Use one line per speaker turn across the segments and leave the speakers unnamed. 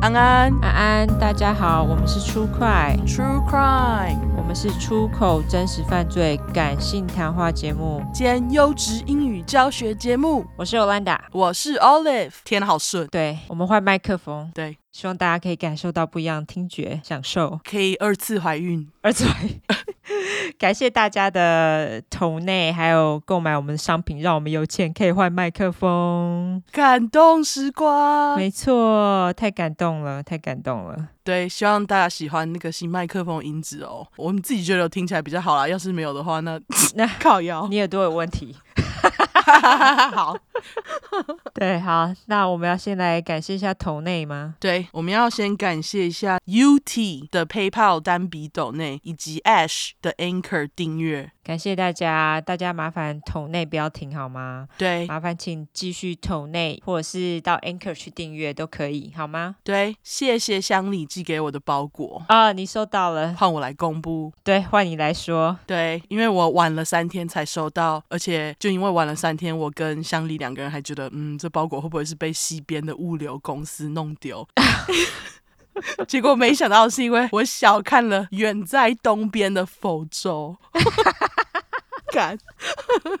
安安
安安，大家好，我们是出快，
，True Crime，
我们是出口真实犯罪感性谈话节目，
兼优质英语教学节目。
我是 Olanda。
我是 Olive，天好顺，
对，我们换麦克风，
对，
希望大家可以感受到不一样的听觉享受。
可以二次怀孕。
而且 感谢大家的投内，还有购买我们的商品，让我们有钱可以换麦克风。
感动时光，
没错，太感动了，太感动了。
对，希望大家喜欢那个新麦克风音质哦。我们自己觉得听起来比较好啦，要是没有的话，那
那
靠 腰。
你耳朵有问题。
好，
对，好，那我们要先来感谢一下头内吗？
对，我们要先感谢一下 UT 的 PayPal 单笔抖内，以及 Ash 的 Anchor 订阅。
感谢大家，大家麻烦投内不要停好吗？
对，
麻烦请继续投内，或者是到 Anchor 去订阅都可以，好吗？
对，谢谢乡里寄给我的包裹，
啊，你收到了，
换我来公布。
对，换你来说，
对，因为我晚了三天才收到，而且就因为晚了三天，我跟乡里两个人还觉得，嗯，这包裹会不会是被西边的物流公司弄丢？ 结果没想到是因为我小看了远在东边的佛州。 干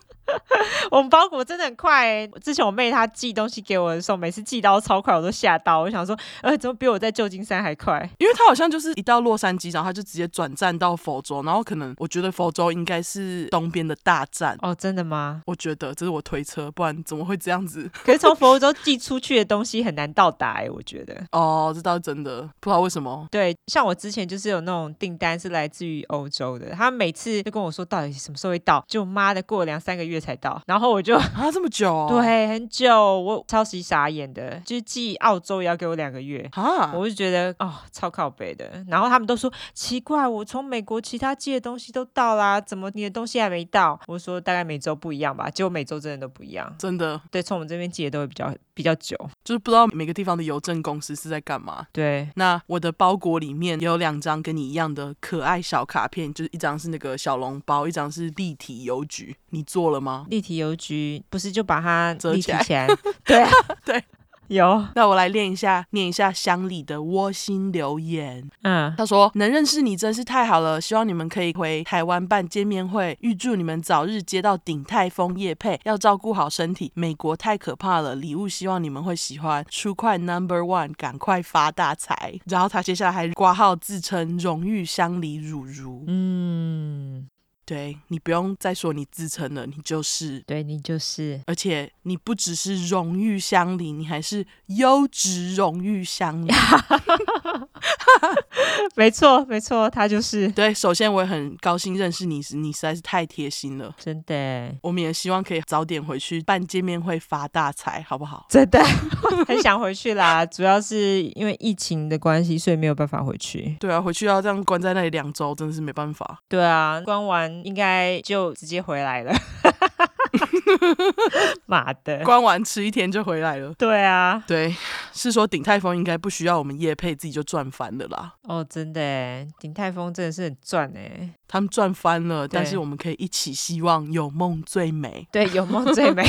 我们包裹真的很快、欸。之前我妹她寄东西给我的时候，每次寄到超快，我都吓到，我想说，呃，怎么比我在旧金山还快？
因为他好像就是一到洛杉矶，然后他就直接转站到佛州，然后可能我觉得佛州应该是东边的大站，
哦，真的吗？
我觉得这是我推测，不然怎么会这样子？
可是从佛州寄出去的东西很难到达、欸，我觉得。
哦，这倒是真的，不知道为什么。
对，像我之前就是有那种订单是来自于欧洲的，他每次就跟我说到底什么时候会到，就妈的过了两三个月才到，然后我就、
啊，这么久、哦？。
对很久，我超级傻眼的，就是寄澳洲也要给我两个月。
啊，
我就觉得哦，超靠北的。然后他们都说奇怪，我从美国其他寄的东西都到啦，怎么你的东西还没到？我说大概每周不一样吧，结果每周真的都不一样。
真的
对，从我们这边寄的都会比较比较久。
就是不知道每个地方的邮政公司是在干嘛。
对，
那我的包裹里面有两张跟你一样的可爱小卡片，就是一张是那个小笼包，一张是立体邮局。你做了吗？
立体邮局不是就把它
折
立
起
体
来
起来？ 对啊
对，
有。
那我来念一下，念一下乡里的窝心留言。
嗯，
他说：“能认识你真是太好了，希望你们可以回台湾办见面会，预祝你们早日接到顶泰丰叶配，要照顾好身体。美国太可怕了，礼物希望你们会喜欢。出快 Number One，赶快发大财。”然后他接下来还挂号自称荣誉乡里乳如，
嗯，
对你不用再说你自称了，你就是。
对你就是
而且你不只是荣誉乡里，你还是优质荣誉乡里。
没错，没错，他就是
对，首先我也很高兴认识你，你实在是太贴心了。
真的耶，
我们也希望可以早点回去办见面会发大财，好不好？
真的 很想回去啦。主要是因为疫情的关系，所以没有办法回去。
对啊，回去要这样关在那里两周，真的是没办法。
对啊，关完应该就直接回 来了。妈的！
关完吃一天就回来了。
对啊，
对，是说鼎泰丰应该不需要我们业配，自己就赚翻了啦。
哦，真的耶，鼎泰丰真的是很赚哎。
他们赚翻了，但
对
是我们可以一起希望有梦最美。
对，有梦最美。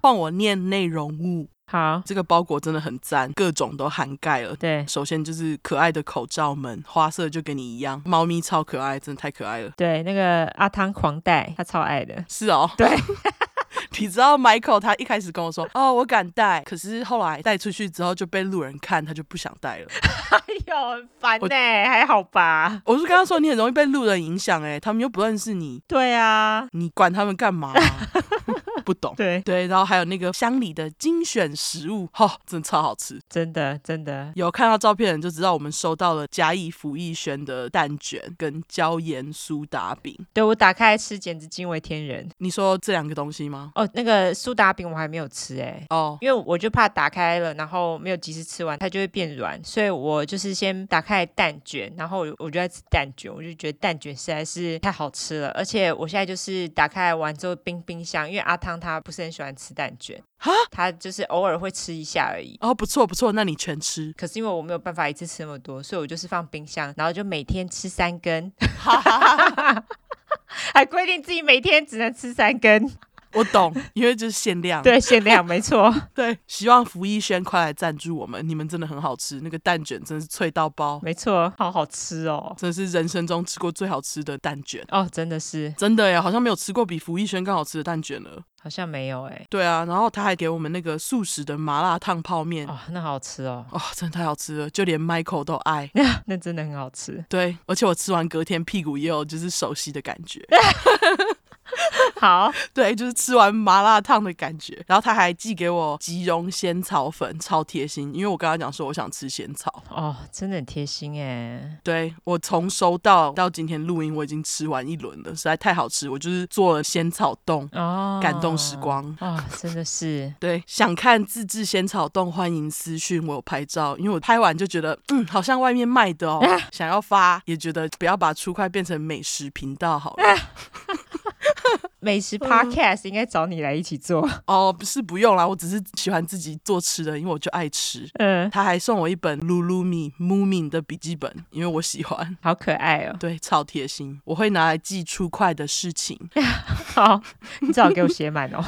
换我念内容物，
好，
这个包裹真的很赞，各种都涵盖了。
对
首先就是可爱的口罩们，花色就跟你一样，猫咪超可爱，真的太可爱了。
对，那个阿汤狂带，他超爱的。
是哦，
对。
你知道 Michael 他一开始跟我说，哦，我敢戴，可是后来带出去之后就被路人看，他就不想戴了。
哎呦，很烦呢，还好吧？
我就跟他说，你很容易被路人影响，哎，他们又不认识你，
对啊，
你管他们干嘛、 不懂。
对，
对，然后还有那个乡里的精选食物，哦，真的超好吃。
真的真的，
有看到照片的人就知道，我们收到了嘉义福义轩的蛋卷跟椒盐苏打饼。
对我打开来吃简直惊为天人
你说这两个东西吗？
哦。那个苏打饼我还没有吃哎、
哦，
因为我就怕打开了，然后没有及时吃完，它就会变软，所以我就是先打开蛋卷，然后我我就在吃蛋卷，我就觉得蛋卷实在是太好吃了，而且我现在就是打开来完之后冰冰箱，因为阿汤他不是很喜欢吃蛋卷，
哈，
他就是偶尔会吃一下而已。。
哦，不错不错，那你全吃
可是因为我没有办法一次吃那么多，所以我就是放冰箱，然后就每天吃 三根，还规定自己每天只能吃三根。
我懂，因为就是限量。
对，限量，没 错。
对，希望福一轩快来赞助我们，你们真的很好吃，那个蛋卷真是脆到爆，
没错，好好吃哦。
真的是人生中吃过最好吃的蛋卷。
哦，真的是，
真的耶，好像没有吃过比福一轩更好吃的蛋卷了。
好像没有哎、
对啊，然后他还给我们那个素食的麻辣烫泡面，
哦，那好吃哦，
哦，真的太好吃了，就连 Michael 都爱。
那真的很好吃。
对，而且我吃完隔天屁股也有就是熟悉的感觉，
好，
对，就是吃完麻辣烫的感觉。然后他还寄给我吉隆仙草粉，超贴心，因为我跟他讲说我想吃仙草。
哦，真的很贴心哎。
对我从收到到今天录音，我已经吃完一轮了，实在太好吃，我就是做了仙草冻，
哦，
感动时。光。
哦，真的是
对，想看自制仙草冻，欢迎私讯我有拍照，因为我拍完就觉得，嗯，好像外面卖的哦， 想要发，也觉得不要把出块变成美食频道好了。
美食 podcast 应该找你来一起做。
哦，不是不用啦，我只是喜欢自己做吃的，因为我就爱吃。
嗯，
他还送我一本 Lulumi Moomin 的笔记本，因为我喜欢。
好可爱哦。
对，超贴心，我会拿来记出块的事情。
好，你最好给我写满 哦。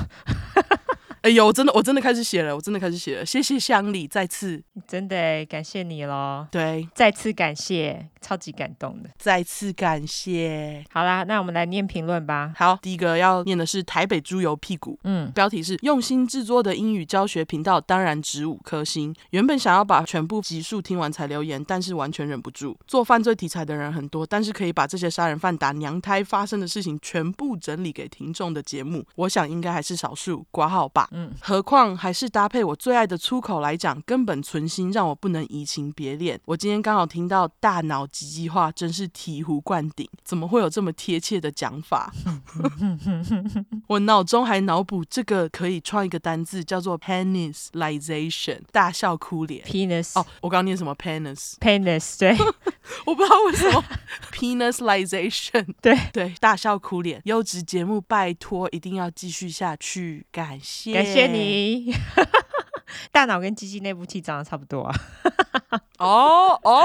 哎呦，我真的，我真的开始写了，我真的开始写了，谢谢乡里，再次
真的耶感谢你喽，
对，
再次感谢，超级感动的。
再次感谢。
好啦，那我们来念评论吧。
好，第一个要念的是台北猪油屁股，
嗯，
标题是用心制作的英语教学频道，当然值五颗星。原本想要把全部集数听完才留言，但是完全忍不住。做犯罪题材的人很多，但是可以把这些杀人犯打娘胎发生的事情全部整理给听众的节目，我想应该还是少数。挂号吧，嗯，何况还是搭配我最爱的出口来讲，根本存心让我不能移情别恋。我今天刚好听到大脑极计划，真是醍醐灌顶，怎么会有这么贴切的讲法？我脑中还脑补这个可以创一个单字，叫做 penisization，大笑哭脸。
penis
哦，我刚刚念什么 penis？
penis 对
我不知道为什 么 penisization。
对
对，大笑哭脸，优质节目，拜托一定要继续下去，感谢，
感谢。你。 大脑跟鸡鸡内部器长得差不多啊，
哦哦，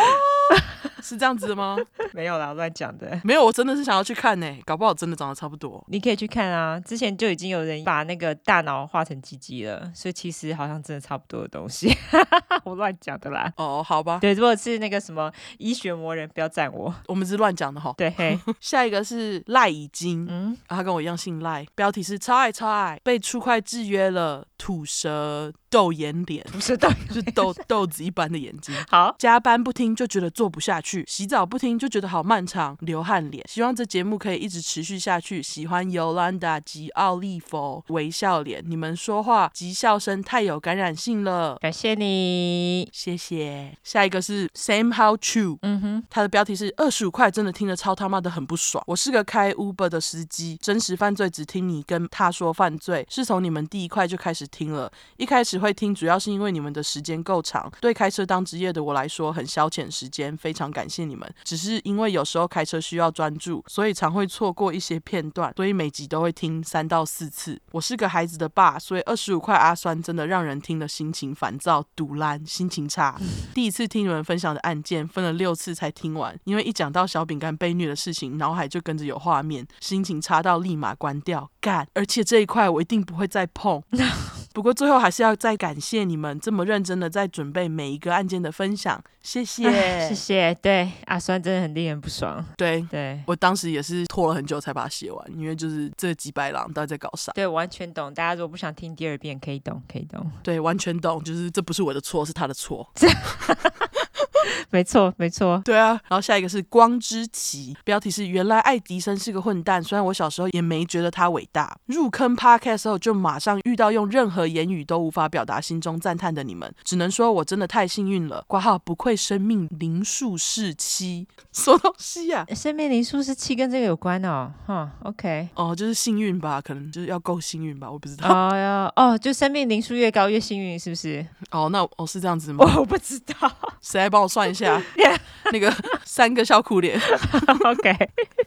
是这样子的吗？
没有啦，乱讲的。
没有，我真的是想要去看呢、搞不好真的长得差不多。
你可以去看啊，之前就已经有人把那个大脑画成鸡鸡了，所以其实好像真的差不多的东西。 我乱讲的啦。
哦，好吧，
对，如果是那个什么医学魔人，不要赞我。
我们是乱讲的哈。
对， 嘿
下一个是赖以金，
嗯，
啊他跟我一样姓赖，标题是超爱超爱，被出快制约了，吐舌豆眼脸，
不是的。
就是 豆豆子一般的眼睛。
好，
加班不听就觉得做不下去，洗澡不听就觉得好漫长，流汗脸。希望这节目可以一直持续下去。喜欢尤兰达及奥利佛微笑脸，你们说话及笑声太有感染性了。
感谢你。
谢谢。下一个是 Same How True，
嗯哼，
它的标题是“二十五块真的听得超他妈的很不爽”。我是个开 Uber 的司机，真实犯罪只听你跟他说犯罪，是从你们第一块就开始听了。一开始会听，主要是因为你们的时间够长，对开车当职业的我来说很消遣时间，非常感谢你们。只是因为有时候开车需要专注，所以常会错过一些片段，所以每集都会听三到四次。我是个孩子的爸，所以二十五块阿酸真的让人听得心情烦躁、堵烂、心情差。第一次听你们分享的案件，分了六次才听完，因为一讲到小饼干被虐的事情，脑海就跟着有画面，心情差到立马关掉，干！而且这一块我一定不会再碰。 不过最后还是要再感谢你们这么认真的在准备每一个案件的分享，谢
哎
谢
谢。谢。对，阿酸真的很令人不爽。
对
对，
我当时也是拖了很久才把它写完，因为就是这几百郎到底在搞啥？
对，完全懂。大家如果不想听第二遍，可以懂，可以懂。
对，完全懂，就是这不是我的错，是他的错。
没错，没错。
对啊，然后下一个是光之旗，标题是原来爱迪生是个混蛋，虽然我小时候也没觉得他伟大。入坑 podcast 后就马上遇到用任何言语都无法表达心中赞叹的你们，只能说我真的太幸运了。挂号不愧生命灵数是七，什么东西呀、
生命灵数是七跟这个有关哦。哈，OK。
哦，就是幸运吧，可能就是要够幸运吧，我不知道。
哦哟，哦，就生命灵数越高越幸运，是不是？
哦，那哦是这样子吗？
我不知道。
谁来帮我算一下？那个三个笑哭脸，
OK，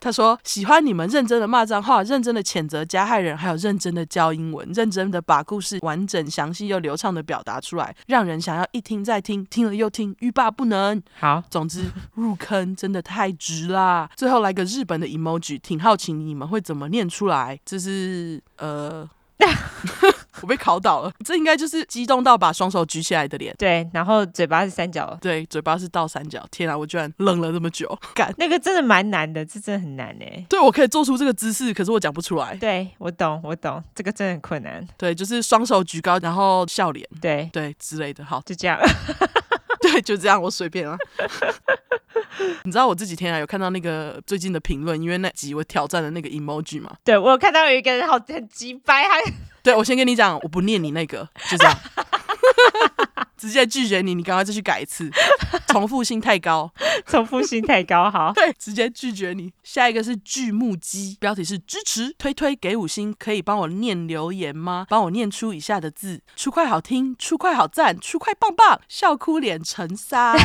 他说喜欢你们认真的骂脏话，认真的谴责加害人，还有认真的教英文，认真的把故事完整、详细又流畅的表达出来，让人想要一听再听，听了又听，欲罢不能。
好，
总之，入坑真的太值啦！最后来个日本的 emoji，挺好奇你们会怎么念出来。这是呃， 我被考倒了，这应该就是激动到把双手举起来的脸。
对，然后嘴巴是三角，
对，嘴巴是倒三角。天啊，我居然愣了这么久，干！
那个真的蛮难的，这真的很难哎。
对我可以做出这个姿势，可是我讲不出来。
对，我懂，我懂，这个真的很困难。
对，就是双手举高，然后笑脸，
对，
对之类的。好，
就这样。
对，就这样，我随便啊。 你知道我这几天啊有看到那个最近的评论，因为那集我挑战的那个 emoji 嘛。
对我有看到有一个人好很急掰，他
对我先跟你讲，我不念你那个，就这样， 直接拒绝你，你赶快再去改一次，重复性太高。
重复性太高， 好。
对，直接拒绝你。下一个是巨木鸡，标题是支持推推给五星，可以帮我念留言吗？帮我念出以下的字：出快好听，出快好赞，出快棒棒，笑哭脸成三。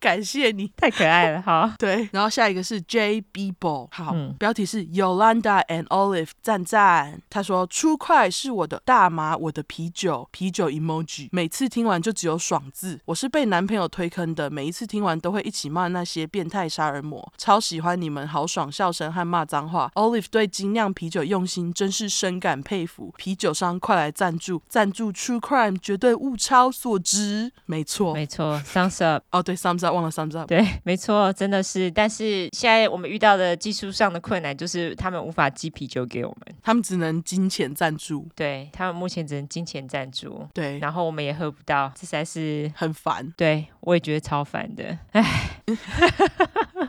感谢你。
太可爱了，好，
对，然后下一个是 J B b o 好，
嗯
标题是 Yolanda and Olive，赞赞。他说出快是我的大麻，我的啤酒，啤酒 emoji。每次听完就只有爽字，我是被男朋友推坑的，每一次听完都会一起骂那些变态杀人魔，超喜欢你们，好爽笑声和骂脏话。Olive 对精酿啤酒用心，真是深感佩服。啤酒商快来赞助，赞助 True Crime 绝对物超所值。没错，
没错，thumbs up，
哦对，thumbs up 忘了 thumbs up。
对，没错，真的是。但是现在我们遇到的技术上的困难，就是他们无法寄啤酒给我们，
他们只能金钱赞助，
对他们目前只能金钱赞助，
对，
然后我们也喝不到，这才是。
很烦，
对，我也觉得超烦的。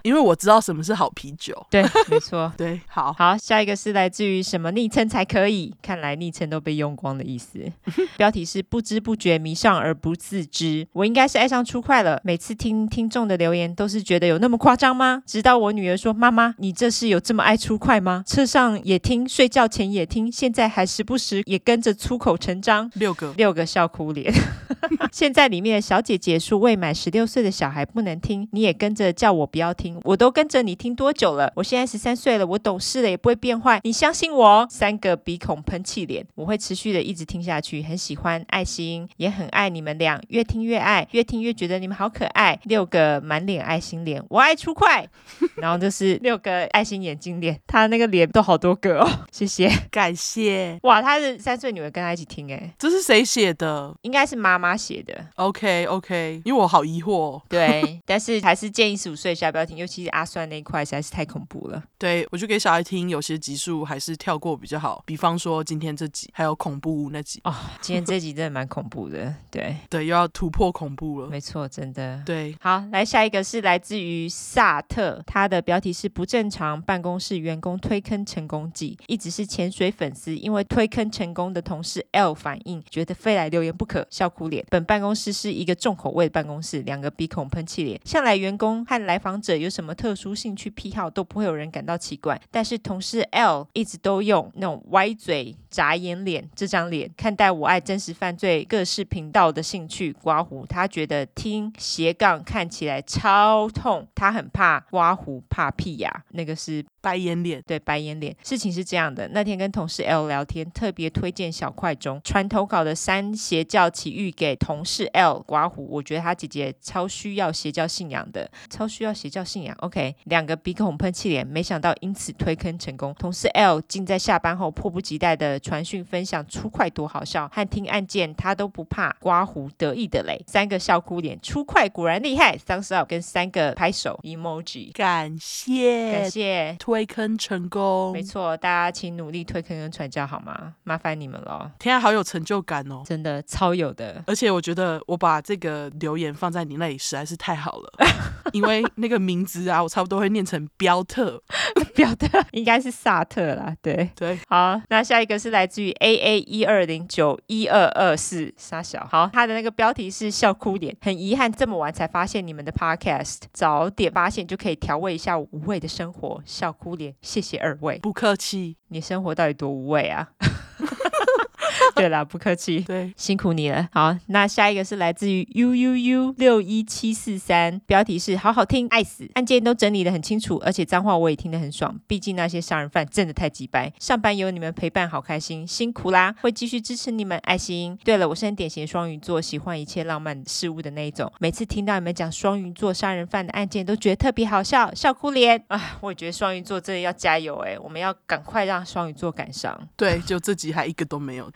因为我知道什么是好啤酒。
对，没错。
对，好，
好，下一个是来自于什么昵称才可以？看来昵称都被用光的意思。 标题是不知不觉迷上而不自知，我应该是爱上初快了。每次听听众的留言，都是觉得有那么夸张吗？直到我女儿说：“妈妈，你这是有这么爱初快吗？”车上也听，睡觉前也听，现在还时不时也跟着出口成章。
六个，
六个笑哭脸。 现在里面的小姐姐说未满十六岁的小孩不能听，你也跟着叫我不要听，我都跟着你听多久了？我现在十三岁了，我懂事了，也不会变坏，你相信我哦。三个鼻孔喷气脸，我会持续的一直听下去，很喜欢爱心，也很爱你们俩，越听越爱，越听越觉得你们好可爱。六个满脸爱心脸，我爱出快， 然后就是六个爱心眼睛脸，他那个脸都好多个哦，谢谢。
感谢。
哇，他是三岁女儿跟他一起听哎。
这是谁写的
应该是妈妈写的。
？OK OK，因为我好疑惑哦、
对，但是还是建议十五岁以下不要听，尤其是阿酸那一块实在是太恐怖了。
对我就给小孩听，有些集数还是跳过比较好，比方说今天这集，还有恐怖屋那集，
哦，今天这集真的蛮恐怖的，对，
对，又要突破恐怖了。
没错，真的。
对，
好，来下一个是来自于萨特，他的标题是“不正常办公室员工推坑成功记”，一直是潜水粉丝，因为推坑成功的同事 L 反应，觉得非来留言不可，笑哭脸。本办公室是一个重口味的办公室，两个鼻孔喷气脸，向来员工和来访者有什么特殊兴趣癖好都不会有人感到奇怪，但是同事 L 一直都用那种歪嘴、眨眼脸这张脸看待我爱真实犯罪各式频道的兴趣刮胡，他觉得听斜杠看起来超痛，他很怕刮胡，怕屁呀、那个是
白眼脸，
对，白眼脸。事情是这样的，那天跟同事 L 聊天，特别推荐小块中传投稿的三邪教奇遇给同事 L 刮胡，我觉得他姐姐超需要邪教信仰的，超需要邪教信仰。OK，两个鼻孔喷气脸，没想到因此推坑成功。同事 L 竟在下班后迫不及待的传讯分享出快多好笑，和听案件他都不怕，刮胡得意的嘞，三个笑哭脸，出快果然厉害，thumbs up 跟三个拍手 emoji，
感
感
谢
谢。
推坑成功
没。错，大家请努力推坑跟传教好吗？麻烦你们了，
天啊，好有成就感哦！
真的超有的。
而且我觉得我把这个留言放在你那里实在是太好 了，因为那个名字啊，我差不多会念成标特。
表的应该是萨特啦，对。
对，
好，那下一个是来自于 A A 一二零九一二二四沙小，好，他的那个标题是笑哭脸，很遗憾这么晚才发现你们的 podcast，早点发现就可以调味一下无味的生活，笑哭脸，谢谢二位，
不客气。
你生活到底多无味啊？ 对啦，不客气。
对，
辛苦你了。好，那下一个是来自于 u u u 六一七四三，标题是好好听，爱死。案件都整理的很清楚，而且脏话我也听得很爽。毕竟那些杀人犯真的太鸡掰。上班有你们陪伴，好开心，辛苦啦！会继续支持你们，爱心。对了，我是很典型的双鱼座，喜欢一切浪漫事物的那一种。每次听到你们讲双鱼座杀人犯的案件，都觉得特别好笑，笑哭脸 啊！我觉得双鱼座真的要加油哎、我们要赶快让双鱼座赶上，
对，就这集还一个都没有，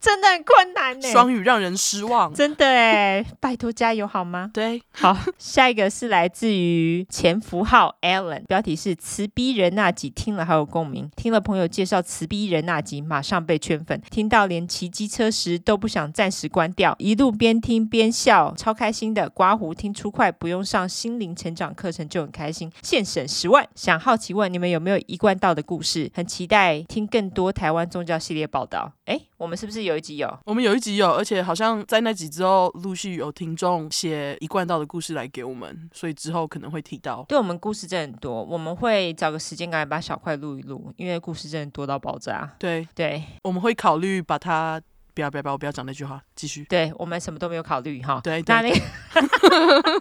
真的很困难欸呢、
双语让人失 望。
真的哎，拜托加油好吗？
对，
好，下一个是来自于前符号 Alan，标题是“慈逼人那集”，听了好有共鸣。听了朋友介绍“慈逼人那集”，马上被圈粉，听到连骑机车时都不想暂时关掉，一路边听边笑，超开心的。刮胡听出快，不用上心灵成长课程就很开心，现省十万。想好奇问你们有没有一贯道的故事？很期待听更多台湾宗教系列报道。哎，我们是不是有一集有？
我们有一集有，而且好像在那集之后，陆续有听众写一贯道的故事来给我们，所以之后可能会提到。
对我们故事真的很多，我们会找个时间赶紧把小块录一录，因为故事真的多到爆炸。
对，
对
我们会考虑把它，不要不要不要，我不要讲那句话，继续。
对，我们什么都没有考虑哈。
对对
那那个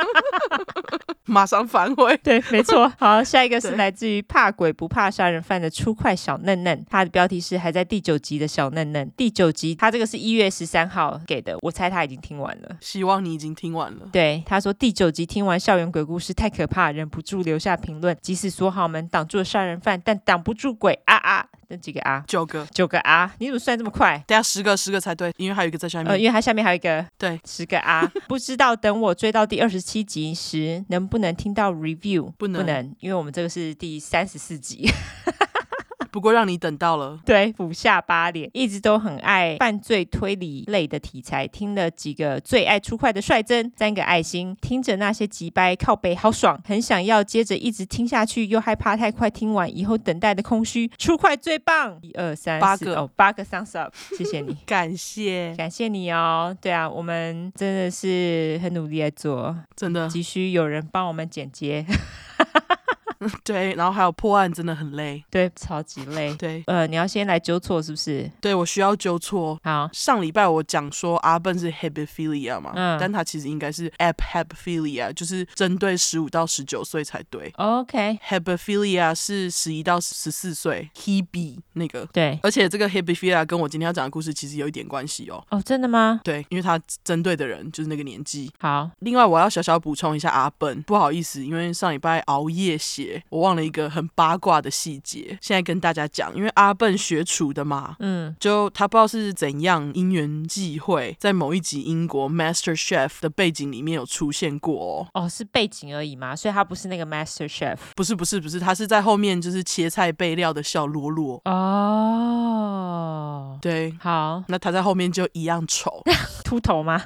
马上反悔。
对，没错。 好，下一个是
对
来自于怕鬼不怕杀人犯的出快小嫩嫩，他的标题是还在第九集的小嫩嫩。第九集，他这个是一月十三号给的，我猜他已经听完了。
希望你已经听完了。
对，他说第九集听完校园鬼故事太可怕，忍不住留下评论。即使锁好门挡住了杀人犯，但挡不住鬼啊啊！那几个啊，
九个，
九个啊，你怎么算这么快？
等下十个十个才哦对，因为还有一个在下面。
呃，因为它下面还有一个
对
十 个啊，不知道等我追到第二十七集时能不能听到 review？
不能
不能，因为我们这个是第三十四集。
不过让你等到了。
对，俯下巴脸，一直都很爱犯罪推理类的题材。听了几个最爱出快的率真，三个爱心，听着那些急掰靠背好爽，很想要接着一直听下去，又害怕太快听完以后等待的空虚。出快最棒，一二三
八
四
个
哦，八个 thumbs up，谢谢你。
感谢，
感谢你哦，对啊，我们真的是很努力在做，
真的
急需有人帮我们剪接，
对，然后还有破案真的很累，
对，超级累。
对
呃，你要先来纠错是不是？
对，我需要纠错。
好，
上礼拜我讲说阿笨是 hebephilia 嘛，
嗯
但他其实应该是 a p hebephilia，就是针对十五到十九岁才对。
OK，
hebephilia 是十一到十四岁，hebe 那个，
对，
而且这个 hebephilia 跟我今天要讲的故事其实有一点关系哦。
哦，真的吗？
对，因为他针对的人就是那个年纪，
好，
另外，我要小小补充一下阿笨，不好意思，因为上礼拜熬夜写，我忘了一个很八卦的细节，现在跟大家讲。因为阿笨学厨的嘛，
嗯，
就他不知道是怎样因缘际会，在某一集英国 Master Chef 的背景里面有出现过哦。
哦，是背景而已嘛，所以他不是那个 Master Chef
不是不是不是，他是在后面就是切菜备料的小罗罗。
哦。
对，
好，
那他在后面就一样 丑。
秃头吗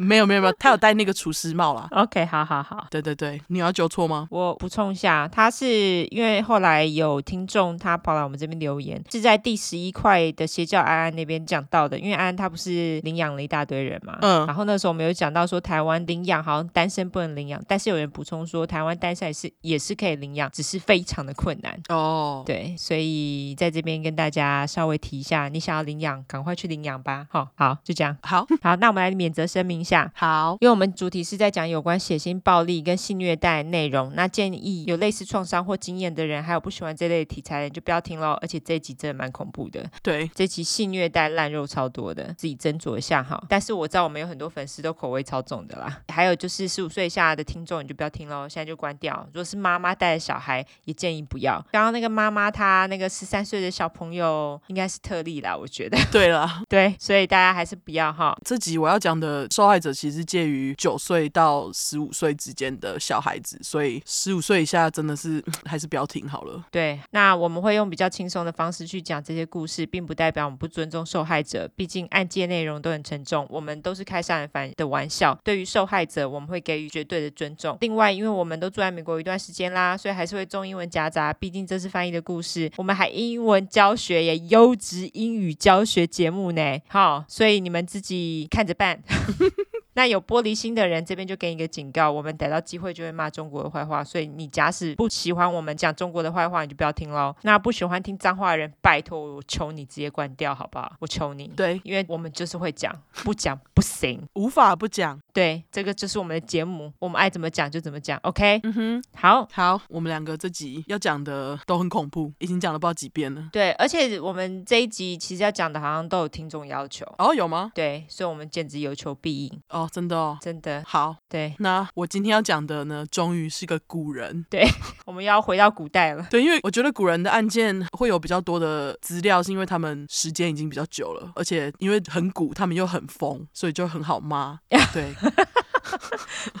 没有没有没有，他有戴那个厨师帽啦。
？OK，好好好。
对对对，你要纠错吗？
我补充一下，他是因为后来有听众他跑来我们这边留言，是在第十一块的邪教安安那边讲到的，因为安安他不是领养了一大堆人嘛，
嗯
然后那时候我们有讲到说台湾领养好像单身不能领养，但是有人补充说台湾单身也是也是可以领养，只是非常的困难。
哦，
对，所以在这边跟大家稍微提一下，你想要领养，赶快去领养吧。好、好，就这样。
好
好，那我们来免责声明一下，
好，
因为我们主题是在讲有关血腥暴力跟性虐待内容，那建议有类似创伤或经验的人，还有不喜欢这类题材的人就不要听喽。而且这一集真的蛮恐怖的，
对
这集性虐待烂肉超多的，自己斟酌一下哈。但是我知道我们有很多粉丝都口味超重的啦，还有就是十五岁以下的听众你就不要听喽，现在就关掉。如果是妈妈带的小孩，也建议不要。刚刚那个妈妈她那个十三岁的小朋友应该是特例啦，我觉得
对了。
对，所以大家还是不要哈。
这集我要讲的受害者其实介于九岁到十五岁之间的小孩子，所以十五岁以下真的是嗯还是不要听好了。
对，那我们会用比较轻松的方式去讲这些故事，并不代表我们不尊重受害者。毕竟案件内容都很沉重，我们都是开杀人犯的玩笑。对于受害者，我们会给予绝对的尊重。另外，因为我们都住在美国有一段时间啦，所以还是会中英文夹杂。毕竟这是翻译的故事，我们还英文教学也优质英语教学节目呢。好，所以你们自己看着办。那有玻璃心的人，这边就给你一个警告：我们逮到机会就会骂中国的坏话，所以你假使不喜欢我们讲中国的坏话，你就不要听喽。那不喜欢听脏话的人，拜托我求你直接关掉好不好？我求你。
对，
因为我们就是会讲，不讲不行。
无法不讲。
对，这个就是我们的节目，我们爱怎么讲就怎么讲。OK，
嗯哼，
好。
好，我们两个这集要讲的都很恐怖，已经讲了不知道几遍了。
对，而且我们这一集其实要讲的，好像都有听众要求。
哦，有吗？
对，所以我们简直有求必应，
哦，真的哦。
真的。
好，
对，
那我今天要讲的呢，终于是个古人。
我们要回到古代了。
对，因为我觉得古人的案件会有比较多的资料，是因为他们时间已经比较久了，而且因为很古，他们又很疯，所以就很好 骂。对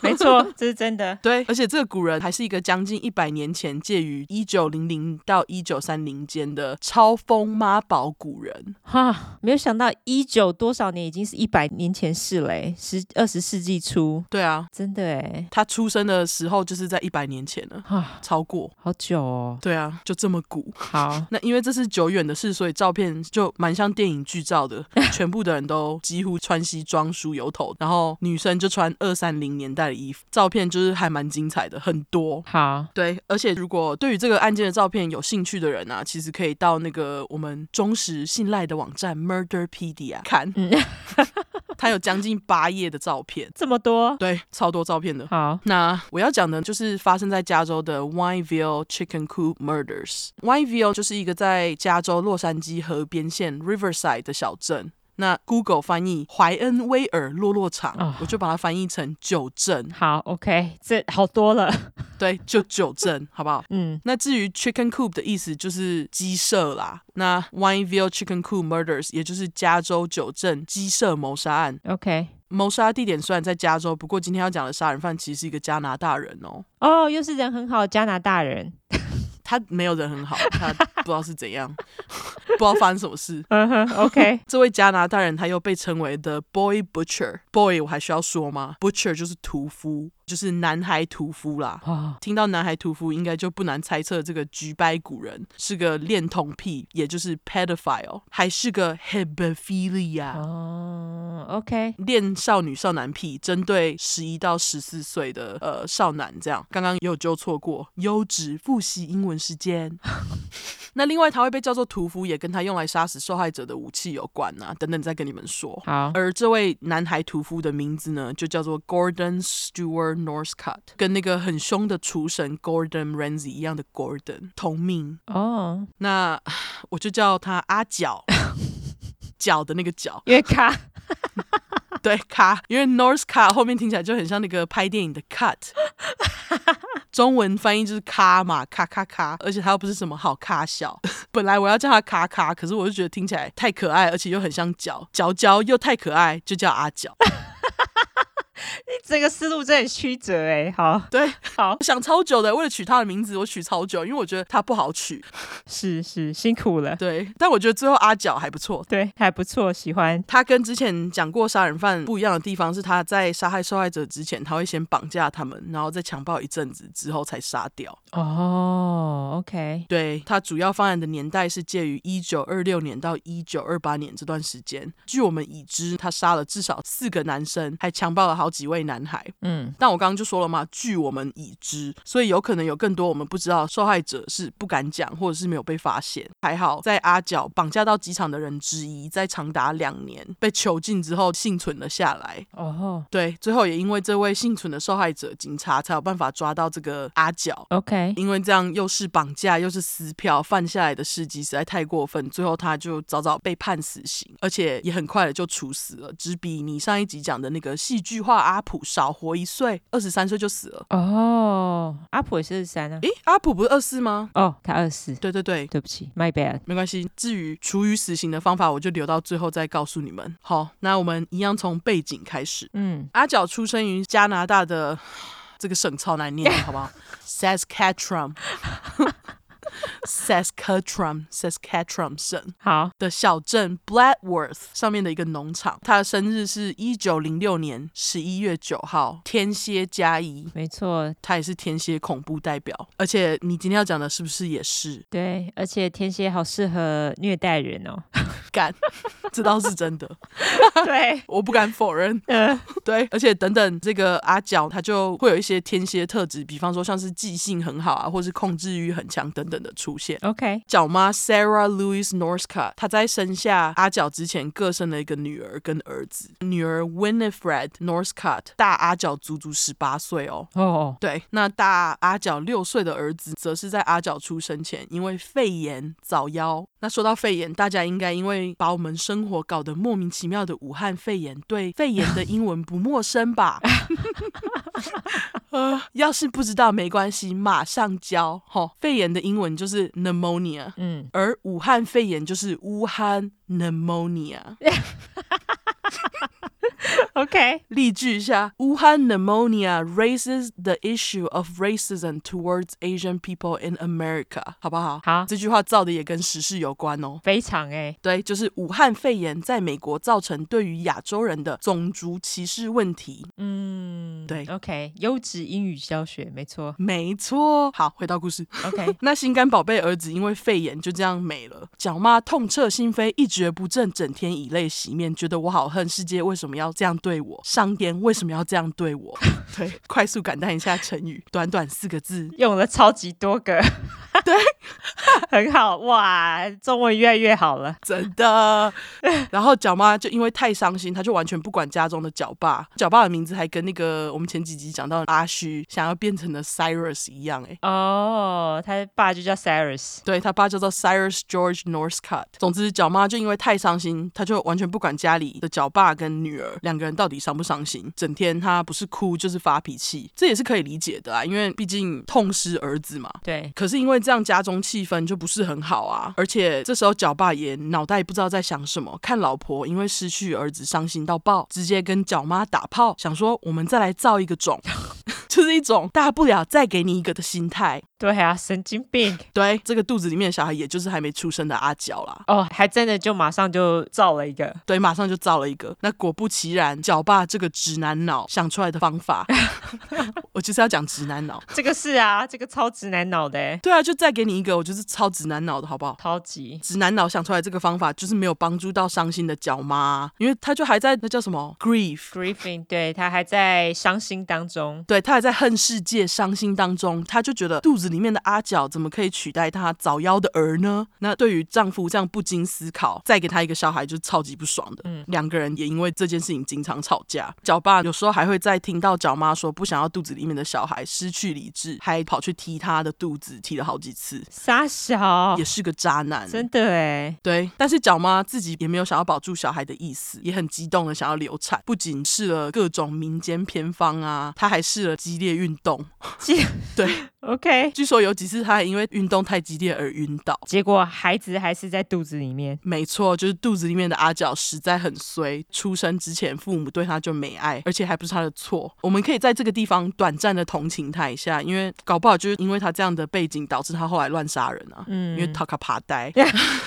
没错，这是真的。
对，而且这个古人还是一个将近一百年前，介于一九零零到一九三零间的超疯妈宝古人。
哈，没有想到一九多少年已经是一百年前事嘞，十二十世纪初，
对啊，
真的哎，
他出生的时候就是在一百年前了，
哈，
超过。
好久哦。
对啊，就这么古。，
好
那因为这是久远的事，所以照片就蛮像电影剧照的，全部的人都几乎穿西装、梳油头，然后女生就穿二三零年代的衣服，照片就是还蛮精彩的，很多。
好，
对，而且如果对于这个案件的照片有兴趣的人啊，其实可以到那个我们忠实信赖的网站 Murderpedia 看，
嗯
它有将近八页的照片，
这么多，
对，超多照片的。
好，
那我要讲的就是发生在加州的 Wineville Chicken Coop Murders。Wineville 就是一个在加州洛杉矶河边县 Riverside 的小镇。那 Google 翻译怀恩威尔落落场
啊
我就把它翻译成九镇，
好，OK，这好多了。
对，就九镇， 好不好？
嗯，
那至于 Chicken Coop 的意思就是鸡舍啦，那 Wineville Chicken Coop Murders 也就是加州九镇鸡舍谋杀案。
OK，
谋杀地点虽然在加州，不过今天要讲的杀人犯其实是一个加拿大人哦。
哦，又是人很好的加拿大人。
他没有人很好，他不知道是怎样， 不知道发生什么事。
嗯哼，OK，
这位加拿大人，他又被称为 The Boy Butcher。Boy，我还需要说吗？Butcher 就是屠夫，就是男孩屠夫啦。
哦，
听到男孩屠夫，应该就不难猜测这个橘掰古人是个恋童癖，也就是 pedophile，还是个 hebephilia。
哦，OK，
恋少女、少男癖，针对十一到十四岁的呃少男，这样刚刚也有纠错过。优质复习英文时间。 那另外，他会被叫做屠夫，也跟他用来杀死受害者的武器有关啊，等等，再跟你们说。
好，
而这位男孩屠夫的名字呢，就叫做 Gordon Stewart Northcott，跟那个很凶的厨神 Gordon Ramsay 一样的 Gordon 同名。
哦，
那我就叫他阿角，角的那个角。
因为卡，
对卡，因为 North Cut 后面听起来就很像那个拍电影的 cut，中文翻译就是咔嘛，咔咔咔，而且它又不是什么好咔笑。本来我要叫它咔咔，可是我就觉得听起来太可爱，而且又很像脚，脚脚又太可爱，就叫阿脚。
这个思路真的很曲折哎。好，
对，
好，
我 想超久的，为了取它的名字，我取超久，因为我觉得它不好取。
是是，辛苦了。
对，但我觉得最后阿脚还不错，
对，还不错，喜欢。
他跟之前讲过杀人犯不一样的地方是，他在杀害受害者之前，他会先绑架他们，然后再强暴一阵子之后才杀掉。
哦，OK，
对，他主要犯案的年代是介于一九二六年到一九二八年这段时间。据我们已知，他杀了至少四个男生，还强暴了好几位男孩。
嗯，
但我刚刚就说了嘛，据我们已知，所以有可能有更多我们不知道受害者是不敢讲，或者是没有被发现。还好，在阿角绑架到机场的人之一，在长达两年被囚禁之后幸存了下来。
哦
对，最后也因为这位幸存的受害者，警察才有办法抓到这个阿角。
，OK，
因为这样又是绑架又是撕票，犯下来的事迹实在太过分，最后他就早早被判死刑，而且也很快的就处死了，只比你上一集讲的那个戏剧化阿普少活一岁，二十三岁就死了。
哦，阿普也是二三啊。
诶，阿普不是二四吗？
哦，他二四，
对对对。
对不起，my bad。
没关系，至于处于死刑的方法，我就留到最后再告诉你们。好，那我们一样从背景开始。
嗯，
阿角出生于加拿大的这个省超难念，好不好？Saskatchewan。Saskatchewan, Saskatchewan 省
好，
的小镇 Bladworth 上面的一个农场，他的生日是一九零六年十一月九号，天蝎加一，
没错，
他也是天蝎恐怖代表。而且你今天要讲的是不是也是
对，而且天蝎好适合虐待人哦。
干？这倒是真的，
对，
我不敢否认。
嗯，
对，而且等等，这个阿角他就会有一些天蝎特质，比方说像是记性很好啊，或是控制欲很强等等的出现。
OK，
角妈 Sarah Louise Northcutt，她在生下阿角之前各生了一个女儿跟儿子，女儿 Winifred Northcutt 大阿角足足十八岁哦。
哦，
对，那大阿角六岁的儿子，则是在阿角出生前因为肺炎早夭。那说到肺炎，大家应该因为把我们生活搞得莫名其妙的武汉肺炎，对肺炎的英文不陌生吧？ 呃，要是不知道没关系，马上教。吼、肺炎的英文就是 pneumonia，
嗯，
而武汉肺炎就是武汉 pneumonia。
OK，
例句一下：Wuhan pneumonia raises the issue of racism towards Asian people in America，好不好？
好
这句话造的也跟时事有关哦。
非常哎、
对，就是武汉肺炎在美国造成对于亚洲人的种族歧视问题。
嗯，
对
，OK，优质英语教学，没错
没错。好，回到故事。
，OK，
那心肝宝贝儿子因为肺炎就这样没了，蒋妈痛彻心扉，一蹶不振，整天以泪洗面，觉得我好恨世界为什么要这样对我，上天为什么要这样对我？对，快速感叹一下成语，短短四个字，
用了超级多 个，对，很好，哇，中文越来越好了，
真的。 然后蒋妈就因为太伤心，她就完全不管家中的蒋爸，蒋爸的名字还跟那个我们前几集讲到的阿虚想要变成的 Cyrus 一样、欸，
哦，他爸就叫 Cyrus，
对他爸叫做 Cyrus George Northcutt。总之，角妈就因为太伤心，她就完全不管家里的角爸跟女儿两个人到底伤不伤心，整天她不是哭就是发脾气，这也是可以理解的啊，因为毕竟痛失儿子嘛。
对，
可是因为这样家中气氛就不是很好啊，而且这时候角爸也脑袋不知道在想什么，看老婆因为失去儿子伤心到爆，直接跟角妈打炮，想说我们再来造一个种， 就是一种大不了再给你一个的心态。
对啊，神经病，
对，这个肚子里面的小孩，也就是还没出生的阿角啦。
哦，还真的就马上就造了一个，
对，马上就造了一个。那果不其然，角爸这个直男脑想出来的方法， 我就是要讲直男脑。
这个是啊，这个超直男脑的、欸，
对啊，就再给你一个，我就是超直男脑的好不好？
超级，
直男脑想出来这个方法，就是没有帮助到伤心的角妈啊，因为他就还在那叫什么 grief，
Griffin，对他还在伤心当中。
对他还在恨世界、伤心当中，他就觉得肚子里面的阿角怎么可以取代他早夭的儿呢？那对于丈夫这样不经思考，再给他一个小孩，就是超级不爽的。
嗯
两个人也因为这件事情经常吵架。角爸有时候还会在听到角妈说不想要肚子里面的小孩，失去理智，还跑去踢他的肚子，踢了好几次，
傻小
也，是个渣男。
哦真的哎，
对，但是角妈自己也没有想要保住小孩的意思，也很激动的想要流产，不仅试了各种民间偏方啊，她还试了激烈运动。
这
对
OK，
据说有几次她还因为运动太激烈而晕倒。
结果孩子还是在肚子里面，
没错，就是肚子里面的阿角实在很衰，出生之前父母对她就没爱，而且还不是她的错。我们可以在这个地方短暂的同情她一下，因为搞不好就是因为她这样的背景，导致她后来乱杀人啊。因为
嗯，
塔卡爬呆，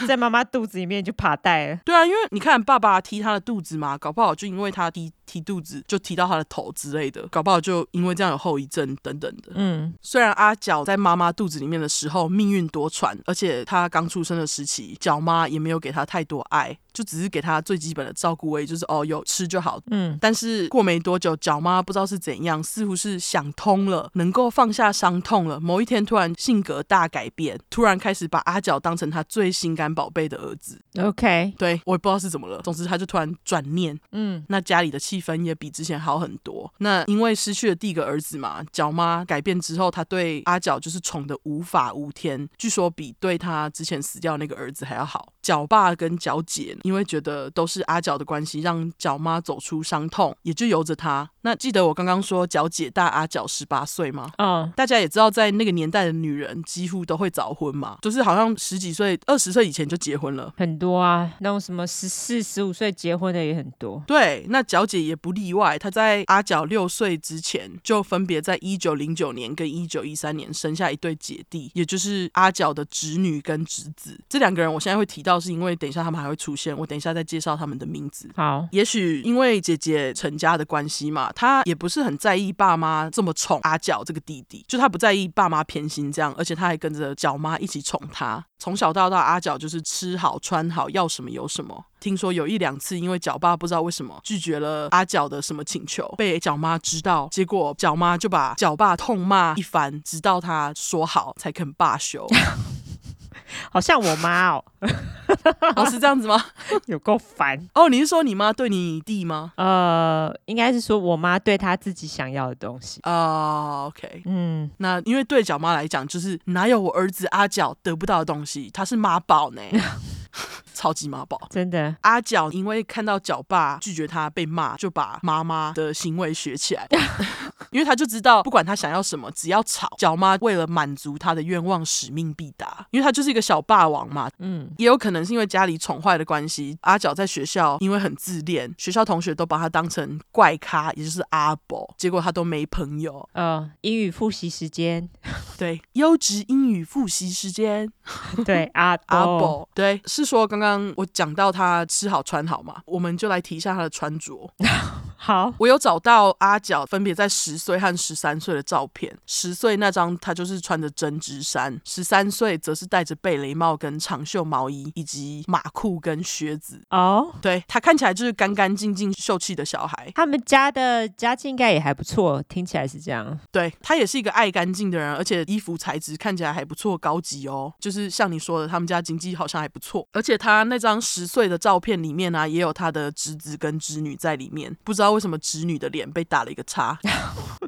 在妈妈肚子里面就爬带了，
对啊，因为你看爸爸踢他的肚子嘛，搞不好就因为他踢踢肚子就踢到他的头之类的，搞不好就因为这样有后遗症等等的。
嗯，
虽然阿角在妈妈肚子里面的时候命运多舛，而且他刚出生的时期，角妈也没有给他太多爱，就只是给他最基本的照顾而已，就是哦有吃就好。
嗯，
但是过没多久，角妈不知道是怎样，似乎是想通了，能够放下伤痛了。某一天突然性格大改变，突然开始把阿角当成他最心肝宝贝的儿子。
OK，
对我也不知道是怎么了，总之他就突然转念，
嗯，
那家里的气氛也比之前好很多。那因为失去了第一个儿子嘛，角妈改变之后，她对阿角就是宠得无法无天，据说比对她之前死掉那个儿子还要好。角爸跟角姐因为觉得都是阿角的关系，让角妈走出伤痛，也就由着她。那记得我刚刚说角姐大阿角十八岁吗？
哦，
大家也知道，在那个年代的女人几乎都会早婚嘛，就是好像十几岁、二十岁以前就结婚了。
很多啊，那种什么十四、十五岁结婚的也很多，
对，那角姐也不例外，她在阿角六岁之前，就分别在一九零九年跟一九一三年生下一对姐弟，也就是阿角的侄女跟侄子。这两个人我现在会提到，是因为等一下他们还会出现，我等一下再介绍他们的名字。
好，
也许因为姐姐成家的关系嘛，啦，他也不是很在意爸妈这么宠阿角这个弟弟，就他不在意爸妈偏心这样，而且他还跟着角妈一起宠他。从小到大，阿角就是吃好穿好，要什么有什么。听说有一两次，因为角爸不知道为什么拒绝了阿角的什么请求，被角妈知道，结果角妈就把角爸痛骂一番，直到他说好才肯罢休。
好像我妈哦，
哦，是这样子吗？
有够烦。
哦，你是说你妈对你弟吗？
呃，应该是说我妈对她自己想要的东西。
啊、o k
嗯，
那因为对角妈来讲，就是哪有我儿子阿角得不到的东西，他是妈宝呢，超级妈宝。
真的，
阿角因为看到角爸拒绝他被骂，就把妈妈的行为学起来，因为他就知道不管他想要什么，只要吵，角妈为了满足他的愿望，使命必达，因为他就是一个小霸王嘛。
嗯，
也有可能是因为家里宠坏的关系，阿角在学校因为很自恋，学校同学都把他当成怪咖，也就是阿伯，结果他都没朋友。
呃，英语复习时间，
对，优质英语复习时间。
对 阿
阿
伯，
宝，哦对，是说刚刚我讲到他吃好穿好嘛，我们就来提一下他的穿着。
好，
我有找到阿角分别在十岁和十三岁的照片，十岁那张他就是穿着针织衫，十三岁则是戴着贝雷帽跟长袖毛衣，以及马裤跟靴子。
哦，
对他看起来就是干干净净、秀气的小孩，
他们家的家境应该也还不错，听起来是这样。
对他也是一个爱干净的人，而且衣服材质看起来还不错，高级哦。就是像你说的，他们家经济好像还不错。而且他那张十岁的照片里面呢、啊也有他的侄子跟侄女在里面。不知道为什么侄女的脸被打了一个叉。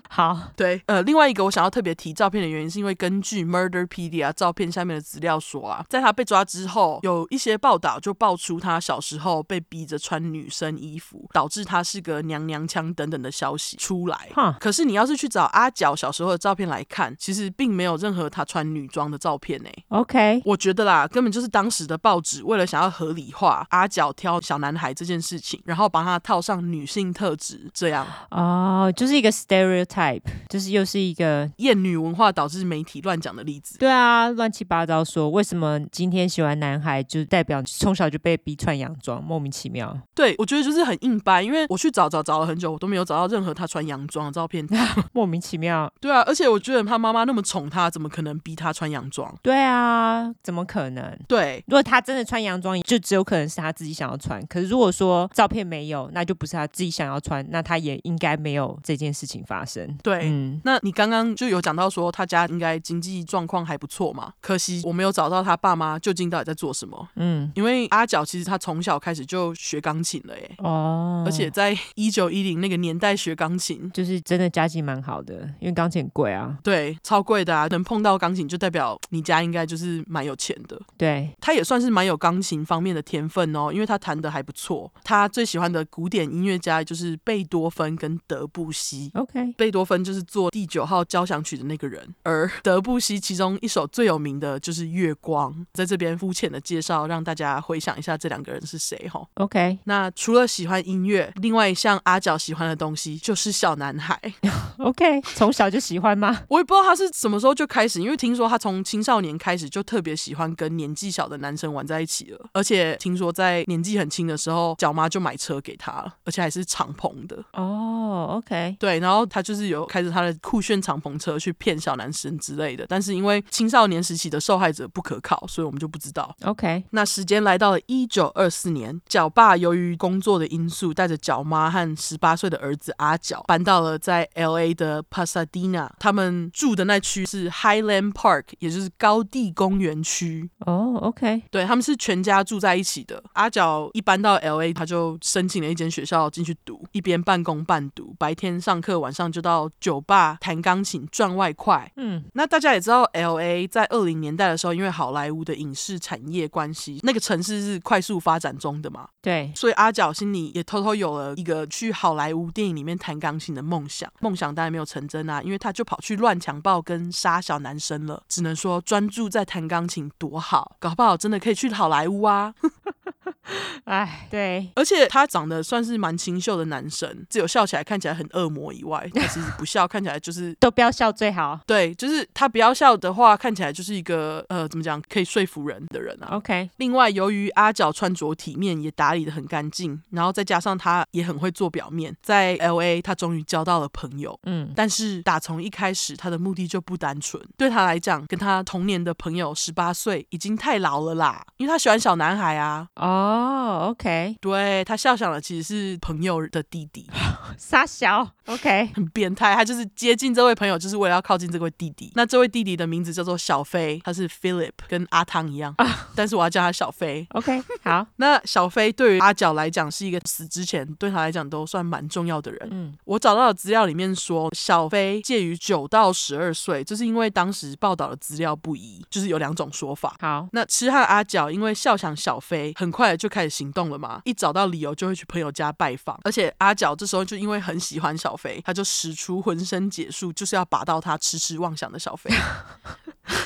好，
对，呃，另外一个我想要特别提照片的原因，是因为根据 Murderpedia 照片下面的资料说啊，在他被抓之后，有一些报道就爆出他小时候被逼着穿女生衣服，导致他是个娘娘腔等等的消息出来。
哈，
可是你要是去找阿角小时候的照片来看，其实并没有任何他穿女装的照片呢、
OK，
我觉得啦，根本就是当时的报纸为了想要合理化阿角挑小男孩这件事情，然后把他套上女性特质，这样
哦，就是一个 stereotype，就是又是一个。
厌女文化导致媒体乱讲的例子。
对啊，乱七八糟说，为什么今天喜欢男孩就代表从小就被逼穿洋装，莫名其 妙。
对，我觉得就是很硬掰，因为我去找找找了很久，我都没有找到任何他穿洋装的照片。
莫名其妙。
对啊，而且我觉得他妈妈那么宠他，怎么可能逼他穿洋装？
对啊，怎么可能？
对，
如果他真的穿洋装，就只有可能是他自己想要穿。可是如果说照片没有，那就不是他自己想要穿，那他也应该没有这件事情发生。
对，
嗯，
那你刚刚就有讲到说他家应该经济状况还不错嘛，可惜我没有找到他爸妈究竟到底在做什么。
嗯，
因为阿角其实他从小开始就学钢琴了耶，
哦，
而且在一九一零那个年代学钢琴，
就是真的家境蛮好的，因为钢琴很贵啊。
对，超贵的啊，能碰到钢琴就代表你家应该就是蛮有钱的。
对，
他也算是蛮有钢琴方面的天分哦，因为他弹的还不错。他最喜欢的古典音乐家就是贝多芬跟德布西。
OK，
贝多芬就是做第九号交响曲的那个人，而德布西其中一首最有名的就是《月光》。在这边肤浅的介绍，让大家回想一下这两个人是谁哈。
OK，
那除了喜欢音乐，另外像阿角喜欢的东西就是小男孩。
OK，从小就喜欢 吗？
我也不知道他是什么时候就开始，因为听说他从青少年开始就特别喜欢跟年纪小的男生玩在一起了，而且听说在年纪很轻的时候，角妈就买车给他了，而且还是敞篷的。
哦，OK、o k
对，然后他就是有开着他的酷炫敞篷车去骗小男生之类的，但是因为青少年时期的受害者不可靠，所以我们就不知道。
o k
那时间来到了一九二四年，角爸由于工作的因素，带着角妈和十八岁的儿子阿角搬到了在 L A 的 Pasadena，他们住的那区是 Highland Park，也就是高地公园区。
哦、o k
对，他们是全家住在一起的。阿角一搬到 L A，他就申请了一间学校进去读，一边半工半读，白天上课，晚上就到酒吧弹钢琴赚外快。
嗯，
那大家也知道，L A 在二零年代的时候，因为好莱坞的影视产业关系，那个城市是快速发展中的嘛，
对，
所以阿角心里也偷偷有了一个去好莱坞电影里面弹钢琴的梦想。梦想当然没有成真啊，因为他就跑去乱强暴跟杀小男生了。只能说专注在弹钢琴多好，搞不好真的可以去好莱坞啊。
哎，对，
而且他长得算是蛮清秀的男生，只有笑起来看起来很恶魔以外，他其实不笑看起来就是。
都不要笑最好。
对，就是他不要笑的话，看起来就是一个呃，怎么讲，可以说服人的人啊。
OK，
另外，由于阿角穿着体面，也打理的很干净，然后再加上他也很会做表面，在 L A 他终于交到了朋友。
嗯，
但是打从一开始，他的目的就不单纯。对他来讲，跟他同年的朋友十八岁已经太老了啦，因为他喜欢小男孩啊。
哦，OK，
对他笑想的其实是朋友的弟弟，
傻小，OK，
很变态。他就是接近这位朋友，就是为了要靠近这位弟弟。那这位弟弟的名字叫做小飞，他是 Philip，跟阿汤一样，但是我要叫他小飞。
OK，好，
那小飞对于阿角来讲是一个死之前对他来讲都算蛮重要的人。
嗯
我找到的资料里面说，小飞介于九到十二岁，这是因为当时报道的资料不一，就是有两种说法。
好，
那痴汉阿角因为笑想小飞，很快就开始行动了嘛，一找到理由就会去朋友家拜访，而且阿角这时候就因为很喜欢小飞，他就使出浑身解数，就是要把到他痴痴妄想的小飞。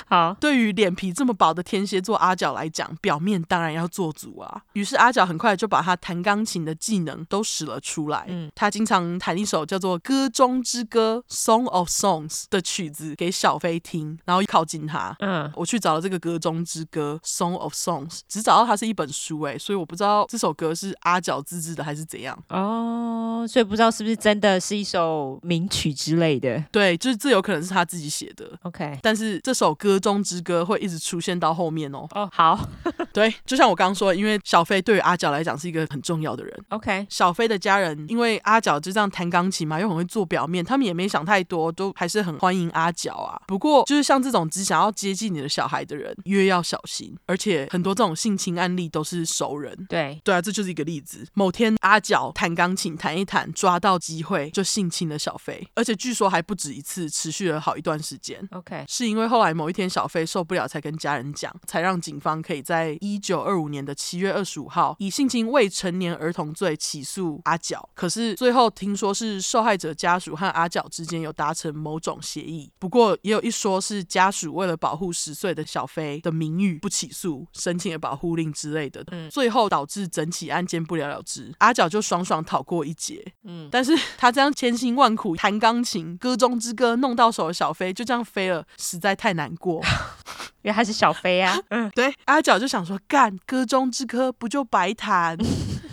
好，
对于脸皮这么薄的天蝎座阿角来讲，表面当然要做足啊。于是阿角很快就把他弹钢琴的技能都使了出来。
嗯
他经常弹一首叫做《歌中之歌》（Song of Songs） 的曲子给小飞听，然后靠近他。
嗯，
我去找了这个《歌中之歌》（Song of Songs），只找到它是一本书，诶，所以我不知道这首歌是阿角自制的还是怎样。
哦，所以不知道是不是真的是一首名曲之类的。
对，就是这有可能是他自己写的，
OK，
但是这首《歌中之歌》会一直出现到后面哦。
哦，好
对，就像我刚刚说的，因为小飞对于阿角来讲是一个很重要的人。
，OK，
小飞的家人因为阿角就这样弹钢琴嘛，又很会做表面，他们也没想太多，都还是很欢迎阿角啊。不过就是像这种只想要接近你的小孩的人，越要小心，而且很多这种性侵案例都是熟人。
对，
对啊，这就是一个例子。某天阿角弹钢琴弹一弹，抓到机会就性侵了小飞，而且据说还不止一次，持续了好一段时间。
OK，
是因为后来某一天小飞受不了，才跟家人讲，才让警方可以在一九二五年的七月二十五号以性侵未成年儿童罪起诉阿角。可是最后听说是受害者家属和阿角之间有达成某种协议，不过也有一说是家属为了保护十岁的小飞的名誉不起诉，申请了保护令之类的，
嗯
最后导致整起案件不了了之。阿角就爽爽逃过一劫。
嗯，
但是他这样千辛万苦弹钢琴，《歌中之歌》弄到手的小飞就这样飞了，实在太难过。
因为他是小飞啊，嗯，
对，阿角就想说，干《歌中之歌》不就白弹？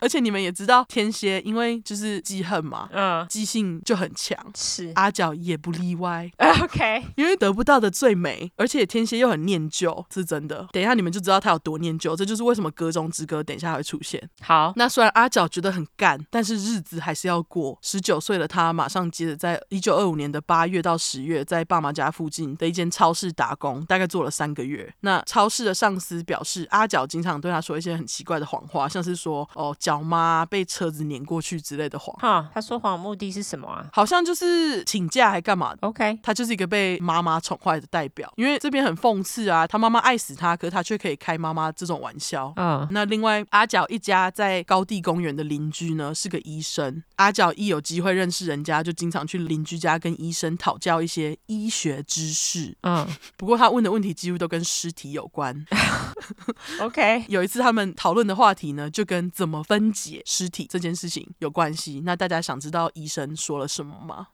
而且你们也知道，天蝎因为就是记恨嘛，
嗯，
记性就很强，
是啊
阿角也不例外。
，OK，
因为得不到的最美，而且天蝎又很念旧，是真的。等一下你们就知道他有多念旧，这就是为什么《歌中之歌》等一下还会出现。
好，
那虽然阿角觉得很干，但是日子还是要过。十九岁的他马上接着在一九二五年的八月到十月，在爸妈家附近的一间超市打工，大概做了三个月。那超市的上司表示，阿角经常对他说一些很奇怪的谎话，像是说哦脚妈被车子碾过去之类的谎，
哈，他说谎的目的是什么啊
好像就是请假还干嘛的。
？OK，
他就是一个被妈妈宠坏的代表，因为这边很讽刺啊，他妈妈爱死他，可是他却可以开妈妈这种玩笑。
嗯，
那另外，阿角一家在高地公园的邻居呢是个医生。阿角一有机会认识人家，就经常去邻居家跟医生讨教一些医学知识。
嗯
不过他问的问题几乎都跟尸体有关。
，OK，
有一次他们讨论的话题呢，就跟怎么分解尸体这件事情有关系。那大家想知道医生说了什么吗？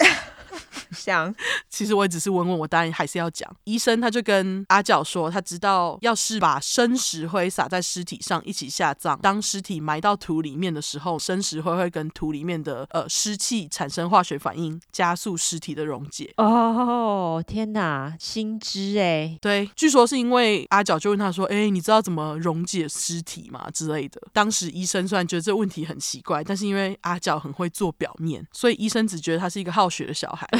想，
其实我也只是问问，我当然还是要讲。医生他就跟阿角说，他知道要是把生石灰撒在尸体上一起下葬，当尸体埋到土里面的时候，生石灰会跟土里面的呃湿气产生化学反应，加速尸体的溶解。
哦，天哪，新知哎，
对，据说是因为阿角就问他说：“哎，你知道怎么溶解尸体吗？”之类的。当时医生虽然觉得这问题很奇怪，但是因为阿角很会做表面，所以医生只觉得他是一个好学的小孩。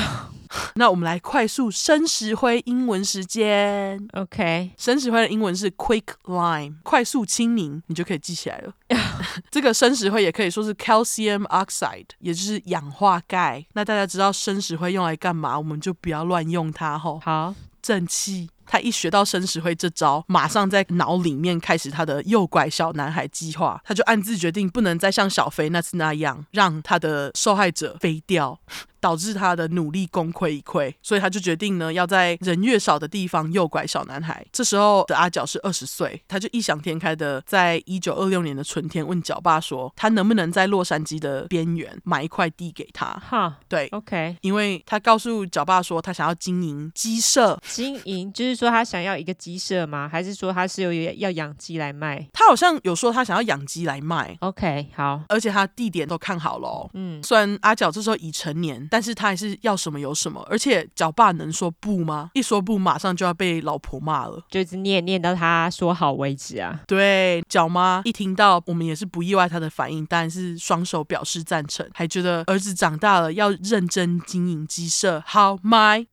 那我们来快速生石灰英文时间。
，OK，
生石灰的英文是 quick lime，快速清明，你就可以记起来了。 这个生石灰也可以说是 calcium oxide，也就是氧化钙。那大家知道生石灰用来干嘛，我们就不要乱用它吼。
好，
正气。他一学到生石灰这招，马上在脑里面开始他的诱拐小男孩计划。他就暗自决定，不能再像小飞那次那样，让他的受害者飞掉。 导致他的努力功亏一篑，所以他就决定呢要在人越少的地方诱拐小男孩。这时候的阿角是二十岁，他就异想天开的在一九二六年的春天问角爸说，他能不能在洛杉矶的边缘买一块地给他？
哈
对。
，OK，
因为他告诉角爸说，他想要经营鸡舍，
经营就是说他想要一个鸡舍吗？还是说他是有要养鸡来卖
他好像有说他想要养鸡来卖，
？OK，好，
而且他地点都看好了、哦。
嗯，
虽然阿角这时候已成年，但是他还是要什么有什么，而且角爸能说不吗？一说不，马上就要被老婆骂了。
就一直念念到他说好为止 啊。
对，角妈一听到，我们也是不意外她的反应，当然是双手表示赞成，还觉得儿子长大了要认真经营鸡舍，好买。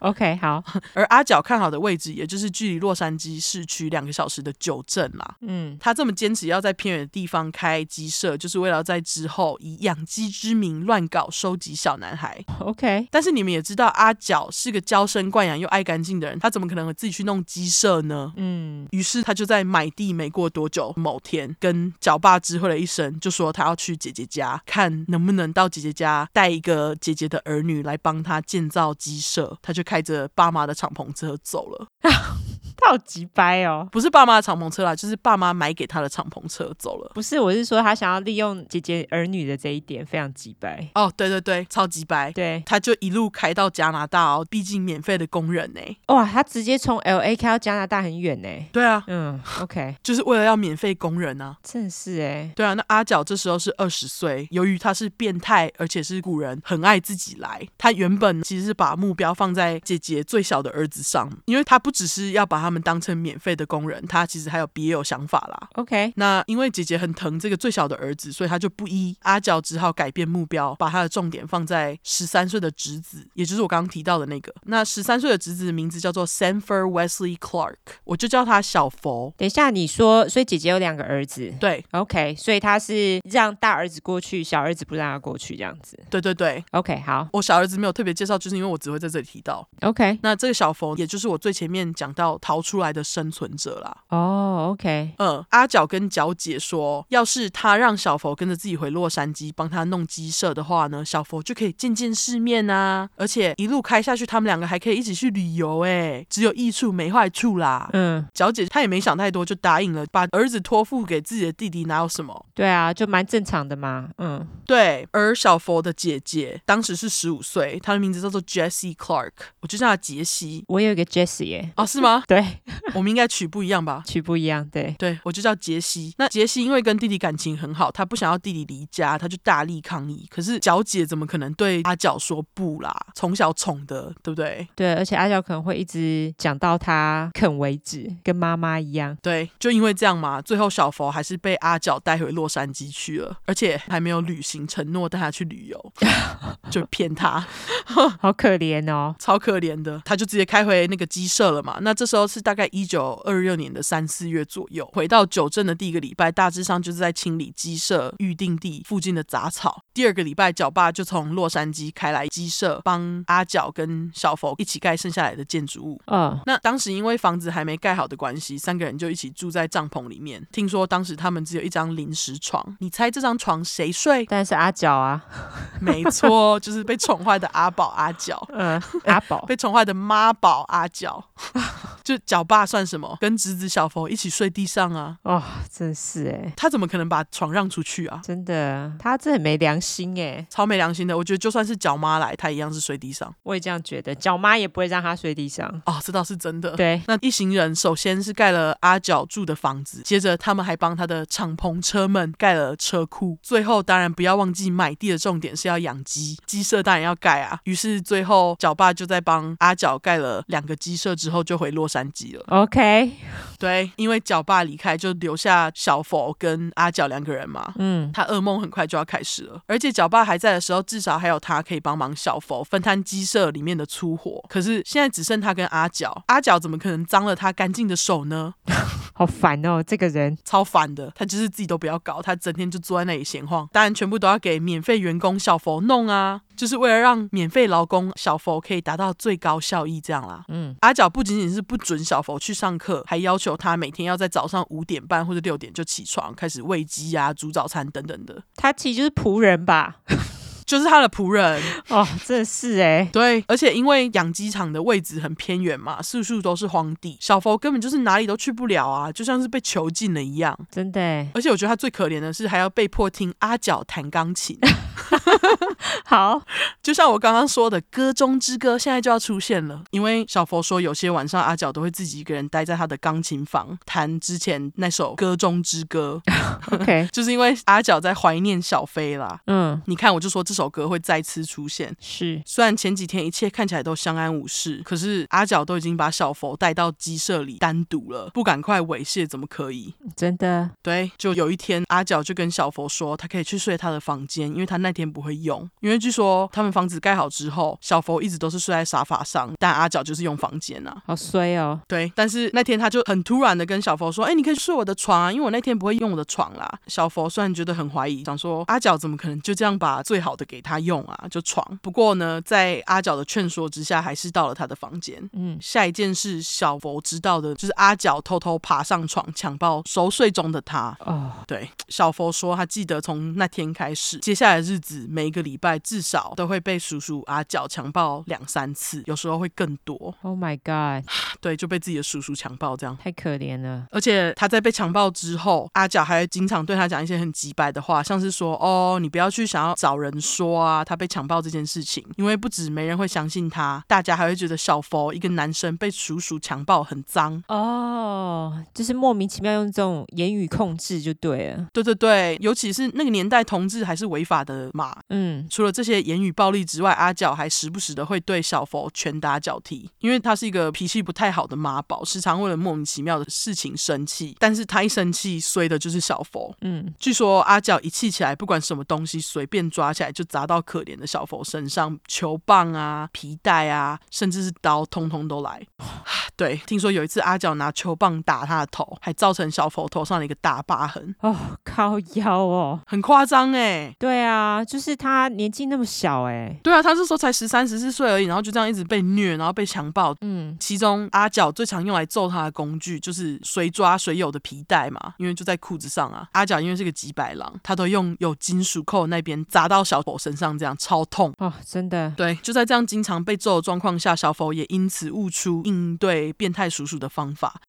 OK，好，
而阿角看好的位置，也就是距离洛杉矶市区两个小时的九镇啦。
嗯，
他这么坚持要在偏远的地方开鸡舍，就是为了要在之后以养鸡之名乱搞收集小男孩。
OK，
但是你们也知道，阿角是个娇生惯养又爱干净的人，他怎么可能会自己去弄鸡舍呢？
嗯，
于是他就在买地没过多久，某天跟角爸知会了一声，就说他要去姐姐家，看能不能到姐姐家带一个姐姐的儿女来帮他建造鸡舍。他就开着爸妈的敞篷车走了，
他好急掰哦。
不是爸妈的敞篷车啦，就是爸妈买给他的敞篷车走了。
不是，我是说他想要利用姐姐儿女的这一点非常急掰。
哦，对对对，超级白。
对，
他就一路开到加拿大哦，毕竟免费的工人呢。
哇，他直接从 L A 开到加拿大很远呢。
对啊，
嗯，OK，
就是为了要免费工人啊。
真的是哎，
对啊，那阿角这时候是二十岁，由于他是变态，而且是古人，很爱自己来。他原本其实是把目标放在姐姐最小的儿子上，因为他不只是要把他们当成免费的工人，他其实还有别有想法啦。
OK，
那因为姐姐很疼这个最小的儿子，所以他就不依阿角，只好改变目标，把他的重点放在十三岁的侄子，也就是我刚刚提到的那个。那十三岁的侄子的名字叫做 Sanford Wesley Clark，我就叫他小佛。
等一下你说，所以姐姐有两个儿子。
对
OK，所以他是让大儿子过去，小儿子不让他过去这样子。
对对对，
OK，好
我小儿子没有特别介绍，就是因为我只会在这里提到。
，OK，
那这个小佛，也就是我最前面讲到逃出来的生存者啦。
哦，OK，
嗯，阿角跟角姐说，要是他让小佛跟着自己回洛杉矶，帮他弄鸡舍的话呢，小佛就可以见见世面啊，而且一路开下去，他们两个还可以一起去旅游，哎，只有益处没坏处啦。
嗯，
角姐她也没想太多，就答应了，把儿子托付给自己的弟弟，哪有什么？
对啊，就蛮正常的嘛。嗯
对，而小佛的姐姐当时是十五岁，她的名字叫做 Jessie Clark，我就叫她杰西。
我有一个 Jessie 耶，？
哦，是吗
对，
我们应该取不一样吧？
曲不一样，对，
对，我就叫杰西。那杰西因为跟弟弟感情很好，他不想要弟弟离家，他就大力抗议。可是角姐怎么可能对阿角说不啦？从小宠的，对不对？
对，而且阿娇可能会一直讲到他肯为止，跟妈妈一样。
对，就因为这样嘛，最后小佛还是被阿角带回洛杉矶去了，而且还没有履行承诺带他去旅游， 就骗他，
好可怜哦。
超可怜的。他就直接开回那个鸡舍了嘛。那这时候是大概一九二六年的三四月左右，回到九镇的第一个礼拜，大致上就是在清理鸡舍预定地附近的杂草。第二个礼拜，角爸就从洛杉矶开来鸡舍，帮阿角跟小佛一起盖剩下来的建筑物。
嗯、？
那当时因为房子还没盖好的关系，三个人就一起住在帐篷里面。听说当时他们只有一张临时床，你猜这张床谁睡
但是阿角啊，
没错，就是被宠坏的阿宝阿角。
嗯、 阿宝，
被宠坏的妈宝阿角， 就角爸算什么？跟侄子小佛一起睡地上啊，
哦，真是哎，
他怎么可能把床让出去啊？
真的，他真的很没良心哎，
超没良心的！我觉得就算是角妈来，他一样是睡地上
我也这样觉得，脚妈也不会让他睡地上。
哦，这倒是真的。
对，
那一行人首先是盖了阿角住的房子，接着他们还帮他的敞篷车们盖了车库，最后当然不要忘记买地的重点是要养鸡，鸡舍当然要盖啊。于是最后角爸就在帮阿角盖了两个鸡舍之后，就回洛杉矶了。
OK，
对，因为角爸离开，就留下小佛跟阿角两个人嘛。
嗯，
他噩梦很快就要开始了，而且角爸还在的时候，至少还有他可以帮忙小佛分摊鸡舍里面的粗活。可是现在只剩他跟阿角，阿角怎么可能脏了他干净的手呢？
好烦哦，这个人，
超烦的，他就是自己都不要搞，他整天就坐在那里闲晃。当然，全部都要给免费员工小佛弄啊，就是为了让免费劳工小佛可以达到最高效益，这样啦。
嗯，
阿角不仅仅是不准小佛去上课，还要求他每天要在早上五点半或者六点就起床，开始喂鸡啊、煮早餐等等的，
他其实就是仆人吧？
就是他的仆人。
哦，这是哎、
对，而且因为养鸡场的位置很偏远嘛，四处都是荒地，小佛根本就是哪里都去不了啊，就像是被囚禁了一样。
真的哎、
而且我觉得他最可怜的是，还要被迫听阿角弹钢琴，
好，
就像我刚刚说的，《歌中之歌》现在就要出现了。因为小佛说，有些晚上阿角都会自己一个人待在他的钢琴房，弹之前那首《歌中之歌》，
OK，
就是因为阿角在怀念小飞啦。
嗯，
你看，我就说这首歌会再次出现。
是
虽然前几天一切看起来都相安无事，可是阿角都已经把小佛带到鸡舍里单独了，不赶快猥亵怎么可以？
真的，
对，就有一天阿角就跟小佛说，他可以去睡他的房间，因为他那天不会用。因为据说他们房子盖好之后，小佛一直都是睡在沙发上，但阿角就是用房间啊。
好衰哦，
对，但是那天他就很突然的跟小佛说：“哎，你可以睡我的床啊，因为我那天不会用我的床啦。”小佛虽然觉得很怀疑，想说阿角怎么可能就这样把最好的给他用啊，就床。不过呢，在阿角的劝说之下，还是到了他的房间。
嗯，
下一件事，小佛知道的就是阿角偷偷爬上床强暴熟睡中的他。
哦，
对，小佛说他记得从那天开始，接下来的日子每一个礼拜至少都会被叔叔阿角强暴两三次，有时候会更多。
Oh my god，
对，就被自己的叔叔强暴这样。
太可怜了。
而且他在被强暴之后，阿角还经常对他讲一些很直白的话，像是说：“哦，你不要去想要找人说啊，他被强暴这件事情，因为不止没人会相信他，大家还会觉得小佛一个男生被叔叔强暴很脏。”
哦，就是莫名其妙用这种言语控制就对了。
对对对，尤其是那个年代，同志还是违法的嘛。
嗯，
除了这些言语暴力之外，阿角还时不时的会对小佛拳打脚踢，因为他是一个脾气不太好的妈宝，时常为了莫名其妙的事情生气。但是他一生气，衰的就是小佛。
嗯，
据说阿角一气起来，不管什么东西随便抓起来就砸到可怜的小佛身上，球棒啊、皮带啊，甚至是刀，通通都来。 对，听说有一次阿角拿球棒打他的头，还造成小佛头上的一个大疤痕，
哦，靠腰哦，
很夸张哎、
对啊，就是他年纪那么小哎、
对啊，他这时候才十三、十四岁而已，然后就这样一直被虐，然后被强暴。
嗯，
其中阿角最常用来揍他的工具就是随抓随有的皮带嘛，因为就在裤子上啊。阿角因为是个几百郎，他都用有金属扣那边砸到小狗身上，这样超痛。
哦，真的，
对，就在这样经常被揍的状况下，小佛也因此悟出应对变态叔叔的方法。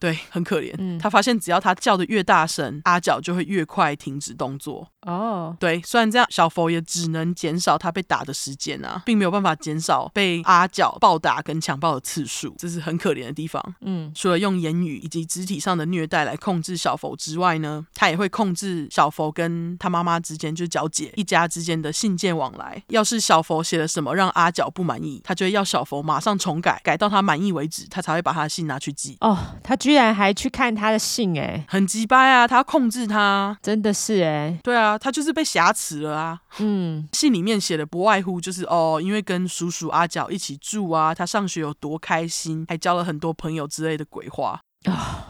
对，很可怜。
嗯
他发现只要他叫的越大声，阿角就会越快停止动作。
哦，
对，虽然这样，小佛也只能减少他被打的时间啊，并没有办法减少被阿角暴打跟强暴的次数，这是很可怜的地方。
嗯，
除了用言语以及肢体上的虐待来控制小佛之外呢，他也会控制小佛跟他妈妈之间，就是角姐一家之间的信件往来。要是小佛写了什么让阿角不满意，他就会要小佛马上重改，改到他满意为止，他才会把他的信拿去寄。
哦，他居然还去看他的信哎、
很鸡掰啊，他要控制他。啊
真的是哎、
对啊，他就是被挟持了啊。
嗯，
信里面写的不外乎就是哦，因为跟叔叔阿角一起住啊，他上学有多开心，还交了很多朋友之类的鬼话，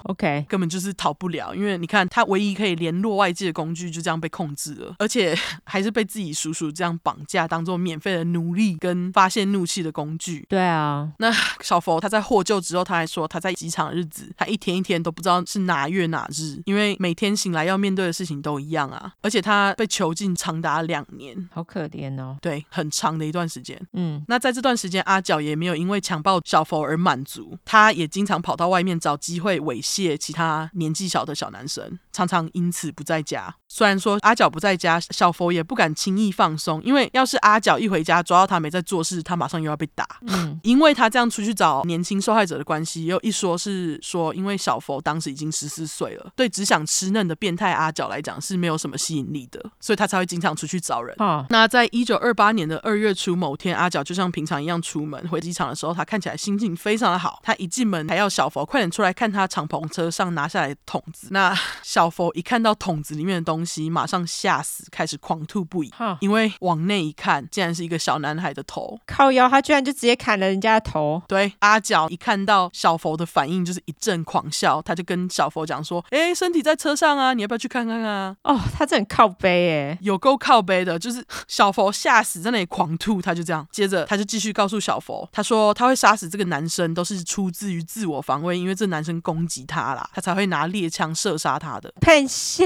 ，OK，
根本就是逃不了。因为你看，他唯一可以联络外界的工具就这样被控制了，而且 还是被自己叔叔这样绑架，当做免费的奴隶跟发泄怒气的工具。
对啊，
那小佛他在获救之后，他还说他在机场的日子，他一天一天都不知道是哪月哪日，因为每天醒来要面对的事情都一样啊。而且他被囚禁长达两年，
好可怜哦，
对，很长的一段时间。
嗯，
那在这段时间，阿角也没有因为强暴小佛而满足，他也经常跑到外面找机会猥亵其他年纪小的小男生，常常因此不在家。虽然说阿角不在家，小佛也不敢轻易放松，因为要是阿角一回家抓到他没在做事，他马上又要被打。
嗯，
因为他这样出去找年轻受害者的关系，又一说是说，因为小佛当时已经十四岁了，对只想吃嫩的变态阿角来讲是没有什么吸引力的，所以他才会经常出去找人。
哦，
那在一九二八年的二月初某天，阿角就像平常一样出门回机场的时候，他看起来心情非常的好。他一进门还要小佛快点出来看他敞篷车上拿下来的桶子。那小佛一看到桶子里面的东西，马上吓死，开始狂吐不已。
哈，
因为往内一看，竟然是一个小男孩的头。
靠腰，他居然就直接砍了人家的头，
对，阿角一看到小佛的反应，就是一阵狂笑，他就跟小佛讲说：“诶，身体在车上啊，你要不要去看看啊？”
哦，他这很靠背哎、
有够靠背的，就是小佛吓死，在那里狂吐，他就这样。接着他就继续告诉小佛，他说他会杀死这个男生都是出自于自我防卫，因为这男生攻击他啦，他才会拿猎枪射杀他的。
喷笑，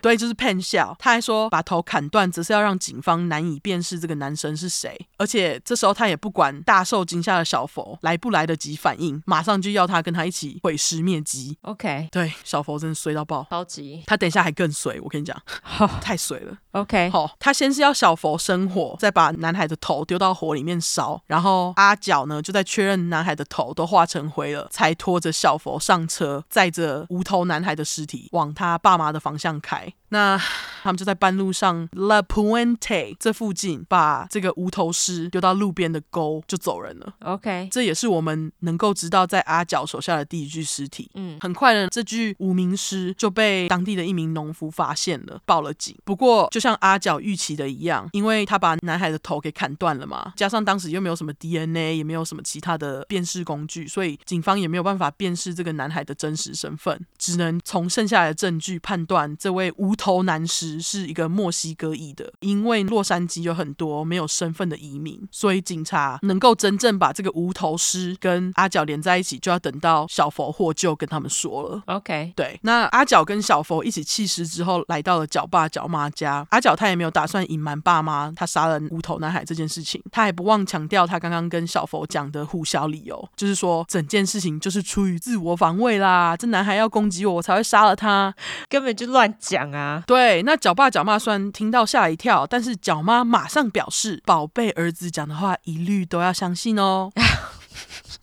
对，就是骗笑。他还说把头砍断只是要让警方难以辨识这个男生是谁，而且这时候他也不管大受惊吓的小佛来不来得及反应，马上就要他跟他一起毁尸灭迹。
OK，
对，小佛真的衰到爆。
超级
他等一下还更水，我跟你讲，
好、
太水了。
OK，
好、他先是要小佛生火，再把男孩的头丢到火里面烧，然后阿角呢就在确认男孩的头都化成灰了，才拖着小佛上车，载着无头男孩的尸体往他爸妈的方向开。那 他们就在半路上 La Puente 这附近，把这个无头尸丢到路边的沟就走人了。
OK，
这也是我们能够知道在阿角手下的第一具尸体。
嗯
很快呢，这具无名尸就被当地的一名农夫发现了，报了警。不过，就像阿角预期的一样，因为他把男孩的头给砍断了嘛，加上当时又没有什么 DNA，也没有什么其他的辨识工具，所以警方也没有办法辨识这个男孩的真实身份，只能从剩下来的证据判断这位无头男尸是一个墨西哥裔的。因为洛杉矶有很多没有身份的移民，所以警察能够真正把这个无头尸跟阿角连在一起，就要等到小佛获救跟他们说了。
，OK，
对，那阿角跟小佛一起弃尸之后，来到了角爸角妈家。阿角他也没有打算隐瞒爸妈他杀了无头男孩这件事情，他还不忘强调他刚刚跟小佛讲的互小理由，就是说整件事情就是出于自我防卫啦，这男孩要攻击我，我才会杀了他。
根本就乱讲啊。
对，那角爸角妈虽然听到吓一跳，但是角妈马上表示，宝贝儿子讲的话一律都要相信哦。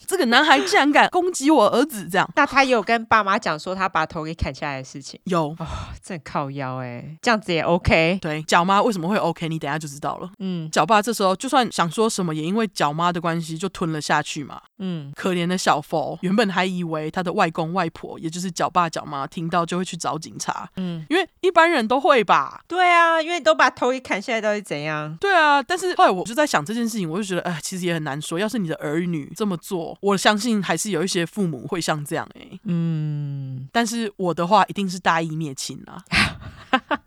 这个男孩竟然敢攻击我儿子，这样
那他也有跟爸妈讲说他把头给砍下来的事情，
有
哦、真的靠腰哎、这样子也 OK。
对角妈为什么会 OK？你等一下就知道了。
嗯
角爸这时候就算想说什么，也因为角妈的关系就吞了下去嘛。
嗯，
可怜的小佛原本还以为他的外公外婆，也就是角爸角妈，听到就会去找警察，
嗯，
因为一般人都会吧。
对啊，因为你都把头给砍下来，到底怎样？
对啊，但是后来我就在想这件事情，我就觉得，哎、其实也很难说。要是你的儿女这么做，我相信还是有一些父母会像这样哎、
嗯，
但是我的话，一定是大义灭亲啊啦。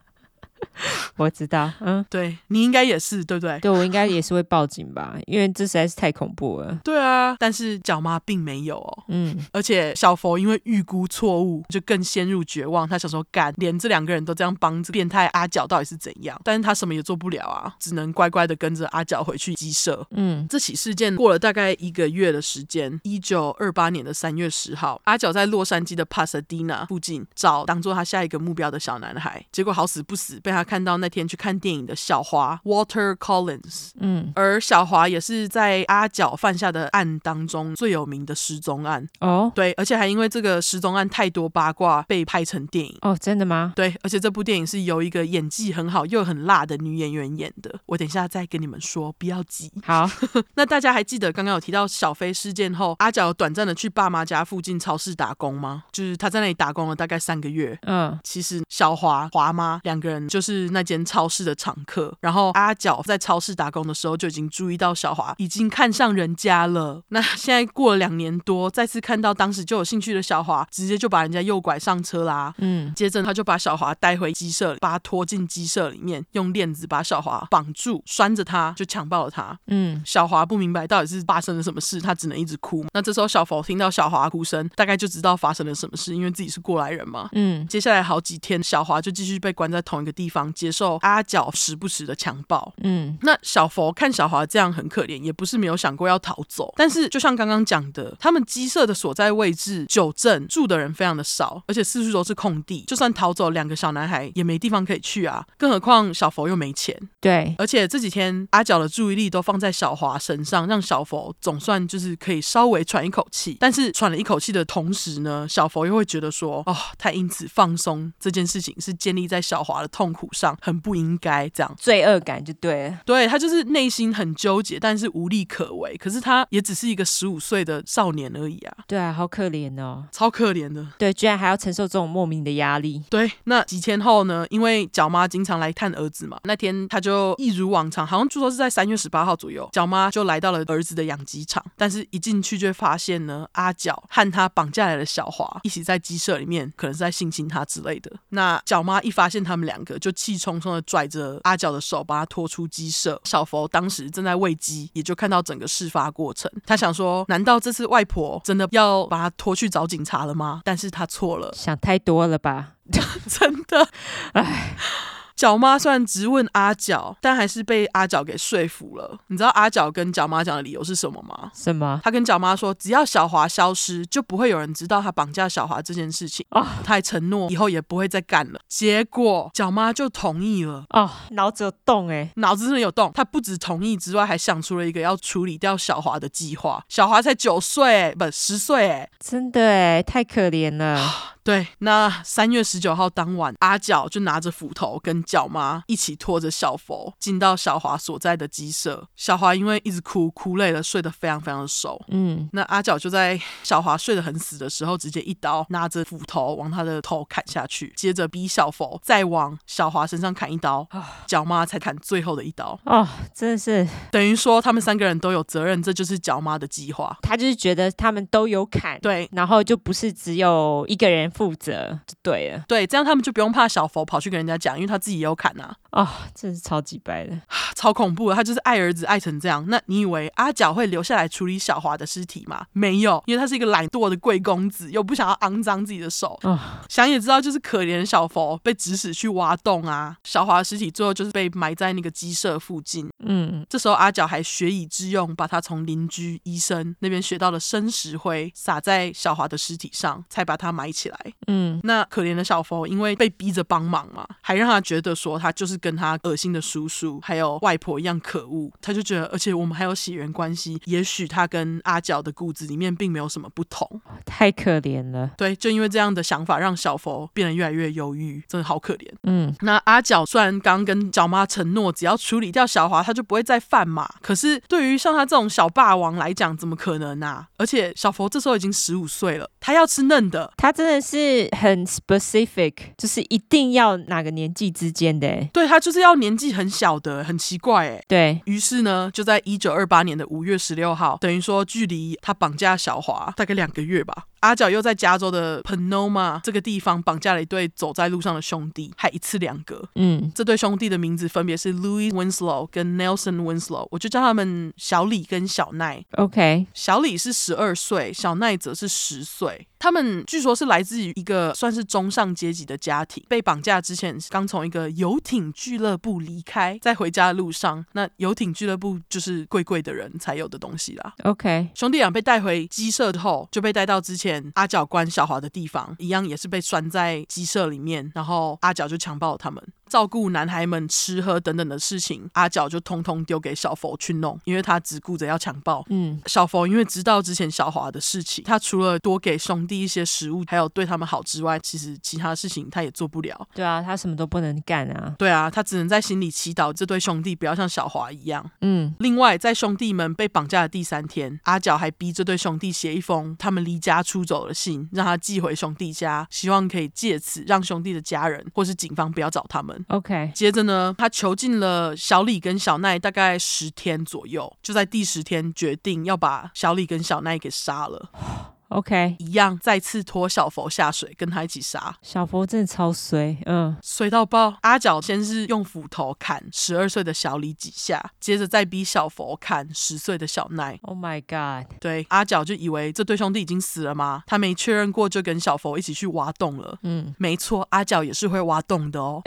我知道，嗯，
对你应该也是，对不对？
对我应该也是会报警吧，因为这实在是太恐怖了。
对啊，但是角妈并没有哦。
嗯，
而且小佛因为预估错误，就更陷入绝望。他想说，干，连这两个人都这样帮这变态阿角到底是怎样？但是他什么也做不了啊，只能乖乖的跟着阿角回去鸡舍。
嗯，
这起事件过了大概一个月的时间，一九二八年的三月十号，阿角在洛杉矶的 Pasadena 附近找当做他下一个目标的小男孩，结果好死不死被他看到那天去看电影的小华 Walter Collins。
嗯，
而小华也是在阿角犯下的案当中最有名的失踪案，
哦，
对，而且还因为这个失踪案太多八卦被拍成电影。
哦，真的吗？
对，而且这部电影是由一个演技很好又很辣的女演员演的。我等一下再跟你们说，不要急。
好，
那大家还记得刚刚有提到小飞事件后，阿角短暂的去爸妈家附近超市打工吗？就是他在那里打工了大概三个月。
嗯，
其实小华、华妈两个人就是那间超市的常客。然后阿角在超市打工的时候就已经注意到小华已经看上人家了。那现在过了两年多，再次看到当时就有兴趣的小华，直接就把人家诱拐上车啦。
嗯，
接着他就把小华带回鸡舍里，把他拖进鸡舍里面，用链子把小华绑住，拴着他，就强暴了他。
嗯，
小华不明白到底是发生了什么事，他只能一直哭。那这时候小佛听到小华哭声，大概就知道发生了什么事，因为自己是过来人嘛。
嗯，
接下来好几天，小华就继续被关在同一个地方，接受阿角时不时的强暴。
嗯，
那小佛看小华这样很可怜，也不是没有想过要逃走。但是就像刚刚讲的，他们鸡舍的所在位置九镇住的人非常的少，而且四处都是空地，就算逃走，两个小男孩也没地方可以去啊。更何况小佛又没钱，
对，
而且这几天阿角的注意力都放在小华身上，让小佛总算就是可以稍微喘一口气。但是喘了一口气的同时呢，小佛又会觉得说，哦，他因此放松这件事情是建立在小华的痛苦上，很不应该这样。
罪恶感就对了。
对他就是内心很纠结，但是无力可为。可是他也只是一个十五岁的少年而已啊，
对啊，好可怜哦。
超可怜的。
对，居然还要承受这种莫名的压力。
对，那几天后呢？因为角妈经常来探儿子嘛，那天她就一如往常，好像据说是在三月十八号左右，角妈就来到了儿子的养鸡场。但是，一进去就会发现呢，阿角和他绑架来的小华一起在鸡舍里面，可能是在性侵他之类的。那角妈一发现他们两个，就气冲冲的拽着阿角的手，把他拖出鸡舍。小佛当时正在喂鸡，也就看到整个事发过程。他想说，难道这次外婆真的要把他拖去找警察了吗？但是他错了，
想太多了吧？
真的，哎。角妈虽然直问阿角，但还是被阿角给说服了。你知道阿角跟角妈讲的理由是什么吗？
什么
他跟角妈说，只要小华消失，就不会有人知道他绑架小华这件事情。
啊
他还承诺以后也不会再干了。结果角妈就同意了。
哦，脑子有洞哎、
脑子真的有洞，他不止同意之外，还想出了一个要处理掉小华的计划。小华才九岁、不十岁、欸，
真的哎、太可怜了。
对，那三月十九号当晚，阿角就拿着斧头跟角妈一起拖着小佛进到小华所在的鸡舍。小华因为一直哭，哭累了，睡得非常非常的熟。
嗯，
那阿角就在小华睡得很死的时候，直接一刀拿着斧头往他的头砍下去，接着逼小佛再往小华身上砍一刀，角妈才砍最后的一刀。
哦，真的是，
等于说他们三个人都有责任，这就是角妈的计划。
他就是觉得他们都有砍，，
对
然后就不是只有一个人负责，就对了。
对，这样他们就不用怕小佛跑去跟人家讲，因为他自己也有砍啊。
哦，真是超级白的。
超恐怖的，他就是爱儿子爱成这样。那你以为阿角会留下来处理小华的尸体吗？没有，因为他是一个懒惰的贵公子，又不想要肮脏自己的手。
啊
想也知道，就是可怜的小佛被指使去挖洞啊。小华的尸体最后就是被埋在那个鸡舍附近。
嗯，
这时候阿角还学以致用，把他从邻居医生那边学到的生石灰撒在小华的尸体上，才把它埋起来。
嗯，
那可怜的小佛因为被逼着帮忙嘛，还让他觉得说他就是跟他恶心的叔叔还有外婆一样可恶，他就觉得，而且我们还有血缘关系，也许他跟阿角的骨子里面并没有什么不同。
太可怜了。
对，就因为这样的想法，让小佛变得越来越忧郁，真的好可怜。
嗯，
那阿角虽然刚跟角妈承诺，只要处理掉小华，他就不会再犯嘛。可是对于像他这种小霸王来讲，怎么可能啊？而且小佛这时候已经十五岁了，他要吃嫩的，
他真的是很 specific，就是一定要哪个年纪之间的欸。
对他就是要年纪很小的，很奇怪哎。
对，
于是呢，就在一九二八年的五月十六号，等于说距离他绑架小华大概两个月吧。阿角又在加州的 Panoma 这个地方绑架了一对走在路上的兄弟，还一次两个。
嗯，
这对兄弟的名字分别是 Louis Winslow 跟 Nelson Winslow，我就叫他们小李跟小奈。
OK，
小李是十二岁，小奈则是十岁。他们据说是来自于一个算是中上阶级的家庭，被绑架之前刚从一个游艇俱乐部离开，在回家的路上，那游艇俱乐部就是贵贵的人才有的东西啦。
OK，
兄弟俩被带回鸡舍后，就被带到之前阿角关小华的地方，一样也是被拴在鸡舍里面，然后阿角就强暴他们，照顾男孩们吃喝等等的事情，阿角就通通丢给小佛去弄，因为他只顾着要强暴。
嗯，
小佛因为知道之前小华的事情，他除了多给兄弟一些食物，还有对他们好之外，其实其他事情他也做不了。
对啊，他什么都不能干啊。
对啊，他只能在心里祈祷这对兄弟不要像小华一样。
嗯，
另外，在兄弟们被绑架的第三天，阿角还逼这对兄弟写一封他们离家出走的信，让他寄回兄弟家，希望可以借此让兄弟的家人或是警方不要找他们。
OK，
接着呢，他囚禁了小李跟小奈大概十天左右，就在第十天决定要把小李跟小奈给杀了，
OK，
一样再次拖小佛下水，跟他一起杀。
小佛真的超衰，嗯
水到爆！阿角先是用斧头砍十二岁的小李几下，接着再逼小佛砍十岁的小奈，
，Oh my God，
对，阿角就以为这对兄弟已经死了吗？他没确认过，就跟小佛一起去挖洞了。
嗯，
没错，阿角也是会挖洞的哦。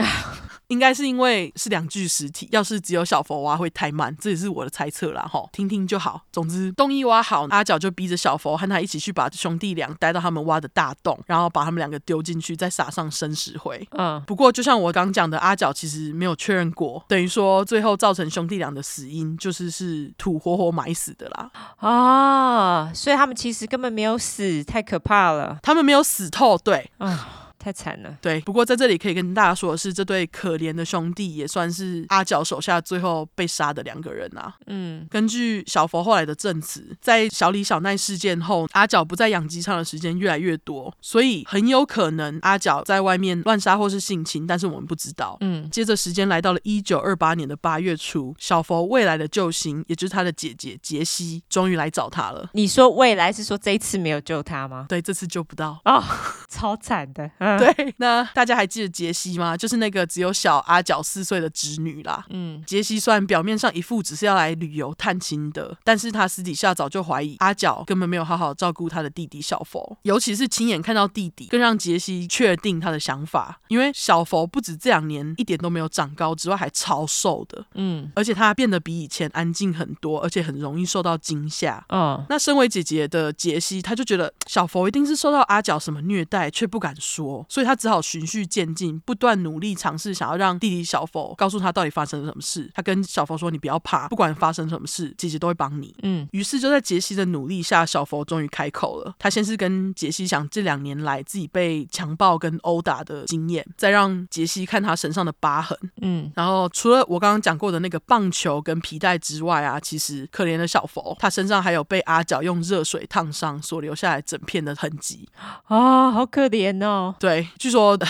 应该是因为是两具实体，要是只有小佛挖会太慢，这也是我的猜测啦吼，听听就好。总之，洞一挖好，阿角就逼着小佛和他一起去把兄弟俩带到他们挖的大洞，然后把他们两个丢进去，再撒上生石灰。
嗯，
不过，就像我刚讲的，阿角其实没有确认过，等于说最后造成兄弟俩的死因就是是土活活埋死的啦。
啊，所以他们其实根本没有死，太可怕了，
他们没有死透，对
啊，太惨了。
对。不过在这里可以跟大家说的是，这对可怜的兄弟也算是阿角手下最后被杀的两个人啊。
嗯
根据小佛后来的证词，在小李小奈事件后，阿角不在养鸡场的时间越来越多，所以很有可能阿角在外面乱杀或是性侵，但是我们不知道。
嗯
接着时间来到了一九二八年的八月初，小佛未来的救星，也就是他的姐姐杰西，终于来找他了。
你说未来是说这一次没有救他吗？
对，这次救不到，
哦，超惨的。嗯，
对，那大家还记得杰西吗？就是那个只有小阿角四岁的侄女啦。
嗯，
杰西虽然表面上一副只是要来旅游探亲的，但是他私底下早就怀疑阿角根本没有好好照顾他的弟弟小佛，尤其是亲眼看到弟弟，更让杰西确定他的想法。因为小佛不止这两年一点都没有长高之外，还超瘦的，
嗯，
而且他变得比以前安静很多，而且很容易受到惊吓。
哦，
那身为姐姐的杰西，她就觉得小佛一定是受到阿角什么虐待，却不敢说，所以她只好循序渐进，不断努力尝试，想要让弟弟小佛告诉他到底发生了什么事。她跟小佛说：“你不要怕，不管发生什么事，姐姐都会帮你。”
嗯，
于是就在杰西的努力下，小佛终于开口了。他先是跟杰西讲这两年来自己被强暴跟殴打的经验，再让杰西看他身上的疤痕，
嗯，
然后除了我刚刚讲过的那个棒球跟皮带之外啊，其实可怜的小佛他身上还有被阿角用热水烫伤所留下来整片的痕迹。
哦，好可怜哦，
对，据说。唉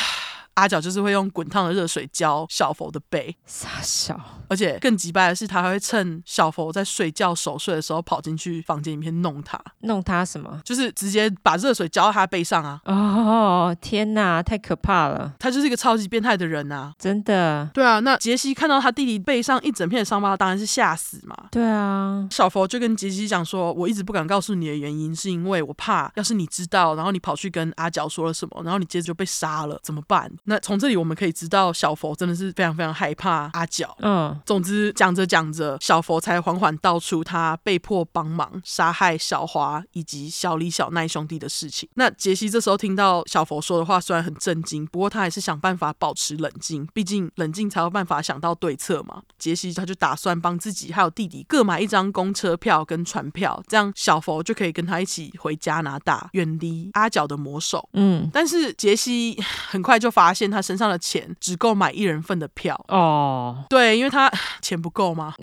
阿角就是会用滚烫的热水浇小佛的背，
傻小，
而且更急掰的是，他还会趁小佛在睡觉熟睡的时候跑进去房间里面弄他，
弄他什么？
就是直接把热水浇到他背上啊！
哦，天哪，太可怕了，
他就是一个超级变态的人啊！
真的。
对啊，那杰西看到他弟弟背上一整片的伤疤，他当然是吓死嘛。
对啊，
小佛就跟杰西讲说，我一直不敢告诉你的原因，是因为我怕，要是你知道，然后你跑去跟阿角说了什么，然后你接着就被杀了，怎么办？那从这里我们可以知道，小佛真的是非常非常害怕阿角。
嗯，
总之，讲着讲着，小佛才缓缓道出他被迫帮忙杀害小华以及小李、小奈兄弟的事情。那杰西这时候听到小佛说的话，虽然很震惊，不过他还是想办法保持冷静，毕竟冷静才有办法想到对策嘛。杰西他就打算帮自己还有弟弟各买一张公车票跟船票，这样小佛就可以跟他一起回加拿大，远离阿角的魔手。
嗯，
但是杰西很快就发现他身上的钱只够买一人份的票，
哦，
对，因为他钱不够嘛，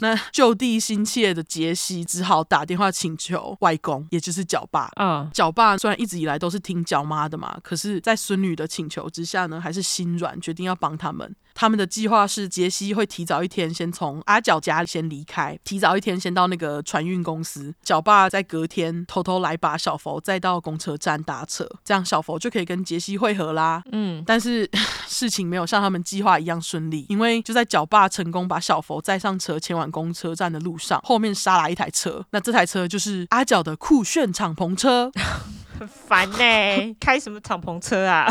那就地心切的杰西只好打电话请求外公，也就是角爸。
嗯，
角爸虽然一直以来都是听角妈的嘛，可是，在孙女的请求之下呢，还是心软，决定要帮他们。他们的计划是，杰西会提早一天先从阿角家先离开，提早一天先到那个船运公司。角爸在隔天偷偷来把小佛载到公车站搭车，这样小佛就可以跟杰西会合啦。
嗯，
但是事情没有像他们计划一样顺利，因为就在角爸成功把小佛载上车前往公车站的路上，后面杀来一台车。那这台车就是阿角的酷炫敞篷车。
很 烦呢、开什么敞篷车啊？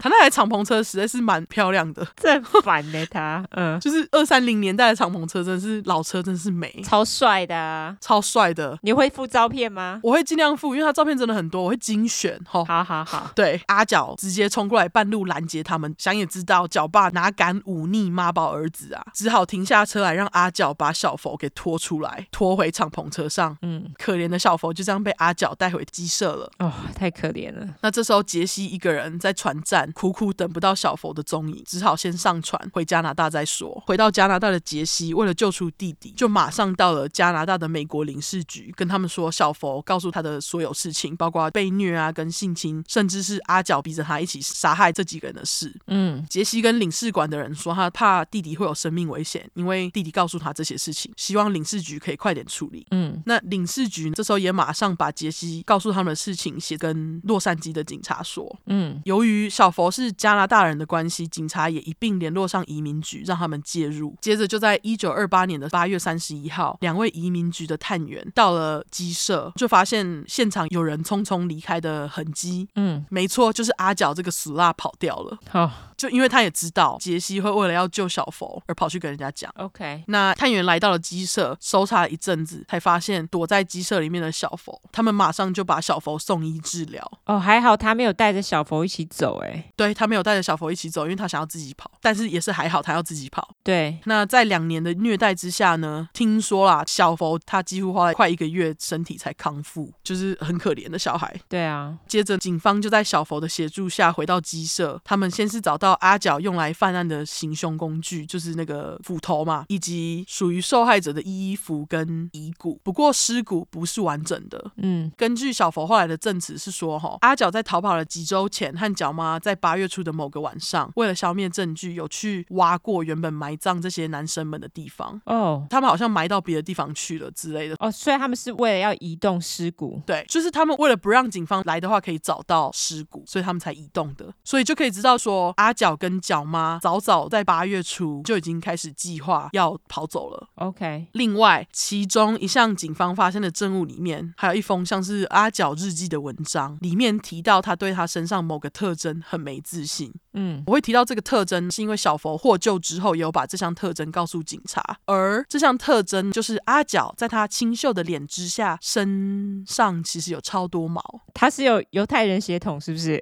他那台敞篷车实在是蛮漂亮 的，
这很烦呢、他，嗯，
就是二三零年代的敞篷车，真是老车，真是美，
超帅的、啊。
超帅的。
你会附照片吗？
我会尽量付，因为他照片真的很多，我会精选。吼，
好好好，
对，阿角直接冲过来，半路拦截他们。想也知道，角爸哪敢忤逆妈宝儿子啊，只好停下车来，让阿角把小佛给拖出来，拖回敞篷车上。
嗯，
可怜的小佛就这样被阿角带回鸡舍了。
哦，太可怜了。
那这时候，杰西一个人在船站苦苦等不到小佛的踪影，只好先上船回加拿大再说。回到加拿大的杰西，为了救出弟弟，就马上到了加拿大的美国领事局，跟他们说小佛告诉他的所有事情，包括被虐啊、跟性侵，甚至是阿角逼着他一起杀害这几个人的事。
嗯，
杰西跟领事馆的人说，他怕弟弟会有生命危险，因为弟弟告诉他这些事情，希望领事局可以快点处理。
嗯，
那领事局这时候也马上把杰西告诉他们的事情写跟洛杉矶的警察说。
嗯，
由于小佛是加拿大人的关系，警察也一并联络上移民局，让他们介入。接着就在一九二八年的八月三十一号，两位移民局的探员到了鸡舍，就发现现场有人匆匆离开的痕迹。
嗯，
没错，就是阿角这个死辣跑掉了，
好、
就因为他也知道杰西会为了要救小佛而跑去跟人家讲。
o k
那探员来到了鸡舍，搜查了一阵子，才发现躲在鸡舍里面的小佛。他们马上就把小佛送医治疗。
哦，还好他没有带着小佛一起走、哎，
对他没有带着小佛一起走，因为他想要自己跑，但是也是还好他要自己跑。
对，
那在两年的虐待之下呢，听说啦，小佛他几乎花了快一个月身体才康复，就是很可怜的小孩。
对啊，
接着，警方就在小佛的协助下回到鸡舍。他们先是找到阿角用来犯案的行凶工具，就是那个斧头嘛，以及属于受害者的衣服跟遗骨。不过尸骨不是完整的。
嗯，
根据小佛后来的证词是说，哈，阿角在逃跑了几周前和角妈在巴八月初的某个晚上，为了消灭证据，有去挖过原本埋葬这些男生们的地方，
哦
他们好像埋到别的地方去了之类的。
哦，所以他们是为了要移动尸骨。
对，就是他们为了不让警方来的话，可以找到尸骨，所以他们才移动的。所以就可以知道说，阿角跟角妈早早在八月初就已经开始计划要跑走了。
OK，
另外，其中一项警方发现的证物里面，还有一封像是阿角日记的文章，里面提到他对他身上某个特征很没自信。
嗯，
我会提到这个特征，是因为小佛获救之后，也有把这项特征告诉警察，而这项特征就是阿角在他清秀的脸之下，身上其实有超多毛，
他是有犹太人血统，是不 是？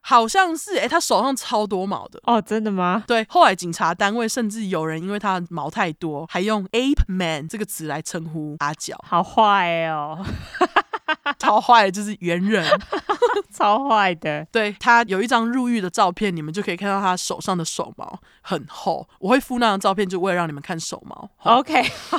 好像是诶，他手上超多毛的。
哦，真的吗？
对，后来警察单位甚至有人因为他的毛太多，还用 ape man 这个词来称呼阿角。
好坏哦，
超坏的就是猿人。
超坏的。
对他有一张入狱的照片，你们就可以看到他手上的手毛很厚。我会附那张照片，就为了让你们看手毛。好
OK，好，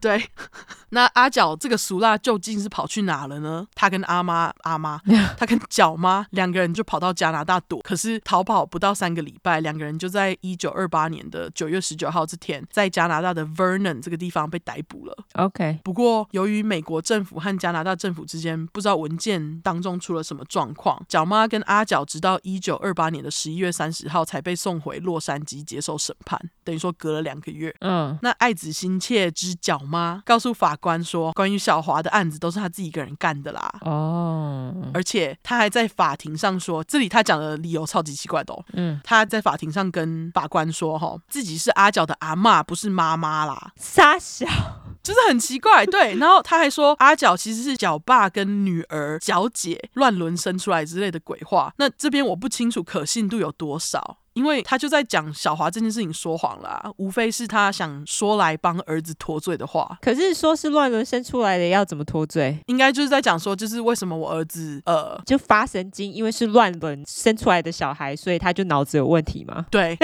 对， 那阿角这个俗辣究竟是跑去哪了呢？他跟阿妈阿妈，他跟角妈两个人就跑到加拿大躲，可是逃跑不到三个礼拜，两个人就在一九二八年的九月十九号这天，在加拿大的 Vernon 这个地方被逮捕了。
OK，
不过，由于美国政府和加拿大政府之间不知道文件当中出了什么状况，角妈跟阿角直到一九二八年的十一月三十号才被送回洛杉矶接受审判，等于说隔了两个月。
嗯，
那爱子心切之角妈告诉法官说，关于小华的案子都是他自己一个人干的啦。
哦，
而且他还在法庭上说，这里他讲的理由超级奇怪的哦。
嗯，
他在法庭上跟法官说，哈，自己是阿角的阿嬷，不是妈妈啦。
傻小，
就是很奇怪，对。然后他还说阿角其实是角爸跟女儿角姐乱伦生出来之类的鬼话。那这边我不清楚可信度有多少，因为他就在讲小华这件事情说谎啦、无非是他想说来帮儿子脱罪的话。
可是说是乱伦生出来的，要怎么脱罪？
应该就是在讲说，就是为什么我儿子呃，
就发神经，因为是乱伦生出来的小孩，所以他就脑子有问题吗？
对，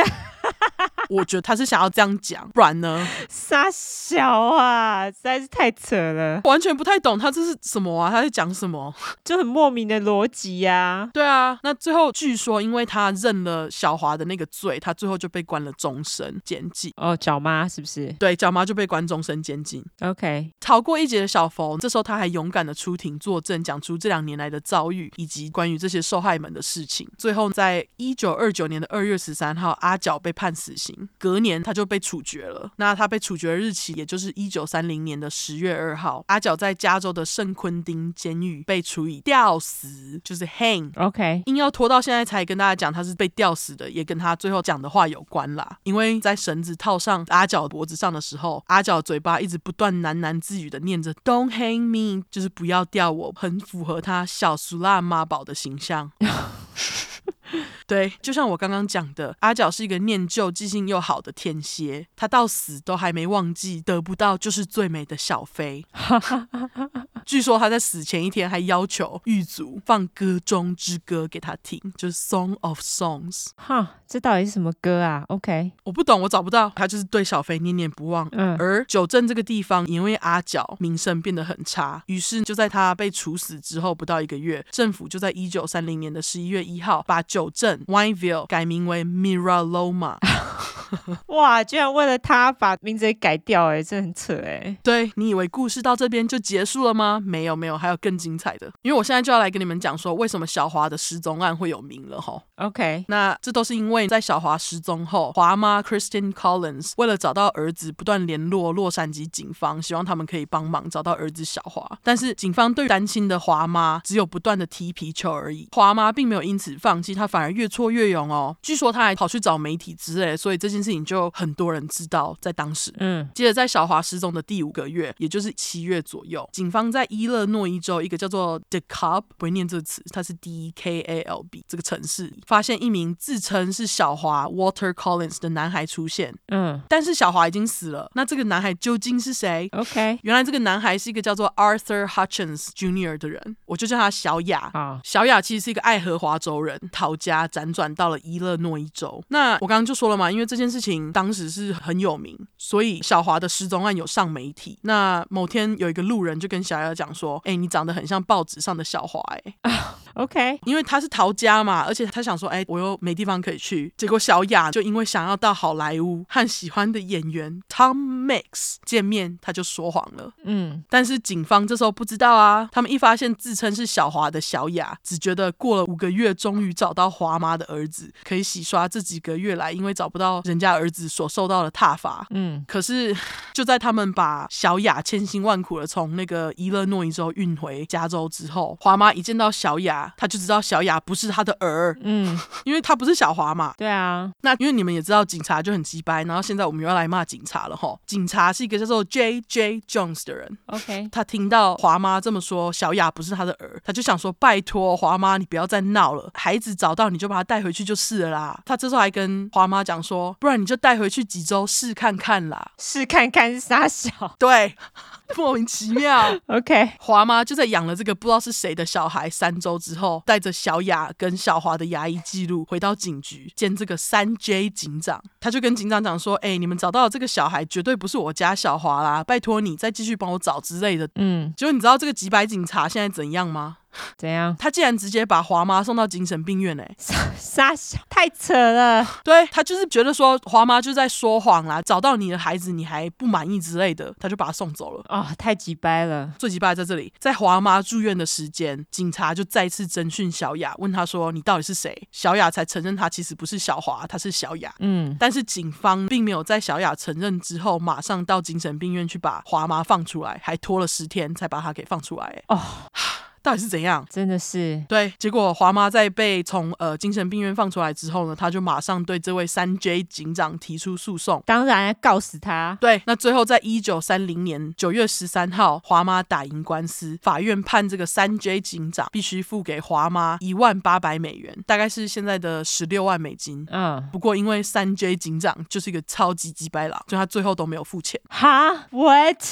我觉得他是想要这样讲，不然呢，
傻小啊，实在是太扯了，
完全不太懂他这是什么啊，他在讲什么。
就很莫名的逻辑呀、
对啊，那最后据说因为他认了小华的那个罪，他最后就被关了终身监禁。
哦，脚妈是不是
对，角妈就被关终身监禁。
？OK，
嗯逃过一劫的小冯，这时候他还勇敢的出庭作证，讲出这两年来的遭遇以及关于这些受害们的事情。最后，在一九二九年的二月十三号，阿角被判死刑，隔年他就被处决了。那他被处决的日期，也就是一九三零年的十月二号，阿角在加州的圣昆丁监狱被处以吊死，就是 hang。
OK，
硬要拖到现在才跟大家讲他是被吊死的，也跟他最后讲的话有关啦。因为在绳子套上阿角脖子上的时候，阿角嘴巴一直不断喃喃自语的念着 “Don't hang me”，就是不要吊我，很符合他小苏辣妈宝的形象。 对，就像我刚刚讲的，阿角是一个念旧、记性又好的天蝎，他到死都还没忘记得不到就是最美的小飞。据说他在死前一天还要求狱卒放《歌中之歌》给他听，就是《Song of Songs》。
哈，这到底是什么歌啊？OK，
我不懂，我找不到。他就是对小飞念念不忘。
嗯
而九镇这个地方，因为阿角名声变得很差，于是就在他被处死之后不到一个月，政府就在一九三零年的十一月一号，把九镇 Wineville 改名为 Miraloma。
哇，居然为了他把名字给改掉、欸，哎，这很扯哎、
对你以为故事到这边就结束了吗？没有，没有，还有更精彩的。因为我现在就要来跟你们讲说，为什么小华的失踪案会有名了吼。
OK，
那这都是因为在小华失踪后，华妈 Kristen Collins 为了找到儿子，不断联络洛杉矶警方，希望他们可以帮忙找到儿子小华。但是警方对单亲的华妈只有不断的踢皮球而已，华妈并没有因此放弃，她反而越挫越勇哦。据说她还跑去找媒体之类，所以这件事情就很多人知道，在当时。
嗯
接着，在小华失踪的第五个月，也就是七月左右，警方在伊勒诺伊州一个叫做 DeKalb 不会念这个词，它是 D E K A L B 这个城市里，发现一名自称是小华 Walter Collins 的男孩出现，
嗯
但是小华已经死了。那这个男孩究竟是谁？
，OK，
原来这个男孩是一个叫做 Arthur Hutchins Jr. 的人，我就叫他小雅。
好，
小雅其实是一个爱荷华州人，逃家辗转到了伊勒诺伊州。那我刚刚就说了嘛，因为这件事情当时是很有名，所以小华的失踪案有上媒体。那某天有一个路人就跟小雅讲说：“哎、你长得很像报纸上的小华、欸。”哎，
OK，
因为他是逃家嘛，而且他想说，哎、我又没地方可以去。结果小雅就因为想要哎到好莱坞和喜欢的演员 Tom Mix 见面，他就说谎了。
嗯，
但是警方这时候不知道啊，他们一发现自称是小华的小雅，只觉得过了五个月，终于找到华妈的儿子，可以洗刷这几个月来因为找不到人家儿子所受到的挞伐。
嗯，
可是，就在他们把小雅千辛万苦的从那个伊勒诺伊州运回加州之后，华妈一见到小雅，她就知道小雅不是她的儿，
嗯，
因为她不是小华嘛。
对啊，
那因为你们也知道，警察就很鸡掰，然后现在我们又要来骂警察了吼。警察是一个叫做 J J Jones 的人，
OK，
他听到华妈这么说，小雅不是他的儿，他就想说：拜托华妈，你不要再闹了，孩子找到你就把他带回去就是了啦。他这时候还跟华妈讲说：不然你就带回去几周试看看 啦。
试看看是啥小
对， 莫名其妙。
，OK，
华妈就在养了这个不知道是谁的小孩三周之后，带着小雅跟小华的牙医记录回到警局见这个三 J 警长，他就跟警长讲说：“哎、你们找到的这个小孩绝对不是我家小华啦，拜托你再继续帮我找之类的
嗯，
结果你知道这个几百警察现在怎样吗？
怎样？
他竟然直接把华妈送到精神病院嘞、
傻小太扯了，
对他就是觉得说华妈就在说谎啦，找到你的孩子你还不满意之类的，他就把他送走了。
哦，太急掰了，
最鸡巴在这里，在华妈住院的时间，警察就再次侦讯小雅，问她说：“你到底是谁？”小雅才承认她其实不是小华，她是小雅。
嗯，
但是警方并没有在小雅承认之后，马上到精神病院去把华妈放出来，还拖了十天才把她给放出来、欸。
哦，
到底是怎样？
真的是，
对，结果华妈在被从呃精神病院放出来之后呢，她就马上对这位三 J 警长提出诉讼。
当然要告死他，
对，那最后在一九三零年九月十三号，华妈打赢官司，法院判这个三 J 警长必须付给华妈一万八百美元，大概是现在的十六万美金。
嗯，
不过因为三 J 警长就是一个超级鸡掰狼，所以他最后都没有付钱，
哈，what，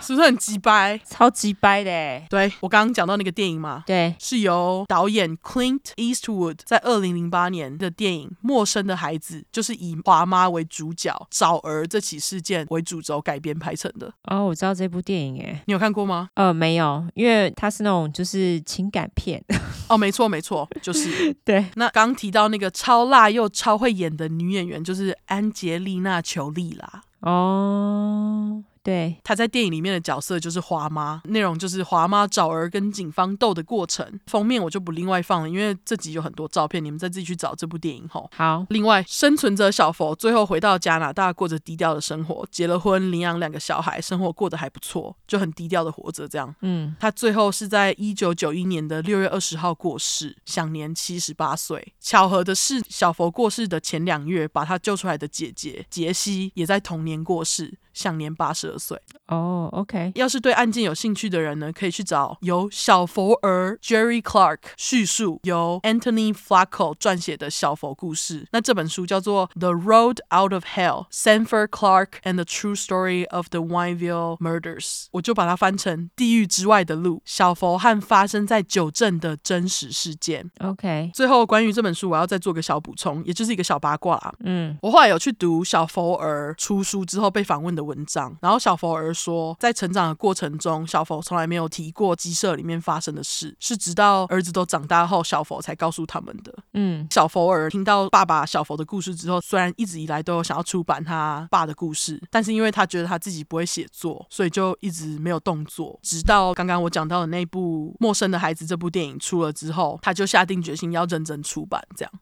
是不是很鸡掰？
超级掰的欸，
对我刚刚讲到那个电影嘛，
对，
是由导演 Clint Eastwood 在二零零八年的电影《陌生的孩子》，就是以华妈为主角找儿这起事件为主轴改编拍成的。
哦，我知道这部电影诶，
你有看过吗？
呃，没有，因为它是那种就是情感片，
哦，没错，没错，就是。
对，
那刚提到那个超辣又超会演的女演员，就是安杰丽娜·裘丽啦。
哦，对，
她在电影里面的角色就是华妈，内容就是华妈找儿跟警方斗的过程。封面我就不另外放了，因为这集有很多照片，你们再自己去找这部电影吼。
好，
另外，生存者小佛最后回到加拿大，过着低调的生活，结了婚，领养两个小孩，生活过得还不错，就很低调的活着这样。
嗯，
他最后是在一九九一年的六月二十号过世，享年七十八岁。巧合的是，小佛过世的前两月，把他救出来的姐姐杰西也在同年过世，享年八十二岁。
哦，OK，
要是对案件有兴趣的人呢，可以去找由小佛儿 Jerry Clark 叙述、由 Anthony Flacco 撰写的小佛故事。那这本书叫做《The Road Out of Hell: Sanford Clark and the True Story of the Wineville Murders》，我就把它翻成《地狱之外的路：小佛和发生在九镇的真实事件》。
OK，
最后，关于这本书，我要再做个小补充，也就是一个小八卦啊啦。
嗯，
我后来有去读小佛儿出书之后被访问的文章，然后小佛儿说，在成长的过程中，小佛从来没有提过鸡舍里面发生的事，是直到儿子都长大后，小佛才告诉他们的。
嗯，
小佛儿听到爸爸小佛的故事之后，虽然一直以来都有想要出版他爸的故事，但是因为他觉得他自己不会写作，所以就一直没有动作。直到刚刚我讲到的那部《陌生的孩子》这部电影出了之后，他就下定决心要认真出版。这样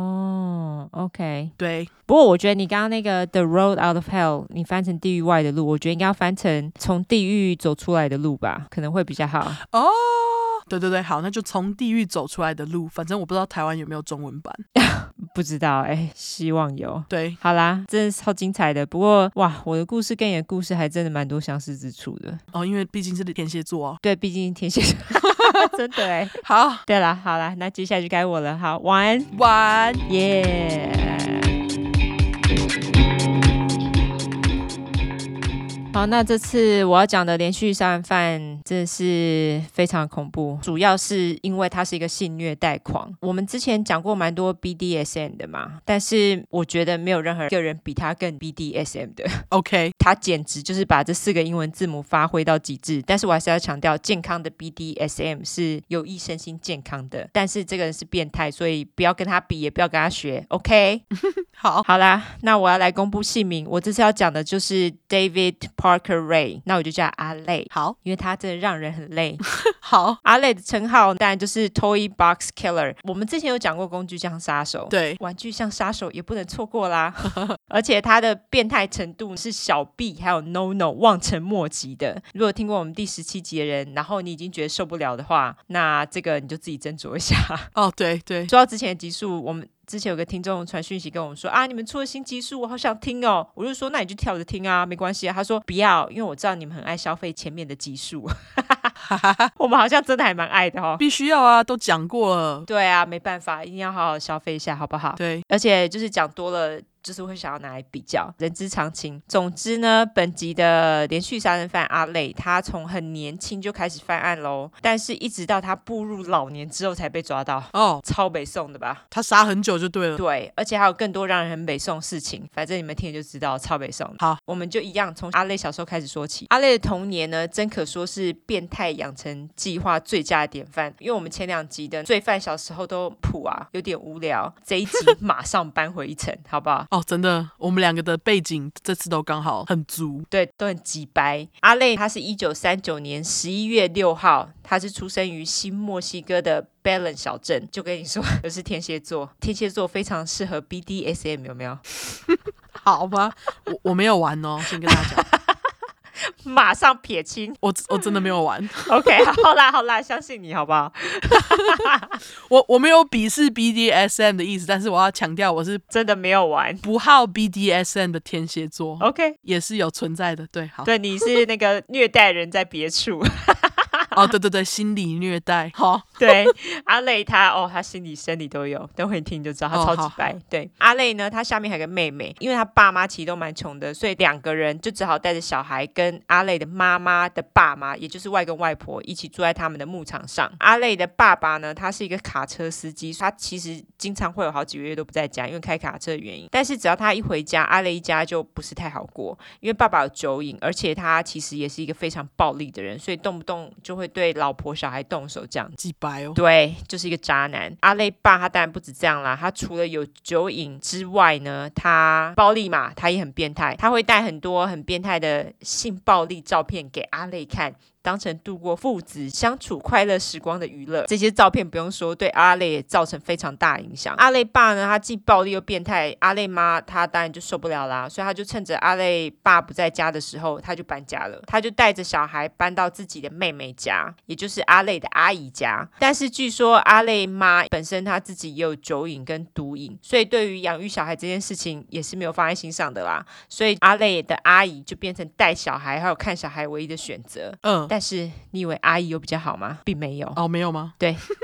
哦，OK。
对，
不过我觉得你刚刚那个 The Road Out of Hell，你翻成地狱外的路，我觉得应该要翻成从地狱走出来的路吧，可能会比较好。
哦，对对对，好，那就从地狱走出来的路，反正我不知道台湾有没有中文版。
不知道哎、希望有。
对，
好啦，真的是超精彩的。不过哇，我的故事跟你的故事还真的蛮多相似之处的。
哦，因为毕竟是天蝎座哦。
对，毕竟天蝎座，真的哎、
好，
对啦，好啦，那接下来就该我了。好，晚安，
晚安。
耶、好，那这次我要讲的连续杀人犯真的是非常恐怖，主要是因为他是一个性虐待狂。我们之前讲过蛮多 BDSM 的嘛，但是我觉得没有任何一个人比他更 BDSM 的，
OK，
他简直就是把这四个英文字母发挥到极致。但是我还是要强调，健康的 BDSM 是有益身心健康的，但是这个人是变态，所以不要跟他比，也不要跟他学，OK？
好，
好啦，那我要来公布姓名。我这次要讲的就是 David Parker Ray，那我就叫阿累，
好，
因为他真的让人很累。
好，
阿累的称号当然就是 Toy Box Killer。我们之前有讲过工具箱杀手，
对，
玩具像杀手也不能错过啦。 而且他的变态程度是小 B 还有 No No 望尘莫及的。如果听过我们第十七集的人，然后你已经觉得受不了的话，那这个你就自己斟酌一下。
哦，对对，
说到之前的集数，我们之前有个听众传讯息跟我们说啊，你们出了新集数，我好想听哦。我就说那你就跳着听啊，没关系啊。他说不要，因为我知道你们很爱消费前面的集数， 我们好像真的还蛮爱的哦。
必须要啊，都讲过了，
对啊，没办法，一定要好好消费一下，好不好？
对，
而且就是讲多了，就是会想要拿来比较，人之常情。总之呢，本集的连续杀人犯阿累，他从很年轻就开始犯案喽，但是一直到他步入老年之后才被抓到，
哦，
超北宋的吧？
他杀很久就对了，
对，而且还有更多让人很北宋的事情，反正你们听了就知道超北宋。
好，
我们就一样从阿累小时候开始说起。阿累的童年呢，真可说是变态养成计划最佳的典范，因为我们前两集的罪犯小时候都普啊，有点无聊，这一集马上搬回一层，好不好？
哦，真的，我们两个的背景这次都刚好很足，
对，都很鸡掰。阿累他是一九三九年十一月六号，他是出生于新墨西哥的 Belen 小镇。就跟你说， 我是天蝎座，天蝎座非常适合 BDSM，有没有？
好吧，我我没有玩哦，先跟大家讲，
马上撇清。
我我真的没有玩，
OK，好 啦好啦，相信你好不好？
我我没有鄙视 BDSM 的意思，但是我要强调我是
真的没有玩。
不好 BDSM 的天蝎座，
OK，
也是有存在的，对，好，
对，你是那个虐待人在别处。
哦，对对对，心理虐 待，好，
对，阿累他哦，他心理、生理都有，等会你听就知道他
哦
超
好
级白。对，阿累呢，他下面还有个妹妹，因为他爸妈其实都蛮穷的，所以两个人就只好带着小孩跟阿累的妈妈的爸妈，也就是外公外婆一起住在他们的牧场上。阿累的爸爸呢，他是一个卡车司机，他其实经常会有好几个月都不在家，因为开卡车的原因。但是只要他一回家，阿累一家就不是太好过，因为爸爸有酒瘾，而且他其实也是一个非常暴力的人，所以动不动就会对老婆小孩动手这样
几白哦，
对，就是一个渣男。阿累爸他当然不止这样啦，他除了有酒瘾之外呢，他暴力嘛，他也很变态，他会带很多很变态的性暴力照片给阿累看。当成度过父子相处快乐时光的娱乐，这些照片不用说，对阿累也造成非常大影响。阿累爸呢，他既暴力又变态，阿累妈他当然就受不了啦，所以他就趁着阿累爸不在家的时候，他就搬家了，他就带着小孩搬到自己的妹妹家，也就是阿累的阿姨家。但是据说阿累妈本身她自己也有酒瘾跟毒瘾，所以对于养育小孩这件事情也是没有放在心上的啦。所以阿累的阿姨就变成带小孩还有看小孩唯一的选择。
嗯，
但是你以为阿姨有比较好吗？并没有，
哦，没有吗？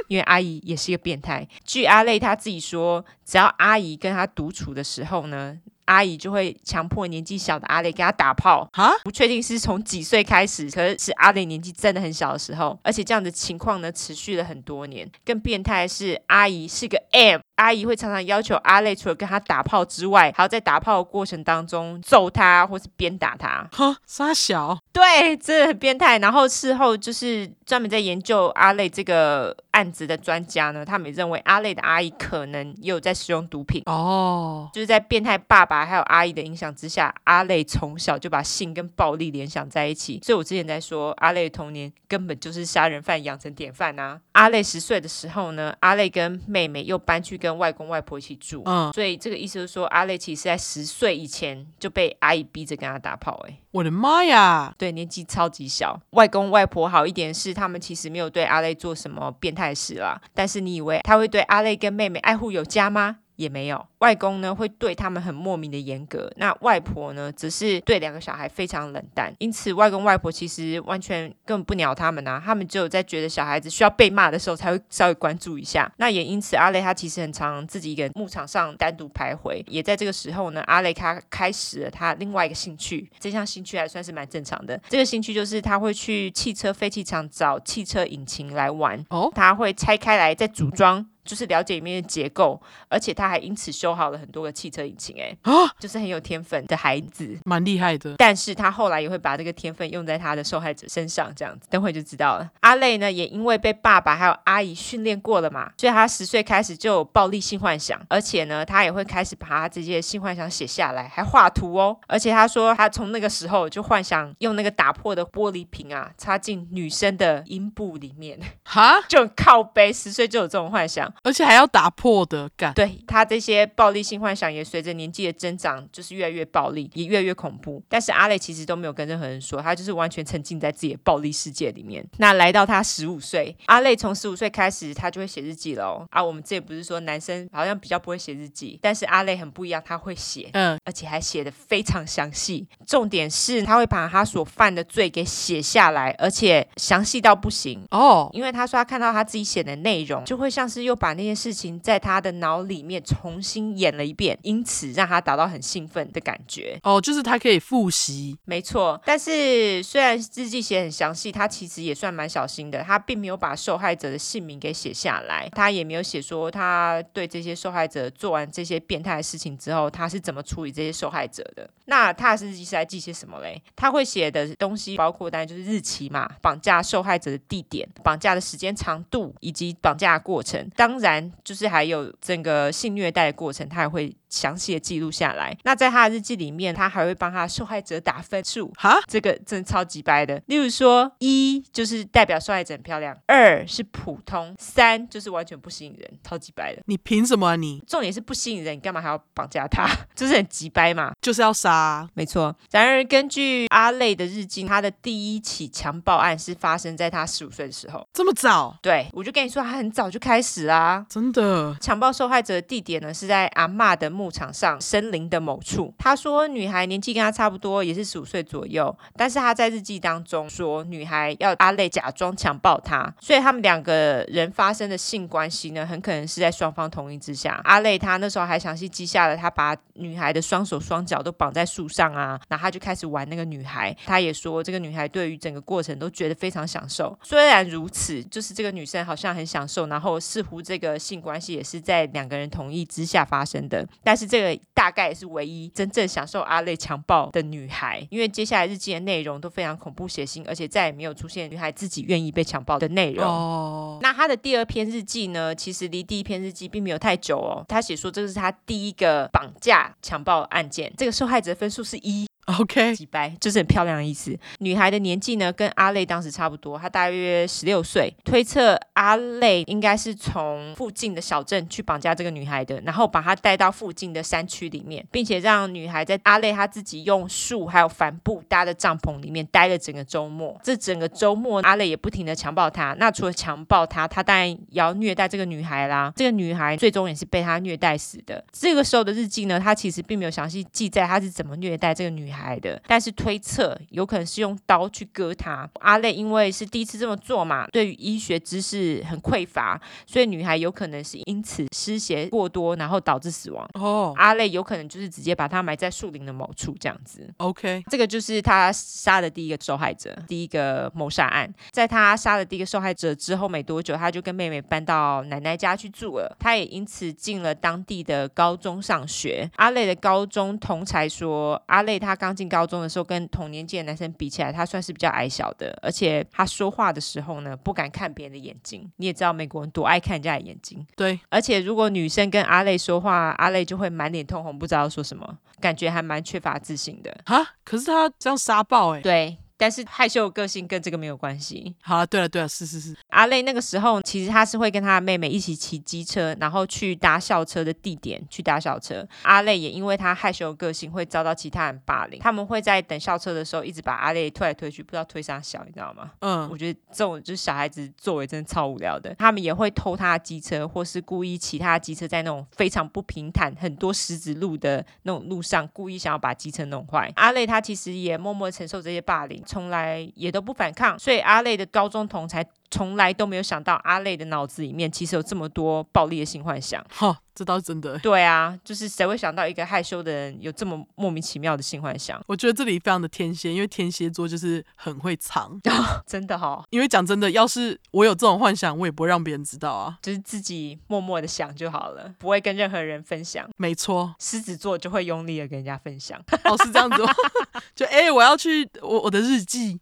因为阿姨也是一个变态。据阿累她自己说，只要阿姨跟她独处的时候呢，阿姨就会强迫年纪小的阿累给她打炮。
哈，
不确定是从几岁开始，可是是阿累年纪真的很小的时候，而且这样的情况呢持续了很多年。更变态的是，阿姨是个 M，阿姨会常常要求阿累除了跟她打炮之外，还要在打炮的过程当中揍她或是鞭打她。
哈，傻小，
对，真的很变态。然后事后就是专门在研究阿累这个案子的专家呢，他们也认为阿累的阿姨可能也有在使用毒品。
哦，
就是在变态爸爸还有阿姨的影响之下，阿累从小就把性跟暴力联想在一起。所以我之前在说，阿累的童年根本就是杀人犯养成典范啊！阿累十岁的时候呢，阿累跟妹妹又搬去跟外公外婆一起住，
嗯，
所以这个意思就是说，阿累其实在十岁以前就被阿姨逼着跟他打炮、欸，
我的妈呀，
对，年纪超级小。外公外婆好一点是，他们其实没有对阿累做什么变态事啦。但是你以为他会对阿累跟妹妹爱护有加吗？也没有。外公呢会对他们很莫名的严格，那外婆呢只是对两个小孩非常冷淡，因此外公外婆其实完全根本不鸟他们啊，他们只有在觉得小孩子需要被骂的时候才会稍微关注一下。那也因此阿雷他其实很常自己一个人牧场上单独徘徊，也在这个时候呢，阿雷他开始了他另外一个兴趣，这项兴趣还算是蛮正常的。这个兴趣就是他会去汽车废弃场找汽车引擎来玩，
哦，
他会拆开来再组装。就是了解里面的结构，而且他还因此修好了很多个汽车引擎、欸，哎、
啊
就是很有天分的孩子。
蛮厉害的。
但是他后来也会把这个天分用在他的受害者身上，这样子，等会就知道了。阿累呢，也因为被爸爸还有阿姨训练过了嘛，所以他十岁开始就有暴力性幻想，而且呢，他也会开始把他这些性幻想写下来，还画图哦。而且他说，他从那个时候就幻想用那个打破的玻璃瓶啊，插进女生的阴部里面，
哈，
就很靠背，十岁就有这种幻想。
而且还要打破的，干
对他这些暴力性幻想也随着年纪的增长，就是越来越暴力，也越来越恐怖。但是阿磊其实都没有跟任何人说，他就是完全沉浸在自己的暴力世界里面。那来到他十五岁，阿磊从十五岁开始，他就会写日记了哦。啊，我们这也不是说男生好像比较不会写日记，但是阿磊很不一样，他会写，
嗯，
而且还写的非常详细。重点是他会把他所犯的罪给写下来，而且详细到不行。
哦，
因为他说他看到他自己写的内容，就会像是又把那件事情在他的脑里面重新演了一遍，因此让他达到很兴奋的感觉。
哦，就是他可以复习，
没错，但是虽然日记写很详细，他其实也算蛮小心的，他并没有把受害者的姓名给写下来，他也没有写说他对这些受害者做完这些变态的事情之后，他是怎么处理这些受害者的。那他的日记是在记些什么嘞？他会写的东西包括当然就是日期嘛，绑架受害者的地点、绑架的时间长度以及绑架的过程，当然就是还有整个性虐待的过程，他也会详细的记录下来。那在他的日记里面，他还会帮他受害者打分数。
哈，
这个真的超级白的。例如说，一就是代表受害者很漂亮，二是普通，三就是完全不吸引人，超级白的。
你凭什么啊你
重点是不吸引人，你干嘛还要绑架他？ 就是很急掰嘛。
就是要杀啊、
没错。然而，根据阿累的日记，他的第一起强暴案是发生在他十五岁的时候。
这么早？
对，我就跟你说，他很早就开始啦。
真的
强暴受害者的地点呢是在阿嬷的牧场上森林的某处。他说，女孩年纪跟他差不多，也是十五岁左右，但是他在日记当中说，女孩要阿累假装强暴他，所以他们两个人发生的性关系呢，很可能是在双方同意之下。阿累他那时候还详细记下了，他把女孩的双手双脚都绑在树上啊，然后他就开始玩那个女孩。他也说，这个女孩对于整个过程都觉得非常享受。虽然如此，就是这个女生好像很享受，然后似乎这个性关系也是在两个人同意之下发生的。但是这个大概也是唯一真正享受阿累强暴的女孩，因为接下来日记的内容都非常恐怖血腥，而且再也没有出现女孩自己愿意被强暴的内容。
哦，
那他的第二篇日记呢，其实离第一篇日记并没有太久哦。他写说这是他第一个绑架强暴案件，这个受害者分数是一，
，OK，
几白，就是很漂亮的意思。女孩的年纪呢，跟阿累当时差不多，她大约十六岁。推测阿累应该是从附近的小镇去绑架这个女孩的，然后把她带到附近的山区里面，并且让女孩在阿累她自己用树还有帆布搭的帐篷里面待了整个周末。这整个周末，阿累也不停的强暴她。那除了强暴她，她当然也要虐待这个女孩啦。这个女孩最终也是被她虐待死的。这个时候的日记呢，她其实并没有详细记载她是怎么虐待这个女孩的，但是推测有可能是用刀去割她。阿累因为是第一次这么做嘛，对于医学知识很匮乏，所以女孩有可能是因此失血过多，然后导致死亡。
哦
阿累有可能就是直接把她埋在树林的某处这样子。
，OK，
这个就是他杀的第一个受害者，第一个谋杀案。在他杀了第一个受害者之后没多久，他就跟妹妹搬到奶奶家去住了。他也因此进了当地的高中上学。阿累的高中同才说，阿累他刚进高中的时候，跟同年纪的男生比起来，他算是比较矮小的，而且他说话的时候呢，不敢看别人的眼睛。你也知道美国人多爱看人家的眼睛，
对，
而且如果女生跟阿累说话，阿累就会满脸通红，不知道说什么，感觉还蛮缺乏自信的。
哈，可是他这样杀爆哎、
对，但是害羞的个性跟这个没有关系。
好了，对了，对了，是是是，
阿累那个时候，其实他是会跟他的妹妹一起骑机车，然后去搭校车的地点去搭校车。阿累也因为他害羞的个性，会遭到其他人霸凌。他们会在等校车的时候，一直把阿累推来推去，不知道推啥小，你知道吗？
嗯
我觉得这种就是小孩子作为真的超无聊的。他们也会偷他的机车，或是故意骑他的机车在那种非常不平坦、很多石子路的那种路上，故意想要把机车弄坏。阿累他其实也默默承受这些霸凌，从来也都不反抗，所以阿累的高中同才。从来都没有想到阿累的脑子里面其实有这么多暴力的性幻想。
哈，这倒是真的。欸
对啊，就是谁会想到一个害羞的人有这么莫名其妙的性幻想？
我觉得这里非常的天蝎，因为天蝎座就是很会藏。
真的哈、哦，
因为讲真的，要是我有这种幻想，我也不会让别人知道啊。
就是自己默默的想就好了，不会跟任何人分享。
没错，
狮子座就会用力的跟人家分享。
哦，是这样子哦。 就哎、我要去我我的日记，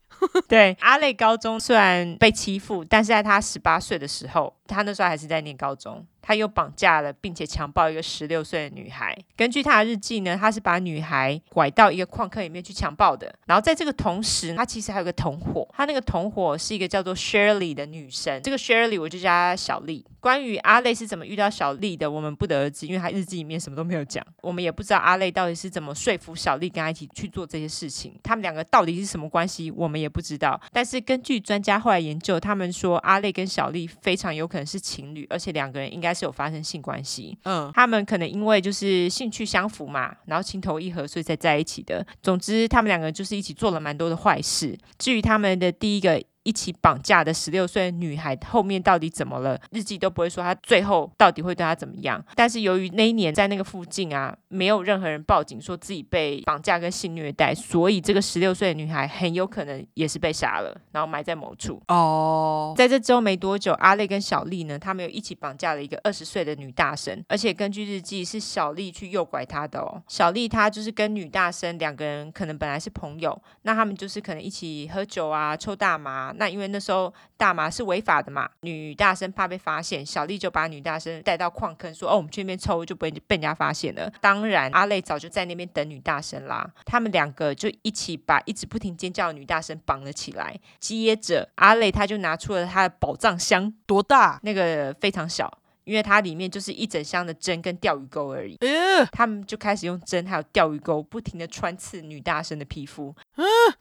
对，阿累高中虽然被欺负，但是在他十八岁的时候，他那时候还是在念高中，他又绑架了并且强暴一个十六岁的女孩。根据他的日记呢，他是把女孩拐到一个矿坑里面去强暴的。然后在这个同时，他其实还有个同伙，他那个同伙是一个叫做 Shirley 的女生，这个 Shirley 我就叫她小丽。关于阿累是怎么遇到小丽的，我们不得而知，因为他日记里面什么都没有讲，我们也不知道阿累到底是怎么说服小丽跟他一起去做这些事情，他们两个到底是什么关系，我们也不知道。但是根据专家后来研究，他们说阿累跟小丽非常有可能是情侣，而且两个人应该是有发生性关系。
嗯，
他们可能因为就是兴趣相符嘛，然后情投意合，所以才在一起的。总之，他们两个就是一起做了蛮多的坏事。至于他们的第一个一起绑架的十六岁女孩后面到底怎么了，日记都不会说她最后到底会对她怎么样。但是由于那一年在那个附近啊，没有任何人报警说自己被绑架跟性虐待，所以这个十六岁的女孩很有可能也是被杀了，然后埋在某处。
哦，
在这之后没多久，阿累跟小丽呢，他们又一起绑架了一个二十岁的女大生，而且根据日记是小丽去诱拐他的哦。小丽她就是跟女大生两个人可能本来是朋友，那他们就是可能一起喝酒啊、抽大麻。那因为那时候大麻是违法的嘛，女大生怕被发现，小丽就把女大生带到矿坑，说：“哦，我们去那边抽，就不会被人家发现了。”当然，阿累早就在那边等女大生啦。他们两个就一起把一直不停尖叫的女大生绑了起来。接着，阿累他就拿出了他的宝藏箱，
多大？
那个非常小，因为它里面就是一整箱的针跟钓鱼钩而已。
哎、
他们就开始用针还有钓鱼钩不停的穿刺女大生的皮肤，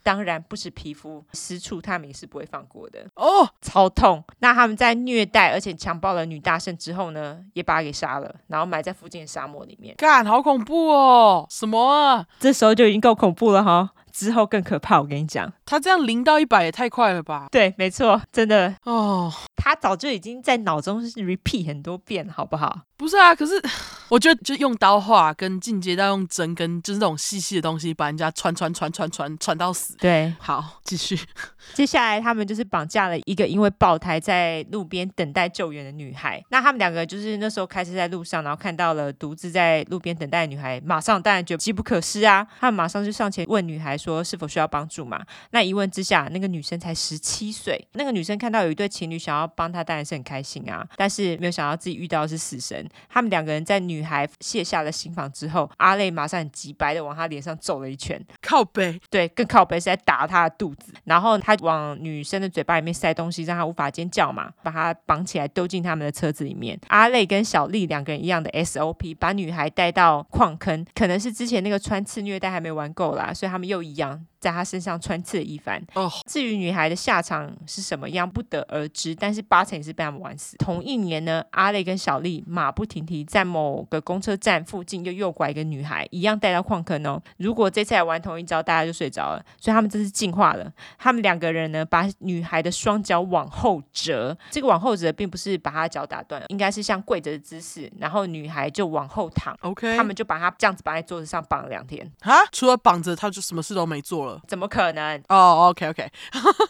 当然不止皮肤，私处他们也是不会放过的。
哦，
超痛。那他们在虐待而且强暴了女大圣之后呢，也把她给杀了，然后埋在附近的沙漠里面。
干，好恐怖哦！什么啊？
这时候就已经够恐怖了哈，之后更可怕。我跟你讲，
他这样零到一百也太快了吧？
对，没错，真的，
哦，
他早就已经在脑中 repeat 很多遍了，好不好？
不是啊，可是我觉得就用刀划跟进阶到用针跟就是那种细细的东西把人家穿穿穿穿穿穿到死。
对，
好，继续。
接下来他们就是绑架了一个因为爆胎在路边等待救援的女孩。那他们两个就是那时候开车在路上，然后看到了独自在路边等待的女孩，马上当然觉得机不可失啊，他们马上就上前问女孩说是否需要帮助嘛。那一问之下，那个女生才十七岁，那个女生看到有一对情侣想要帮她，当然是很开心啊，但是没有想到自己遇到的是死神。他们两个人在女孩卸下了心防之后，阿累马上很急白的往她脸上揍了一拳，
靠背，
对，更靠背是在打她的肚子，然后他往女生的嘴巴里面塞东西，让她无法尖叫嘛，把她绑起来丢进他们的车子里面。阿累跟小丽两个人一样的 SOP，把女孩带到矿坑，可能是之前那个穿刺虐待还没玩够啦，所以他们又一样在她身上穿刺了一番。
哦，
至于女孩的下场是什么样，不得而知，但是八成也是被他们玩死。同一年呢，阿累跟小丽马不停蹄在某个公车站附近就诱拐一个女孩，一样带到矿坑哦。如果这次还玩同一招，大家就睡着了。所以他们这次进化了，他们两个人呢，把女孩的双脚往后折，这个往后折并不是把她的脚打断，应该是像跪着的姿势，然后女孩就往后躺，
OK，
他们就把她这样子绑在桌子上绑了两天，
哈，除了绑着他就什么事都没做了。
怎么可能？
哦，OK OK，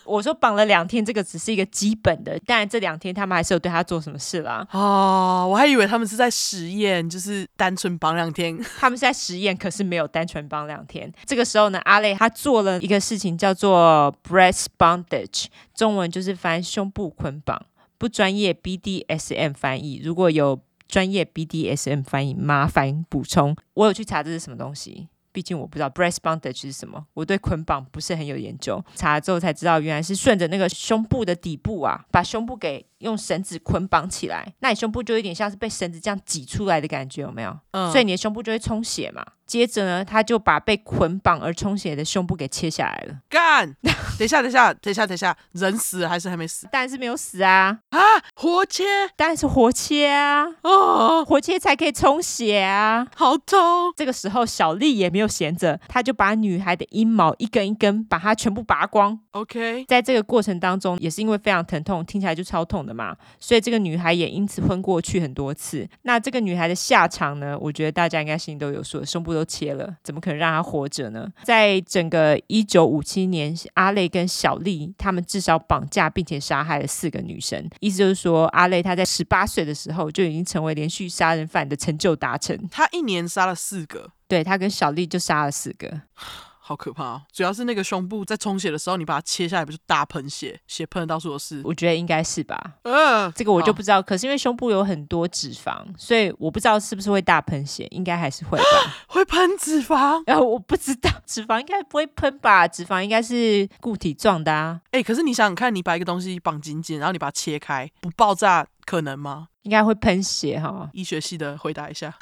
我说绑了两天，这个只是一个基本的，当然这两天他们还是有对他做什么事啦。
哦，我还以为他们是在实验，就是单纯绑两天。
他们是在实验，可是没有单纯绑两天。这个时候呢，阿累他做了一个事情叫做 breast bondage，中文就是翻胸部捆绑，不专业 BDSM 翻译。如果有专业 BDSM 翻译，麻烦补充。我有去查这是什么东西。毕竟我不知道 breast bondage 是什么，我对捆绑不是很有研究。查了之后才知道，原来是顺着那个胸部的底部啊，把胸部给用绳子捆绑起来，那你胸部就有点像是被绳子这样挤出来的感觉，有没有？
嗯，
所以你的胸部就会充血嘛。接着呢，他就把被捆绑而充血的胸部给切下来了，
干，等一下，等一下，等一下，等一下，人死了还是还没死
当然是没有死啊，
啊？活切
当然是活切啊，
哦，
活切才可以充血啊。
好痛！
这个时候，小丽也没有闲着，她就把女孩的阴毛一根一根把它全部拔光。
OK，
在这个过程当中，也是因为非常疼痛，听起来就超痛的嘛，所以这个女孩也因此昏过去很多次。那这个女孩的下场呢？我觉得大家应该心里都有数，胸部都切了，怎么可能让她活着呢？在整个一九五七年，阿累跟小丽他们至少绑架并且杀害了四个女生，意思就是说，阿累她在十八岁的时候就已经成为连续杀人犯的成就达成。
他一年杀了四个，
对他跟小丽就杀了四个，
好可怕哦！主要是那个胸部在充血的时候，你把它切下来，不就大喷血，血喷的到处都是。
我觉得应该是吧。
嗯，
这个我就
好
不知道，可是因为胸部有很多脂肪，所以我不知道是不是会大喷血，应该还是会吧。
会喷脂肪。
然后我不知道，脂肪应该不会喷吧？脂肪应该是固体状的啊，
哎、可是你想想看，你把一个东西绑紧紧，然后你把它切开，不爆炸可能吗？。
应该会喷血哈
医学系的回答一下。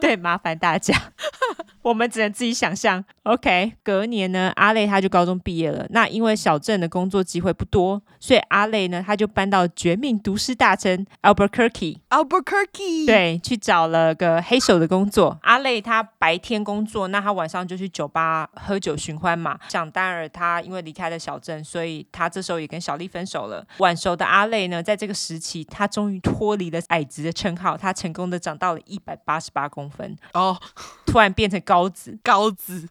对，麻烦大家， 我们只能自己想象。OK，隔年呢，阿累他就高中毕业了。那因为小镇的工作机会不多，所以阿累呢，他就搬到绝命毒师大城 Albuquerque。
Albuquerque，，
对，去找了个黑手的工作。阿累他白天工作，那他晚上就去酒吧喝酒寻欢嘛。想当然，他因为离开了小镇，所以他这时候也跟小丽分手了。晚熟的阿累呢，在这个时期，他终于脱离了矮子的称号，他成功的长到了一百八十八公分，
哦，
突然变成高子。
高子，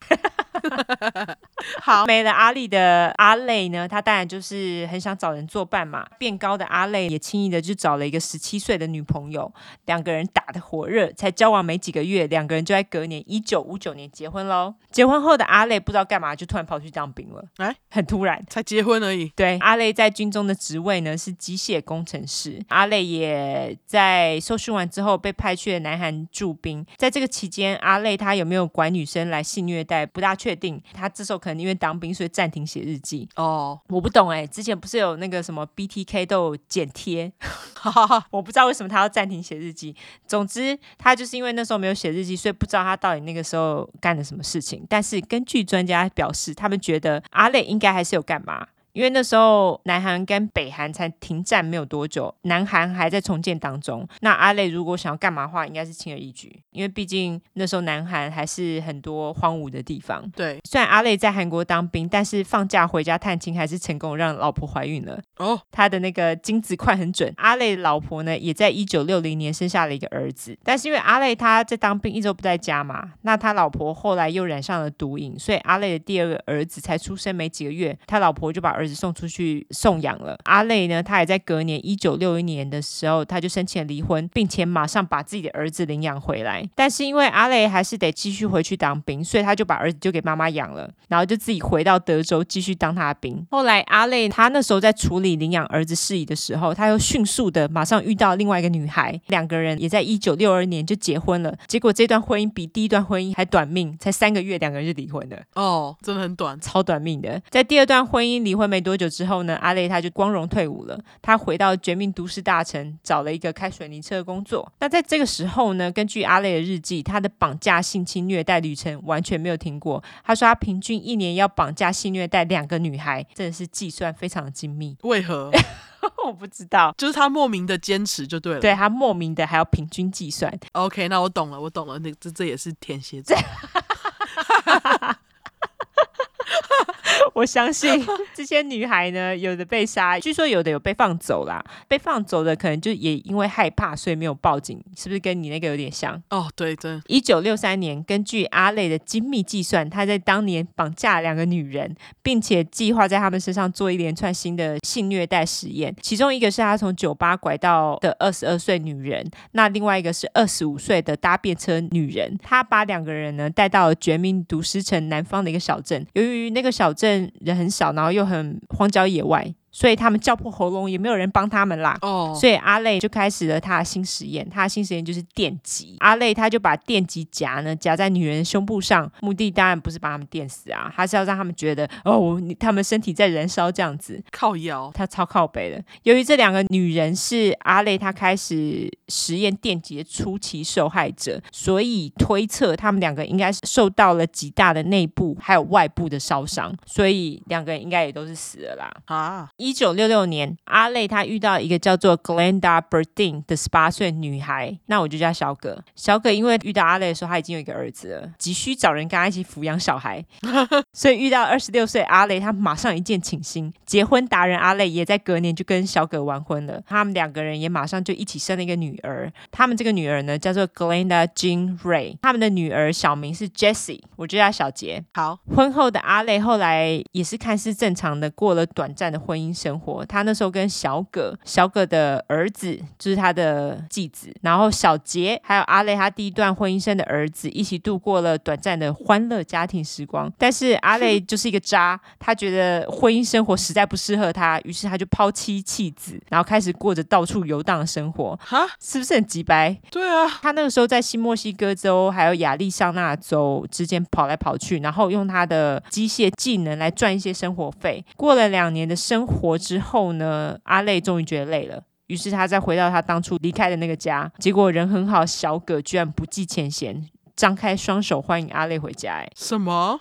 好，
没了阿丽的阿累呢，他当然就是很想找人作伴嘛。变高的阿累也轻易的就找了一个十七岁的女朋友，两个人打得火热，才交往没几个月，两个人就在隔年一九五九年结婚喽。结婚后的阿累不知道干嘛，就突然跑去当兵了，
哎
很突然。
才结婚而已。
对，阿累在军中的职位呢是机械工程师。阿累也在受训完之后被派去了南韩驻兵。在这个期间，阿累他有没有管女生来性虐待不大确定。他这时候可能因为当兵，所以暂停写日记。
哦，
我不懂哎、之前不是有那个什么 BTK 都有剪贴，
哈哈哈，
我不知道为什么他要暂停写日记。总之，他就是因为那时候没有写日记，所以不知道他到底那个时候干了什么事情。但是根据专家表示，他们觉得阿累应该还是有干嘛。因为那时候南韩跟北韩才停战没有多久，南韩还在重建当中。那阿累如果想要干嘛的话，应该是轻而易举，因为毕竟那时候南韩还是很多荒芜的地方。
对，
虽然阿累在韩国当兵，但是放假回家探亲还是成功让老婆怀孕了。
哦，
他的那个精子快很准。阿累的老婆呢，也在一九六零年生下了一个儿子，但是因为阿累他在当兵一直都不在家嘛，那他老婆后来又染上了毒瘾，所以阿累的第二个儿子才出生没几个月，他老婆就把儿子送出去送养了。阿累呢，他也在隔年一九六一年的时候，他就申请了离婚，并且马上把自己的儿子领养回来。但是因为阿累还是得继续回去当兵，所以他就把儿子就给妈妈养了，然后就自己回到德州继续当他的兵。后来阿累他那时候在处理领养儿子事宜的时候，他又迅速的马上遇到另外一个女孩，两个人也在一九六二年就结婚了。结果这段婚姻比第一段婚姻还短命，才三个月，两个人就离婚了。
哦，真的很短。
超短命的。在第二段婚姻离婚没多久之后呢，阿累他就光荣退伍了。他回到绝命都市大城，找了一个开水泥车的工作。那在这个时候呢，根据阿累的日记，他的绑架、性侵、虐待旅程完全没有停过。他说他平均一年要绑架、性虐待两个女孩，真的是计算非常的精密。
为 何？
我不知道。
就是他莫名的坚持就对了。
对他莫名的还要平均计算，
，OK，那我懂了，我懂了。那这这也是天蝎座。
我相信这些女孩呢，有的被杀，据说有的有被放走啦。被放走的可能就也因为害怕，所以没有报警，是不是跟你那个有点像？
哦，对，真的
一九六三年，根据阿累的精密计算，他在当年绑架两个女人，并且计划在她们身上做一连串新的性虐待实验。其中一个是他从酒吧拐到的二十二岁女人，那另外一个是二十五岁的搭便车女人。他把两个人呢带到了绝命毒师城南方的一个小镇，由于那个小镇人很少，然后又很荒郊野外。所以他们叫破喉咙也没有人帮他们啦。
哦，
所以阿累就开始了他的新实验，他的新实验就是电击。阿累他就把电击夹呢夹在女人胸部上，目的当然不是把他们电死啊，他是要让他们觉得哦，我你他们身体在燃烧这样子。
靠腰，
他超靠北的。由于这两个女人是阿累他开始实验电击的初期受害者，所以推测他们两个应该是受到了极大的内部还有外部的烧伤，所以两个人应该也都是死了啦。
啊，
一九六六年，阿累她遇到一个叫做 Glenda Berdine 的十八岁女孩，那我就叫小葛。小葛因为遇到阿累的时候，她已经有一个儿子了，急需找人跟她一起抚养小孩， 所以遇到二十六岁阿累，她马上一见倾心。结婚达人阿累也在隔年就跟小葛完婚了，他们两个人也马上就一起生了一个女儿。他们这个女儿呢叫做 Glenda Jean Ray，他们的女儿小名是 Jessie，我就叫她小杰。
好，
婚后的阿累后来也是看似正常的过了短暂的婚姻生活。他那时候跟小葛，小葛的儿子就是他的继子，然后小杰还有阿累他第一段婚姻生的儿子一起度过了短暂的欢乐家庭时光。但是阿累就是一个渣，他觉得婚姻生活实在不适合他，于是他就抛妻弃子，然后开始过着到处游荡的生活。
哈，
是不是很急白？
对啊，
他那个时候在新墨西哥州还有亚利桑那州之间跑来跑去，然后用他的机械技能来赚一些生活费。过了两年的生活之后呢，阿累终于觉得累了。于是他再回到他当初离开的那个家，结果人很好，小葛居然不计前嫌，张开双手欢迎阿累回家，哎，
什么？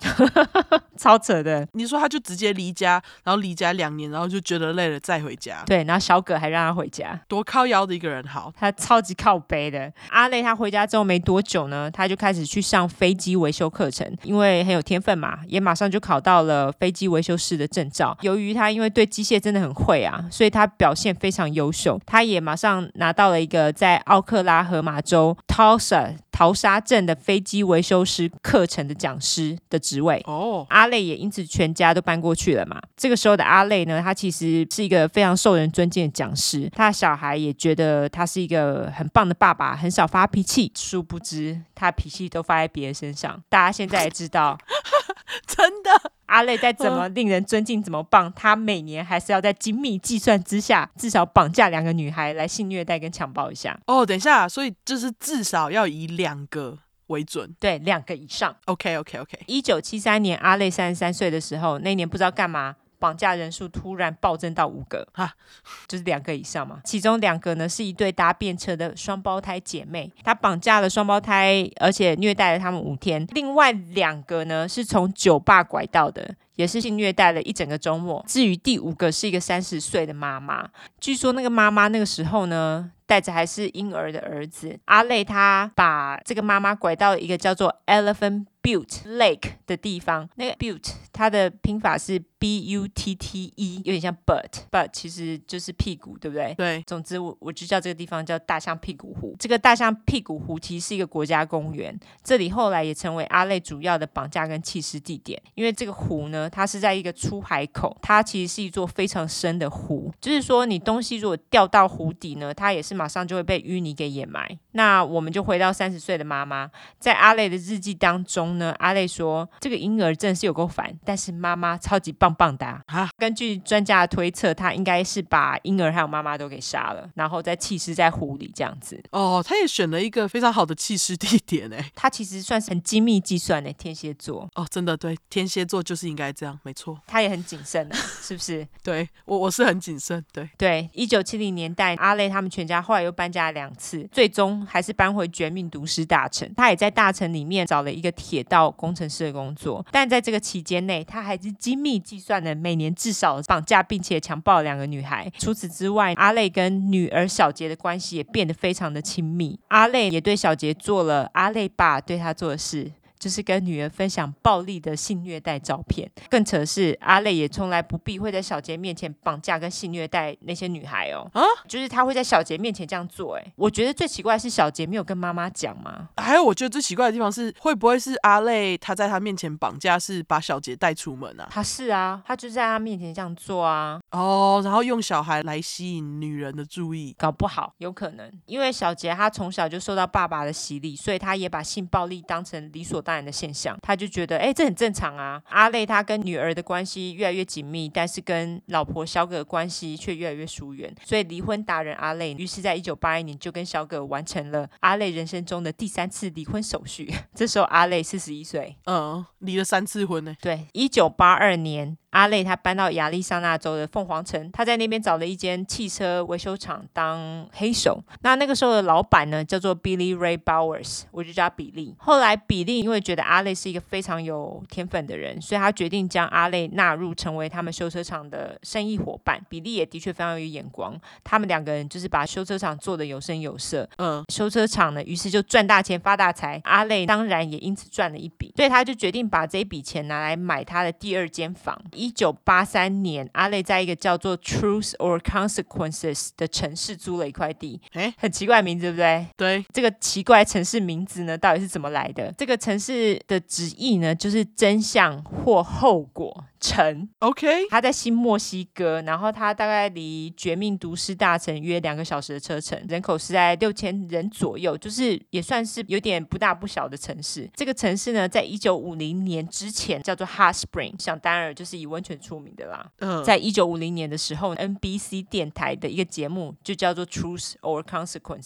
超扯的。
你说他就直接离家，然后离家两年，然后就觉得累了再回家，
对，然后小葛还让他回家，
多靠腰的一个人，好，
他超级靠背的。阿累他回家之后没多久呢，他就开始去上飞机维修课程，因为很有天分嘛，也马上就考到了飞机维修师的证照。由于他因为对机械真的很会啊，所以他表现非常优秀。他也马上拿到了一个在奥克拉荷马州 Tulsa 淘沙镇的飞机维修师课程的讲师的职位。
哦，
阿累也因此全家都搬过去了嘛。这个时候的阿累呢，他其实是一个非常受人尊敬的讲师，他的小孩也觉得他是一个很棒的爸爸，很少发脾气。殊不知他脾气都发在别人身上。大家现在也知道，
真的，
阿累再怎么令人尊敬，怎么棒，他每年还是要在精密计算之下，至少绑架两个女孩来性虐待跟强暴一下。
哦，等一下，所以就是至少要以两个为准
对，两个以上。
，OK，OK，OK，、
一九七三年，阿累三十三岁的时候，那一年不知道干嘛，绑架人数突然暴增到五个，
哈，
就是两个以上嘛。其中两个呢是一对搭便车的双胞胎姐妹，她绑架了双胞胎，而且虐待了他们五天。另外两个呢是从酒吧拐到的。也是性虐待了一整个周末。至于第五个是一个三十岁的妈妈，据说那个妈妈那个时候呢，带着还是婴儿的儿子阿累，他把这个妈妈拐到一个叫做 Elephant Butte Lake 的地方。那个 Butte 它的拼法是 B U T T E，有点像 butt，but 其实就是屁股，对不对？
对，
总之我，我就叫这个地方叫大象屁股湖。这个大象屁股湖其实是一个国家公园，这里后来也成为阿累主要的绑架跟弃尸地点。因为这个湖呢，它是在一个出海口，它其实是一座非常深的湖，就是说你东西如果掉到湖底呢，它也是马上就会被淤泥给掩埋。那我们就回到三十岁的妈妈，在阿累的日记当中呢，阿累说这个婴儿真是有够烦，但是妈妈超级棒棒哒、
啊
根据专家的推测，他应该是把婴儿还有妈妈都给杀了，然后再弃尸在湖里这样子。
哦，他也选了一个非常好的弃尸地点，哎，
他其实算是很精密计算的天蝎座，
哦，真的，对，天蝎座就是应该这样，没错，
他也很谨慎啊，是不是？
对我我是很谨慎，对，
对，一九七零年代，阿累他们全家后来又搬家了两次，最终还是搬回绝命毒师大城。他也在大城里面找了一个铁道工程师的工作，但在这个期间内，他还是精密计算了每年至少绑架并且强暴两个女孩。除此之外，阿累跟女儿小杰的关系也变得非常的亲密。阿累也对小杰做了阿累爸对他做的事，就是跟女儿分享暴力的性虐待照片。更扯的是，阿累也从来不避讳在小杰面前绑架跟性虐待那些女孩哦。
啊，
就是他会在小杰面前这样做。哎，我觉得最奇怪的是小杰没有跟妈妈讲嘛。
还有我觉得最奇怪的地方是，会不会是阿累他在他面前绑架，是把小杰带出门啊？
他是啊，他就在他面前这样做啊，
哦，然后用小孩来吸引女人的注意，
搞不好有可能，因为小杰他从小就受到爸爸的洗礼，所以他也把性暴力当成理所当当然的现象。他就觉得，哎，这很正常啊。阿累他跟女儿的关系越来越紧密，但是跟老婆小葛的关系却越来越疏远，所以离婚达人阿累，于是在一九八一年就跟小葛完成了阿累人生中的第三次离婚手续。 这时候阿累四十一岁。
嗯，离了三次婚呢、欸
对，一九八二年，阿累他搬到亚利桑那州的凤凰城，他在那边找了一间汽车维修厂当黑手。那那个时候的老板呢，叫做 Billy Ray Bowers，我就叫他比利。后来比利因为觉得阿累是一个非常有天分的人，所以他决定将阿累纳入成为他们修车厂的生意伙伴。比利也的确非常有眼光，他们两个人就是把修车厂做得有声有色，
嗯，
修车厂呢，于是就赚大钱发大财。阿累当然也因此赚了一笔，所以他就决定把这一笔钱拿来买他的第二间房。一九八三年，阿累在一个叫做 Truth or Consequences 的城市租了一块地，
诶
很奇怪的名字，对不对？
对，
这个奇怪的城市名字呢，到底是怎么来的？这个城市的直译呢，就是真相或后果城。
OK，
他在新墨西哥，然后他大概离《绝命毒师》大城约两个小时的车程，人口是在六千人左右，就是也算是有点不大不小的城市。这个城市呢，在一九五零年之前叫做 Hot Spring，想当然就是以温泉出名的啦。
嗯，
在一九五零年的时候，NBC 电台的一个节目就叫做《Truth or Consequences》。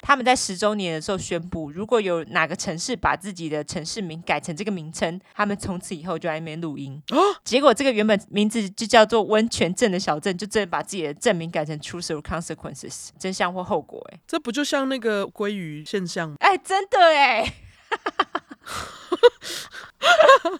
他们在十周年的时候宣布，如果有哪个城市把自己的城市名改成这个名称，他们从此以后就在那边录音。
啊
结果这个原本名字就叫做温泉镇的小镇，就真的把自己的镇名改成 Truth or Consequences，真相或后果、欸。
这不就像那个鲑鱼现象吗？
哎、真的哎、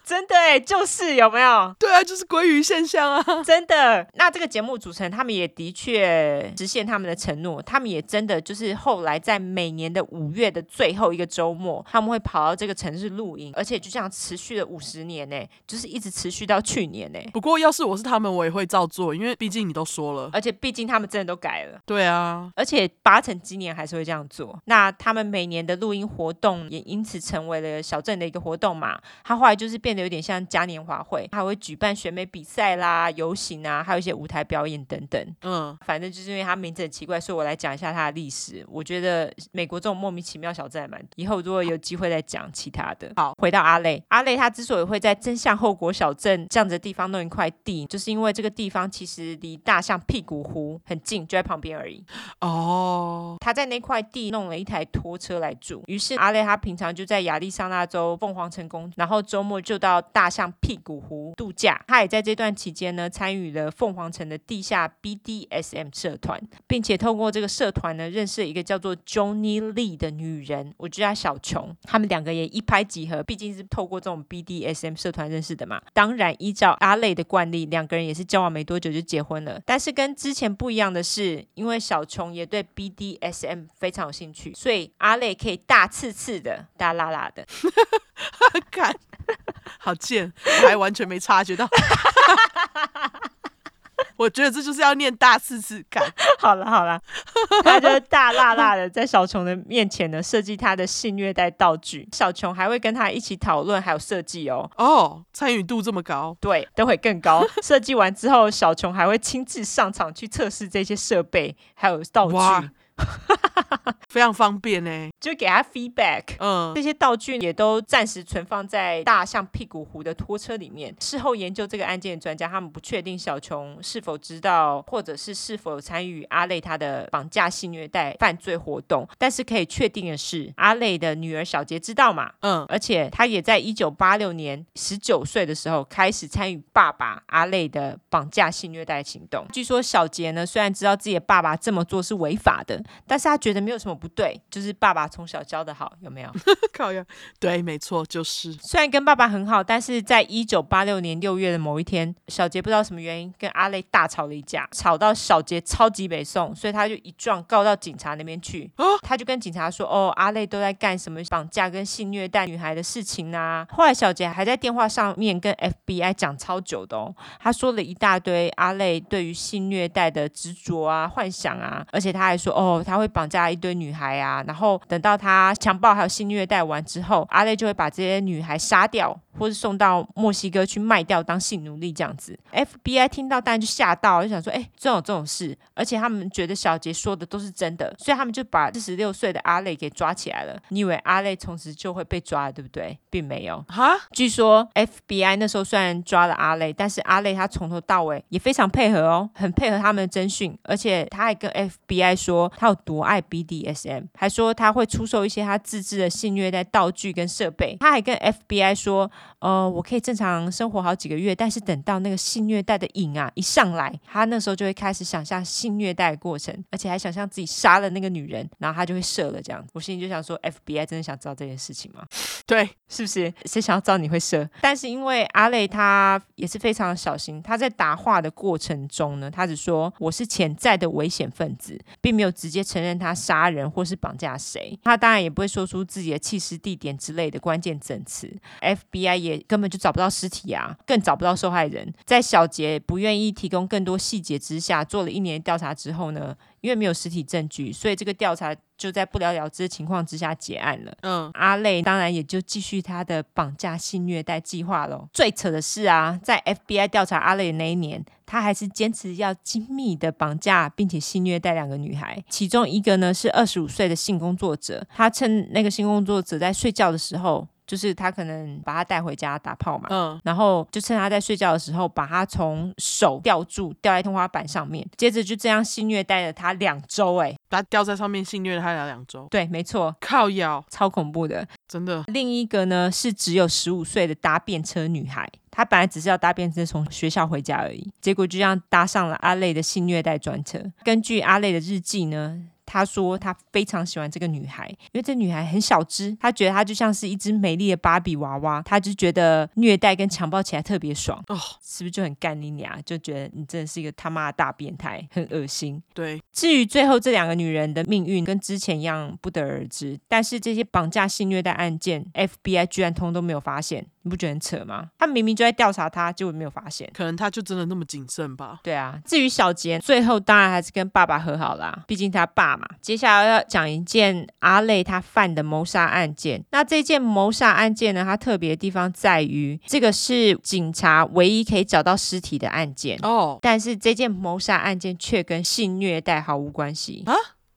真的哎、就是有没有？
对啊，就是鲑鱼现象啊。
真的，那这个节目组成，他们也的确实现他们的承诺，他们也真的就是后来在每年的五月的最后一个周末，他们会跑到这个城市露营，而且就这样持续了五十年呢、就是一直持续到去年呢、
不过要是我是他们，我也会照做，因为毕竟你都说了。
而且毕竟他们真的都改了。
对啊，
而且八成今年还是会这样做。那他们每年的录音活动也因此成为了小镇的一个活动嘛。它后来就是变得有点像嘉年华会，还会举办选美比赛啦、游行啊，还有一些舞台表演等等。
嗯，
反正就是因为它名字很奇怪，所以我来讲一下它的历史。我觉得美国这种莫名其妙小镇还蛮，以后如果有机会再讲其他的。
好，
回到阿累，阿累他之所以会在真相后果小镇这样子的地方弄一块地，就是因为这个地方其实离大象屁股湖很近，就在旁边而已。
哦，
他在那块地弄了一台拖车来住。于是阿累他平常就在亚利桑那州凤凰城工作，然后周末就到大象屁股湖度假。他也在这段期间呢，参与了凤凰城的地下 BDSM 社团，并且透过这个社团呢，认识了一个叫做 Johnny Lee 的女人，我叫她小琼。他们两个也一拍即合，毕竟是透过这种 BDSM 社团认识的嘛。当然，依照阿累的惯例，两个人也是交往没多久就结婚了。但是跟之前不一样的是，因为小琼也对 BDSM 非常有兴趣，所以阿累可以大刺刺的、大拉拉的。
看， 好贱，我还完全没察觉到。 我觉得这就是要念大四次感，
好了好了， 他就大辣辣的在小琼的面前呢设计他的性虐待道具，小琼还会跟他一起讨论还有设计哦。
哦，参与度这么高，
对，都会更高。设计完之后，小琼还会亲自上场去测试这些设备还有道具
哇，非常方便呢。
就给他 feedback。
嗯，
这些道具也都暂时存放在大象屁股湖的拖车里面。事后研究这个案件的专家，他们不确定小琼是否知道，或者是是否有参与阿累他的绑架性虐待犯罪活动，但是可以确定的是，阿累的女儿小杰知道嘛。
嗯，
而且他也在一九八六年十九岁的时候开始参与爸爸阿累的绑架性虐待行动。据说小杰呢，虽然知道自己的爸爸这么做是违法的，但是他觉得没有什么不对，就是爸爸从小教的好，有没有？
靠呀，对，没错，就是
虽然跟爸爸很好，但是在一九八六年六月的某一天，小杰不知道什么原因跟阿累大吵了一架，吵到小杰超级北宋，所以他就一状告到警察那边去。
啊
他就跟警察说：“哦，阿累都在干什么绑架跟性虐待女孩的事情啊。”后来小杰还在电话上面跟 FBI 讲超久的哦，他说了一大堆阿累对于性虐待的执着啊、幻想啊，而且他还说哦，他会绑架一堆女孩啊，然后等到他强暴还有性虐待完之后，阿累就会把这些女孩杀掉。或是送到墨西哥去卖掉当性奴隶这样子。FBI 听到当然就吓到，就想说，哎、真有这种事，而且他们觉得小杰说的都是真的，所以他们就把四十六岁的阿累给抓起来了。你以为阿累从此就会被抓，对不对？并没有，
哈，
据说 FBI 那时候虽然抓了阿累，但是阿累他从头到尾也非常配合哦，很配合他们的侦讯，而且他还跟 FBI 说他有多爱 BDSM，还说他会出售一些他自制的性虐待道具跟设备。他还跟 FBI 说，呃，我可以正常生活好几个月，但是等到那个性虐待的瘾啊一上来，他那时候就会开始想象性虐待的过程，而且还想象自己杀了那个女人，然后他就会射了这样。我心里就想说，FBI 真的想知道这件事情吗？
对，
是不是？谁想要知道你会射？但是因为阿累他也是非常小心，他在答话的过程中呢，他只说我是潜在的危险分子，并没有直接承认他杀人或是绑架谁。他当然也不会说出自己的弃尸地点之类的关键证词。FBI 也根本就找不到尸体啊，更找不到受害人。在小杰不愿意提供更多细节之下，做了一年的调查之后呢，因为没有实体证据，所以这个调查就在不了了之的情况之下结案了。
嗯，
阿累当然也就继续他的绑架性虐待计划喽。最扯的是啊，在 FBI 调查阿累的那一年，他还是坚持要精密的绑架并且性虐待两个女孩，其中一个呢是二十五岁的性工作者，他趁那个性工作者在睡觉的时候，就是他可能把她带回家打炮嘛，
嗯，
然后就趁他在睡觉的时候，把他从手吊住，吊在天花板上面，接着就这样性虐待了他两周。哎，
他掉在上面性虐了他俩两周，
对，没错，
靠腰，
超恐怖的。
真的，
另一个呢是只有十五岁的搭便车女孩，她本来只是要搭便车从学校回家而已，结果就这样搭上了阿累的性虐待专车。根据阿累的日记呢。她说她非常喜欢这个女孩，因为这女孩很小只，她觉得她就像是一只美丽的芭比娃娃，她就觉得虐待跟强暴起来特别爽，
哦，
是不是就很干你娘？就觉得你真的是一个他妈的大变态，很恶心。
对，
至于最后这两个女人的命运跟之前一样不得而知，但是这些绑架性虐待案件，FBI 居然通都没有发现，你不觉得很扯吗？他们明明就在调查他，结果没有发现。
可能他就真的那么谨慎吧。
对啊，至于小杰，最后当然还是跟爸爸和好啦，毕竟他爸嘛。接下来要讲一件阿累他犯的谋杀案件。那这件谋杀案件呢，它特别的地方在于，这个是警察唯一可以找到尸体的案件，
哦
但是这件谋杀案件却跟性虐待毫无关系。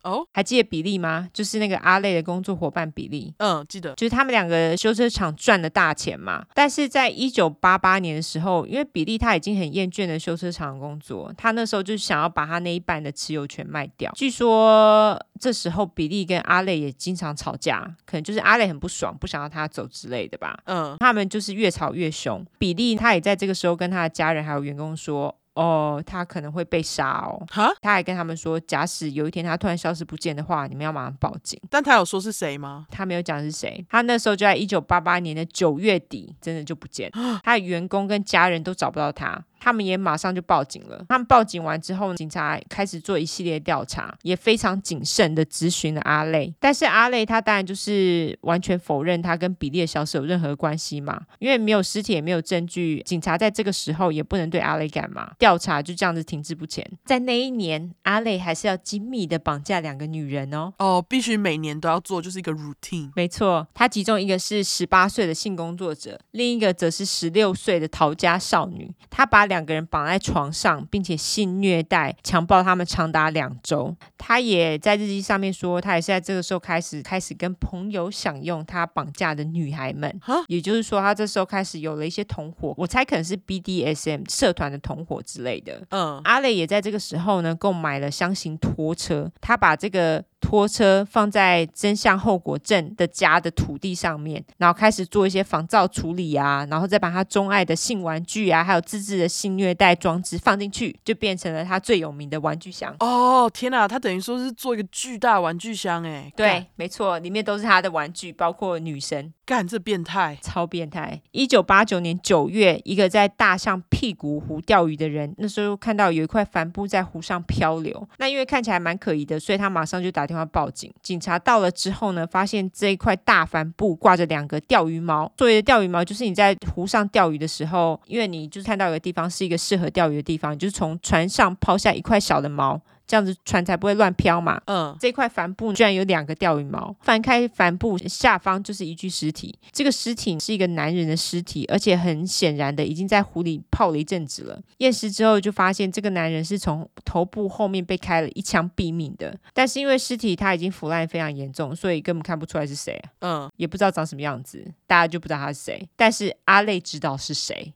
哦，
还记得比利吗？就是那个阿累的工作伙伴比利。
嗯，记得，
就是他们两个修车厂赚了大钱嘛，但是在一九八八年的时候，因为比利他已经很厌倦了修车厂的工作，他那时候就想要把他那一半的持有权卖掉。据说这时候比利跟阿累也经常吵架，可能就是阿累很不爽，不想要他走之类的吧。
嗯，
他们就是越吵越凶。比利他也在这个时候跟他的家人还有员工说：“哦，他可能会被杀哦。”
哈，
他还跟他们说，假使有一天他突然消失不见的话，你们要马上报警。
但他有说是谁吗？
他没有讲是谁，他那时候就在一九八八年的九月底，真的就不见了。他的员工跟家人都找不到他，他们也马上就报警了。他们报警完之后，警察开始做一系列调查，也非常谨慎的咨询了阿累。但是阿累他当然就是完全否认他跟比利的消失有任何关系嘛，因为没有尸体也没有证据，警察在这个时候也不能对阿累干嘛，调查就这样子停滞不前。在那一年，阿累还是要精密的绑架两个女人哦。
哦，必须每年都要做，就是一个 routine。
没错，他其中一个是十八岁的性工作者，另一个则是十六岁的逃家少女。他把两个人绑在床上，并且性虐待、强暴他们长达两周。他也在日记上面说，他也是在这个时候开始开始跟朋友享用他绑架的女孩们
哈，
也就是说，他这时候开始有了一些同伙，我猜可能是 BDSM 社团的同伙之类的。
嗯，
阿磊也在这个时候呢，购买了箱型拖车，他把这个拖车放在真相后果镇的家的土地上面，然后开始做一些防噪处理啊，然后再把他钟爱的性玩具啊，还有自制的性虐待装置放进去，就变成了他最有名的玩具箱。
哦，天哪，他等于说是做一个巨大的玩具箱，哎，
对，没错，里面都是他的玩具，包括女生。
干，干这变态，
超变态。一九八九年九月，一个在大象屁股湖钓鱼的人，那时候看到有一块帆布在湖上漂流，那因为看起来蛮可疑的，所以他马上就打电话报警。警察到了之后呢，发现这一块大帆布挂着两个钓鱼锚。所谓的钓鱼锚，就是你在湖上钓鱼的时候，因为你就是看到有个地方是一个适合钓鱼的地方，你就是从船上抛下一块小的锚。这样子船才不会乱飘嘛。
嗯，
这块帆布居然有两个钓鱼毛，翻开帆布下方就是一具尸体。这个尸体是一个男人的尸体，而且很显然的已经在湖里泡了一阵子了。验尸之后就发现，这个男人是从头部后面被开了一枪毙命的。但是因为尸体他已经腐烂非常严重，所以根本看不出来是谁啊，
嗯，
也不知道长什么样子，大家就不知道他是谁。但是阿累知道是谁，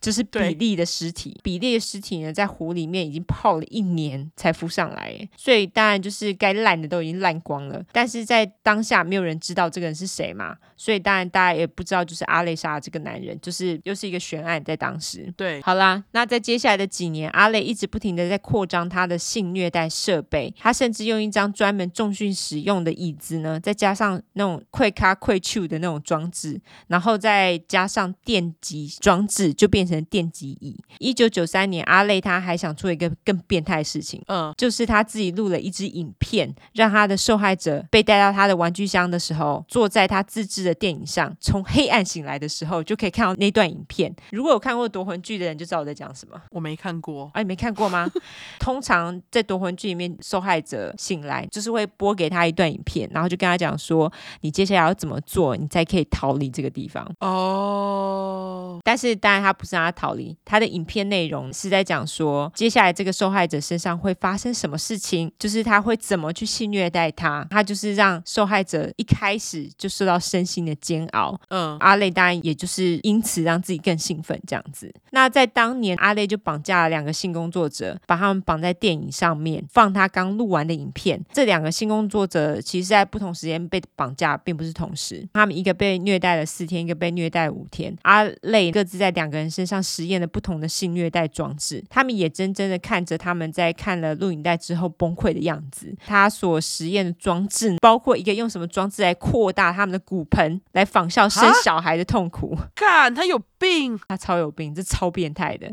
就是比
对
利的尸体。比利的尸体呢，在湖里面已经泡了一年才浮上来，哎所以当然就是该烂的都已经烂光了。但是在当下，没有人知道这个人是谁嘛，所以当然大家也不知道，就是阿累杀的这个男人，就是又是一个悬案在当时。
对，
好啦，那在接下来的几年，阿累一直不停的在扩张他的性虐待设备，他甚至用一张专门重训使用的椅子呢，再加上那种快卡快去的那种装置，然后再加上电极装置，就变成电极椅。一九九三年，阿累他还想做一个更变态的事情。
嗯，
就是他自己录了一支影片，让他的受害者被带到他的玩具箱的时候，坐在他自制的电影上，从黑暗醒来的时候，就可以看到那段影片。如果有看过夺魂剧的人，就知道我在讲 什么。
我没看过，
啊，你没看过吗？通常在夺魂剧里面，受害者醒来就是会播给他一段影片，然后就跟他讲说，你接下来要怎么做，你才可以逃离这个地方。
哦，
但是当然，他不是让他逃离，他的影片内容是在讲说，接下来这个受害者身上会发生什么事情，就是他会怎么去性虐待他，他就是让受害者一开始就受到身心的煎熬。
嗯，
阿累当然也就是因此让自己更兴奋这样子。那在当年，阿累就绑架了两个性工作者，把他们绑在电影上面放他刚录完的影片。这两个性工作者其实在不同时间被绑架，并不是同时。他们一个被虐待了四天，一个被虐待五天。阿累各自在两个人身上实验了不同的性虐待装置，他们也真真的看着他们在看了录影带之后崩溃的样子。他所实验的装置包括一个用什么装置来扩大他们的骨盆，来仿效生
啊
小孩的痛苦。
干，他有病，
他超有病，这超变态的。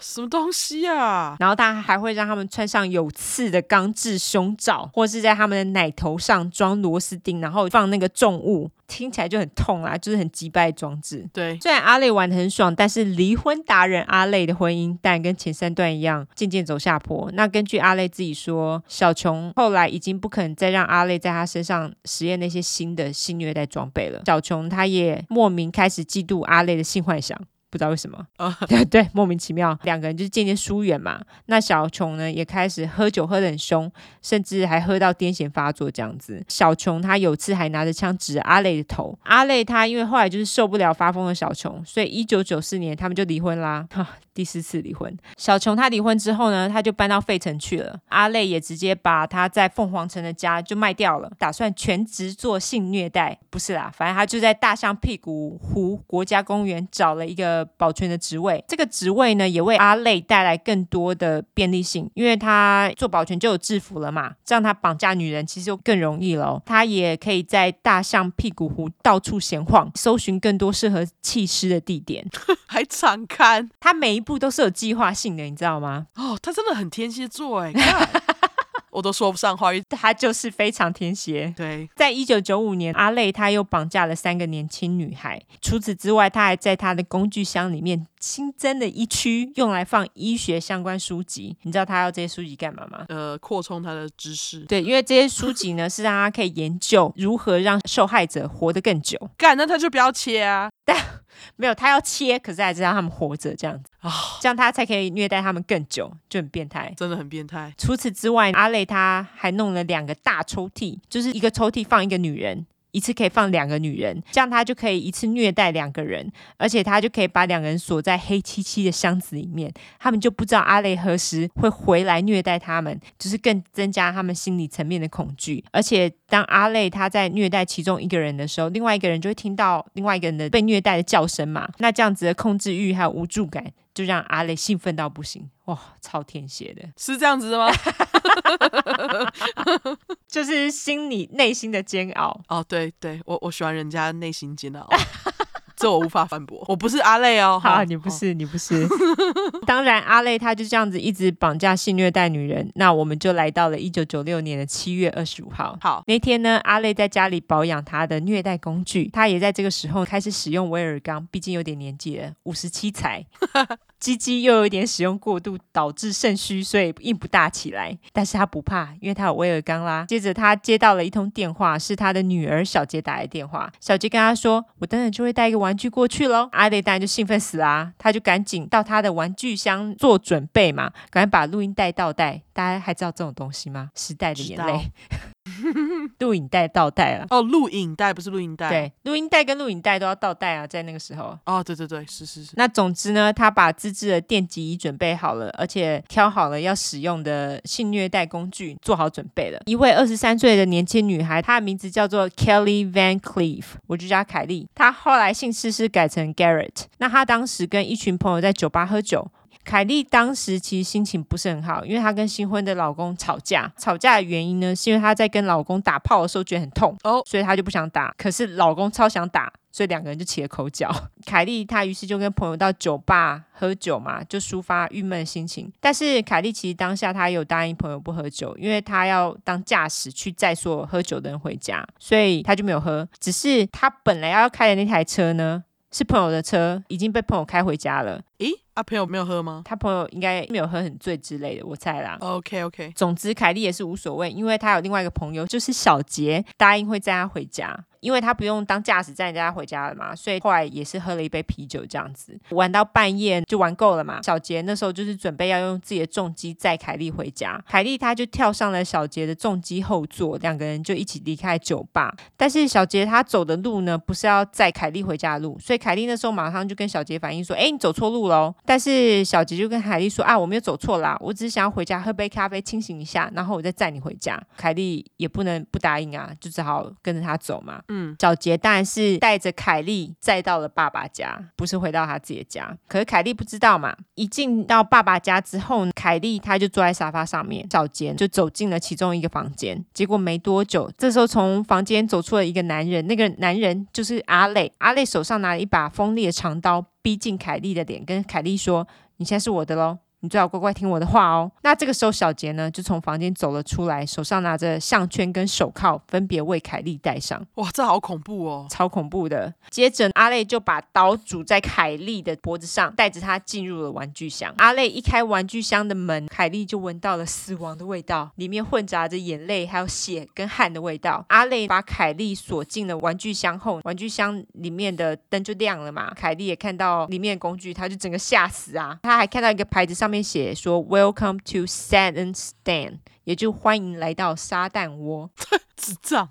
什么东西啊？
然后他还会让他们穿上有刺的钢制胸罩，或是在他们的奶头上装螺丝钉，然后放那个重物，听起来就很痛啦，就是很击败的装置。
对，
虽然阿累玩的很爽，但是离婚达人阿累的婚姻，但跟前三段一样，渐渐走下坡。那根据阿累自己说，小琼后来已经不肯再让阿累在他身上实验那些新的性虐待装备了。小琼她也莫名开始嫉妒阿累的性幻想。不知道为什么，对 对，莫名其妙，两个人就渐渐疏远嘛。那小琼呢，也开始喝酒喝得很凶，甚至还喝到癫痫发作这样子。小琼她有次还拿着枪指着阿累的头，阿累她因为后来就是受不了发疯的小琼，所以一九九四年他们就离婚啦。 哈，第四次离婚。小琼她离婚之后呢，她就搬到费城去了。阿累也直接把她在凤凰城的家就卖掉了，打算全职做性虐待。不是啦，反正她就在大象屁股湖国家公园找了一个保全的职位。这个职位呢，也为阿累带来更多的便利性，因为她做保全就有制服了嘛，这样她绑架女人其实就更容易喽。她也可以在大象屁股湖到处闲晃，搜寻更多适合弃尸的地点。
还长刊
她每一步都是有计划性的，你知道吗？
哦，他真的很天蝎座哎， 干我都说不上话，
他就是非常天蝎。
对，
在一九九五年，阿累他又绑架了三个年轻女孩。除此之外，他还在他的工具箱里面新增了一区，用来放医学相关书籍。你知道他要这些书籍干嘛吗？
呃，扩充他的知识，
对，因为这些书籍呢，是让他可以研究如何让受害者活得更久。
干，那他就不要切啊，
没有，他要切，可是还是让他们活着这样子，
啊、
这样他才可以虐待他们更久，就很变态。
真的很变态，
除此之外，阿累他还弄了两个大抽屉，就是一个抽屉放一个女人。一次可以放两个女人，这样他就可以一次虐待两个人，而且他就可以把两个人锁在黑漆漆的箱子里面，他们就不知道阿累何时会回来虐待他们，就是更增加他们心理层面的恐惧。而且当阿累他在虐待其中一个人的时候，另外一个人就会听到另外一个人的被虐待的叫声嘛，那这样子的控制欲还有无助感，就让阿累兴奋到不行，哇，超天蝎的。
是这样子的吗？
就是心里内心的煎熬。
哦，对对，我我喜欢人家内心煎熬， 这我无法反驳，我不是阿累哦，
好，
哈
你不
哦
是，你不是。 当然，阿累他就这样子一直绑架、性虐待女人。那我们就来到了一九九六年的七月二十五号。
好，
那天呢，阿累在家里保养他的虐待工具，他也在这个时候开始使用威尔刚，毕竟有点年纪了，五十七才。鸡鸡又有一点使用过度导致肾虚，所以硬不大起来。但是他不怕，因为他有威尔刚啦。接着他接到了一通电话，是他的女儿小杰打来电话。小杰跟他说：“我等等就会带一个玩具过去喽。”阿雷当然就兴奋死啦、他就赶紧到他的玩具箱做准备嘛，赶紧把录音带倒带。大家还知道这种东西吗？时代的眼泪，录影带倒带了。
哦，录影带不是录音带，，
对，录音带跟录影带都要倒带啊，在那个时候。
哦，对对对，是是是，
那总之呢，他把自制的电极仪准备好了，而且挑好了要使用的性虐待工具，做好准备了。一位二十三岁的年轻女孩，她的名字叫做 Kelly Van Cleef，我就叫她凯莉。她后来姓氏是改成 Garrett。那她当时跟一群朋友在酒吧喝酒。凯莉当时其实心情不是很好，因为她跟新婚的老公吵架。吵架的原因呢，是因为她在跟老公打炮的时候觉得很痛，
哦
所以她就不想打。可是老公超想打，所以两个人就起了口角。凯莉她于是就跟朋友到酒吧喝酒嘛，就抒发郁闷的心情。但是凯莉其实当下她有答应朋友不喝酒，因为她要当驾驶去载所有喝酒的人回家，所以她就没有喝。只是她本来要开的那台车呢，是朋友的车，已经被朋友开回家了。
咦，啊，朋友没有喝吗哦
她朋友应该没有喝很醉之类的，我猜啦。
？OK OK，
总之，凯莉也是无所谓，因为她有另外一个朋友，就是小杰，答应会载她回家。因为她不用当驾驶载人家回家了嘛，所以后来也是喝了一杯啤酒这样子，玩到半夜就玩够了嘛。小杰那时候就是准备要用自己的重机载凯莉回家，凯莉她就跳上了小杰的重机后座，两个人就一起离开酒吧。但是小杰他走的路呢，不是要载凯莉回家的路，所以凯莉那时候马上就跟小杰反映说：“哎，你走错路喽！”但是小杰就跟凯莉说：“啊，我没有走错啦，我只是想要回家喝杯咖啡清醒一下，然后我再载你回家。”凯莉也不能不答应啊，就只好跟着他走嘛。
嗯，
小杰当然是带着凯莉再到了爸爸家，不是回到他自己的家。可是凯莉不知道嘛，一进到爸爸家之后，凯莉她就坐在沙发上面，小杰就走进了其中一个房间。结果没多久，这时候从房间走出了一个男人，那个男人就是阿累，阿累手上拿了一把锋利的长刀，逼近凯莉的脸，跟凯莉说：“你现在是我的喽。”你最好乖乖听我的话哦。那这个时候，小杰呢就从房间走了出来，手上拿着项圈跟手铐，分别为凯莉戴上。
哇，这好恐怖哦，
超恐怖的。接着阿累就把刀拄在凯莉的脖子上，带着她进入了玩具箱。阿累一开玩具箱的门，凯莉就闻到了死亡的味道，里面混杂着眼泪、还有血跟汗的味道。阿累把凯莉锁进了玩具箱后，玩具箱里面的灯就亮了嘛。凯莉也看到里面的工具，她就整个吓死啊！她还看到一个牌子上面写说 “Welcome to Satan Stand”，也就欢迎来到撒旦窝。
智障，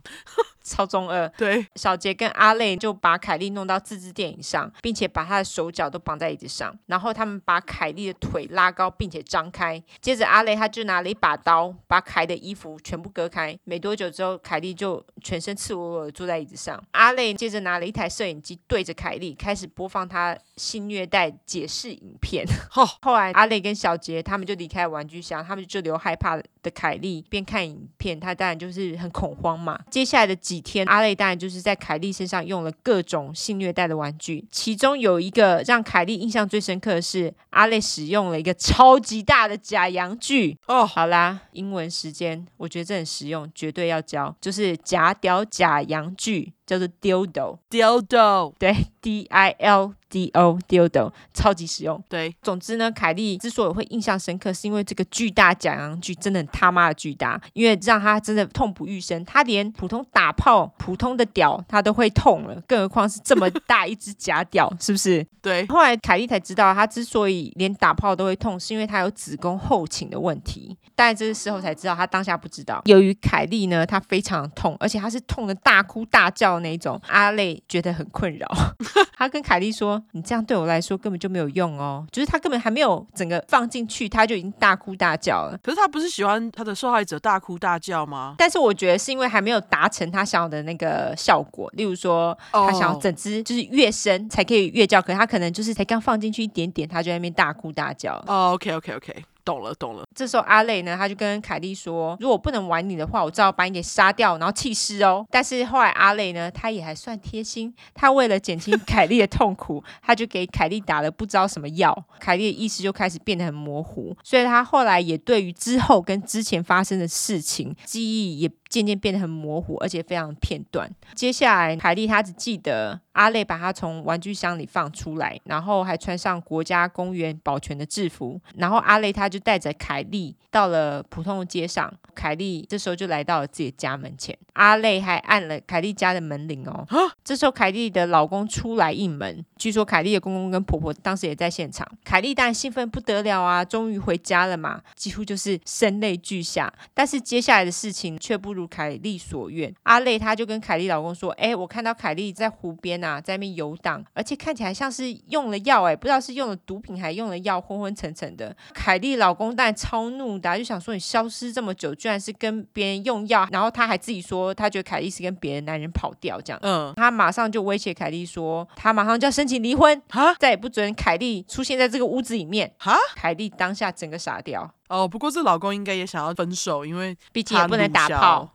超中二，
对，
小杰跟阿累就把凯莉弄到自制电影上，并且把她的手脚都绑在椅子上，然后他们把凯莉的腿拉高并且张开。接着阿累他就拿了一把刀，把凯的衣服全部割开。没多久之后，凯莉就全身赤裸裸的坐在椅子上。阿累接着拿了一台摄影机对着凯莉，开始播放她性虐待解释影片。
哦，
后来阿累跟小杰他们就离开玩具箱，他们就留害怕的凯莉边看影片，他当然就是很恐慌嘛。接下来的几天，阿累当然就是在凯莉身上用了各种性虐待的玩具，其中有一个让凯莉印象最深刻的是，阿累使用了一个超级大的假阳具。
哦，
好啦，英文时间，我觉得这很实用，绝对要教，就是假屌假阳具，叫做 dildo，
丢丢，
对，D I L D O dildo，超级实用。
对，
总之呢，凯莉之所以会印象深刻，是因为这个巨大假洋剧真的很他妈的巨大，因为让她真的痛不欲生。她连普通打炮、普通的屌，她都会痛了，更何况是这么大一只假屌，是不是？
对，
后来凯莉才知道，她之所以连打炮都会痛，是因为她有子宫后倾的问题。但这是事后才知道，她当下不知道。由于凯莉呢，她非常痛，而且她是痛的大哭大叫的那一种。阿累觉得很困扰， 她跟凯莉说：“你这样对我来说根本就没有用哦，就是她根本还没有整个放进去，她就已经大哭大叫了。”
可是他不是喜欢他的受害者大哭大叫吗？
但是我觉得是因为还没有达成她想要的那个效果，例如说他想要
哦
整只就是越深才可以越叫，可是他可能就是才刚放进去一点点，他就在那边大哭大叫。
哦，OK OK OK，懂了懂了，
这时候阿累呢，他就跟凯莉说：“如果不能玩你的话，我只好把你给杀掉，然后弃尸哦。”但是后来阿累呢，他也还算贴心，他为了减轻凯莉的痛苦，他就给凯莉打了不知道什么药，凯莉的意识就开始变得很模糊，所以他后来也对于之后跟之前发生的事情记忆也渐渐变得很模糊，而且非常片段。接下来，凯莉她只记得阿累把她从玩具箱里放出来，然后还穿上国家公园保全的制服，然后阿累她就带着凯莉到了普通的街上。凯莉这时候就来到了自己的家门前，阿累还按了凯莉家的门铃哦。这时候凯莉的老公出来应门，据说凯莉的公公跟婆婆当时也在现场。凯莉当然兴奋不得了啊，终于回家了嘛，几乎就是声泪俱下。但是接下来的事情却不如凯莉所愿。阿累她就跟凯莉老公说：“哎，我看到凯莉在湖边啊，在那边游荡，而且看起来像是用了药，哎，不知道是用了毒品还用了药，昏昏沉沉的。”凯莉老公当然超怒的啊、就想说：“你消失这么久，居然是跟别人用药。”然后他还自己说，他觉得凯莉是跟别的男人跑掉这样。
嗯，
他马上就威胁凯莉说，他马上就要申请离婚，
哈
再也不准凯莉出现在这个屋子里面。
哈
凯莉当下整个傻掉，
哦，不过这老公应该也想要分手，因为
毕竟
他
也不能
鲁
打
小
炮。。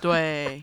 对，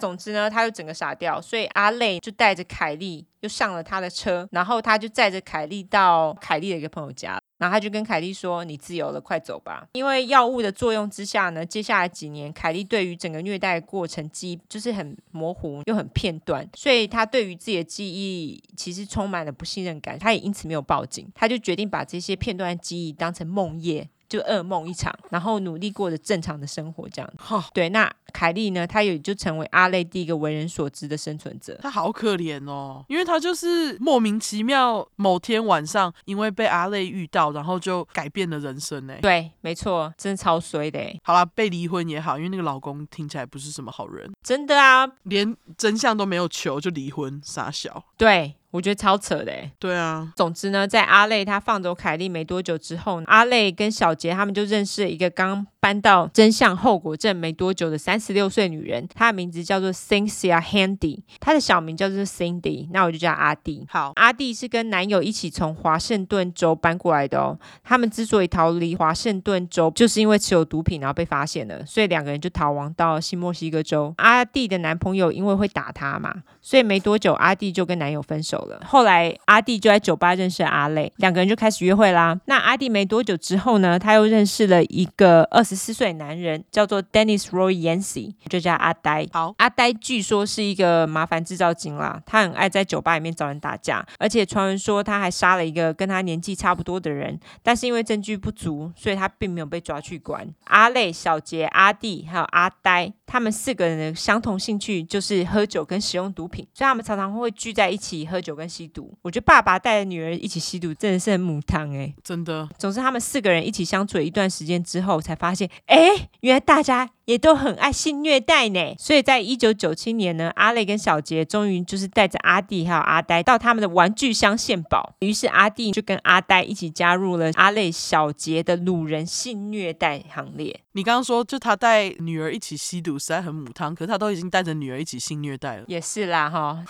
总之呢，他就整个傻掉，所以阿累就带着凯莉又上了他的车，然后他就载着凯莉到凯莉的一个朋友家。然后他就跟凯莉说：“你自由了，快走吧。”因为药物的作用之下呢，接下来几年，凯莉对于整个虐待的过程记忆就是很模糊又很片段，所以她对于自己的记忆其实充满了不信任感。她也因此没有报警，她就决定把这些片段记忆当成梦夜，就噩梦一场，然后努力过着正常的生活这样。
哈、
对，那凯莉呢，她也就成为阿累第一个为人所知的生存者。
他好可怜哦，因为他就是莫名其妙某天晚上，因为被阿累遇到，然后就改变了人生呢。
对，没错，真的超衰的欸，
好啦，被离婚也好，因为那个老公听起来不是什么好人，
真的啊，
连真相都没有求就离婚，傻小。
对我觉得超扯的欸。
对啊，
总之呢，在阿累他放走凯莉没多久之后，阿累跟小杰他们就认识了一个刚搬到真相后果镇没多久的三十六岁女人，她的名字叫做 Cynthia Handy，她的小名叫做 Cindy，那我就叫阿弟。
好，
阿弟是跟男友一起从华盛顿州搬过来的哦。他们之所以逃离华盛顿州，就是因为持有毒品然后被发现了，所以两个人就逃亡到新墨西哥州。阿弟的男朋友因为会打他嘛，所以没多久阿弟就跟男友分手了。后来阿弟就在酒吧认识了阿累，两个人就开始约会啦。那阿弟没多久之后呢，他又认识了一个二十四岁男人，叫做 Dennis Roy Yancey，就叫阿呆。
好，
阿呆据说是一个麻烦制造精啦，他很爱在酒吧里面找人打架，而且传闻说他还杀了一个跟他年纪差不多的人，但是因为证据不足，所以他并没有被抓去关。阿累、小杰、阿弟还有阿呆，他们四个人的相同兴趣就是喝酒跟使用毒品，所以他们常常会聚在一起喝酒跟吸毒。我觉得爸爸带着女儿一起吸毒真的是很母汤哎、
真的
总之，他们四个人一起相处了一段时间之后，才发现，哎，原来大家也都很爱性虐待呢。所以在一九九七年呢，阿累跟小杰终于就是带着阿弟还有阿呆到他们的玩具箱献宝。于是阿弟就跟阿呆一起加入了阿累、小杰的掳人性虐待行列。
你刚刚说，就他带女儿一起吸毒，实在很母汤，可是他都已经带着女儿一起性虐待了。
也是啦，哈，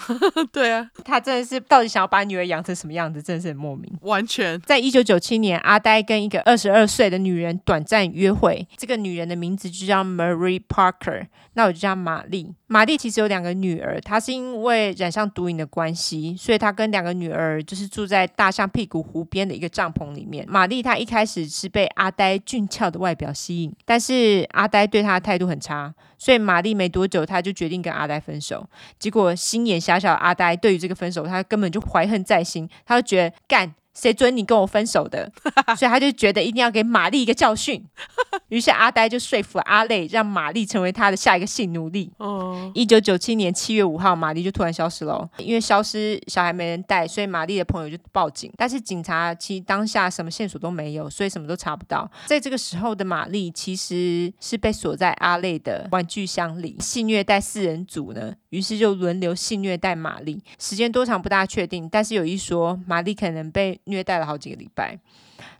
对啊，
他真的是到底想要把女儿养成什么样子，真的是很莫名。
完全
在一九九七年，阿呆跟一个二十二岁的女人短暂约会，这个女人的名字就叫 Marie Parker，那我就叫玛丽。玛丽其实有两个女儿，她是因为染上毒瘾的关系，所以她跟两个女儿就是住在大象屁股湖边的一个帐篷里面。玛丽她一开始是被阿呆俊俏的外表吸引，但是阿呆对她的态度很差，所以玛丽没多久她就决定跟阿呆分手。结果心眼狭小的阿呆对于这个分手，他根本就怀恨在心，他就觉得干。谁准你跟我分手的？所以他就觉得一定要给玛丽一个教训。于是阿呆就说服了阿累，让玛丽成为他的下一个性奴隶。
哦，
一九九七年七月五号，玛丽就突然消失了哦，因为消失小孩没人带，所以玛丽的朋友就报警，但是警察其实当下什么线索都没有，所以什么都查不到。在这个时候的玛丽其实是被锁在阿累的玩具箱里，性虐待四人组呢，于是就轮流性虐待玛丽，时间多长不大确定，但是有一说玛丽可能被虐待了好几个礼拜。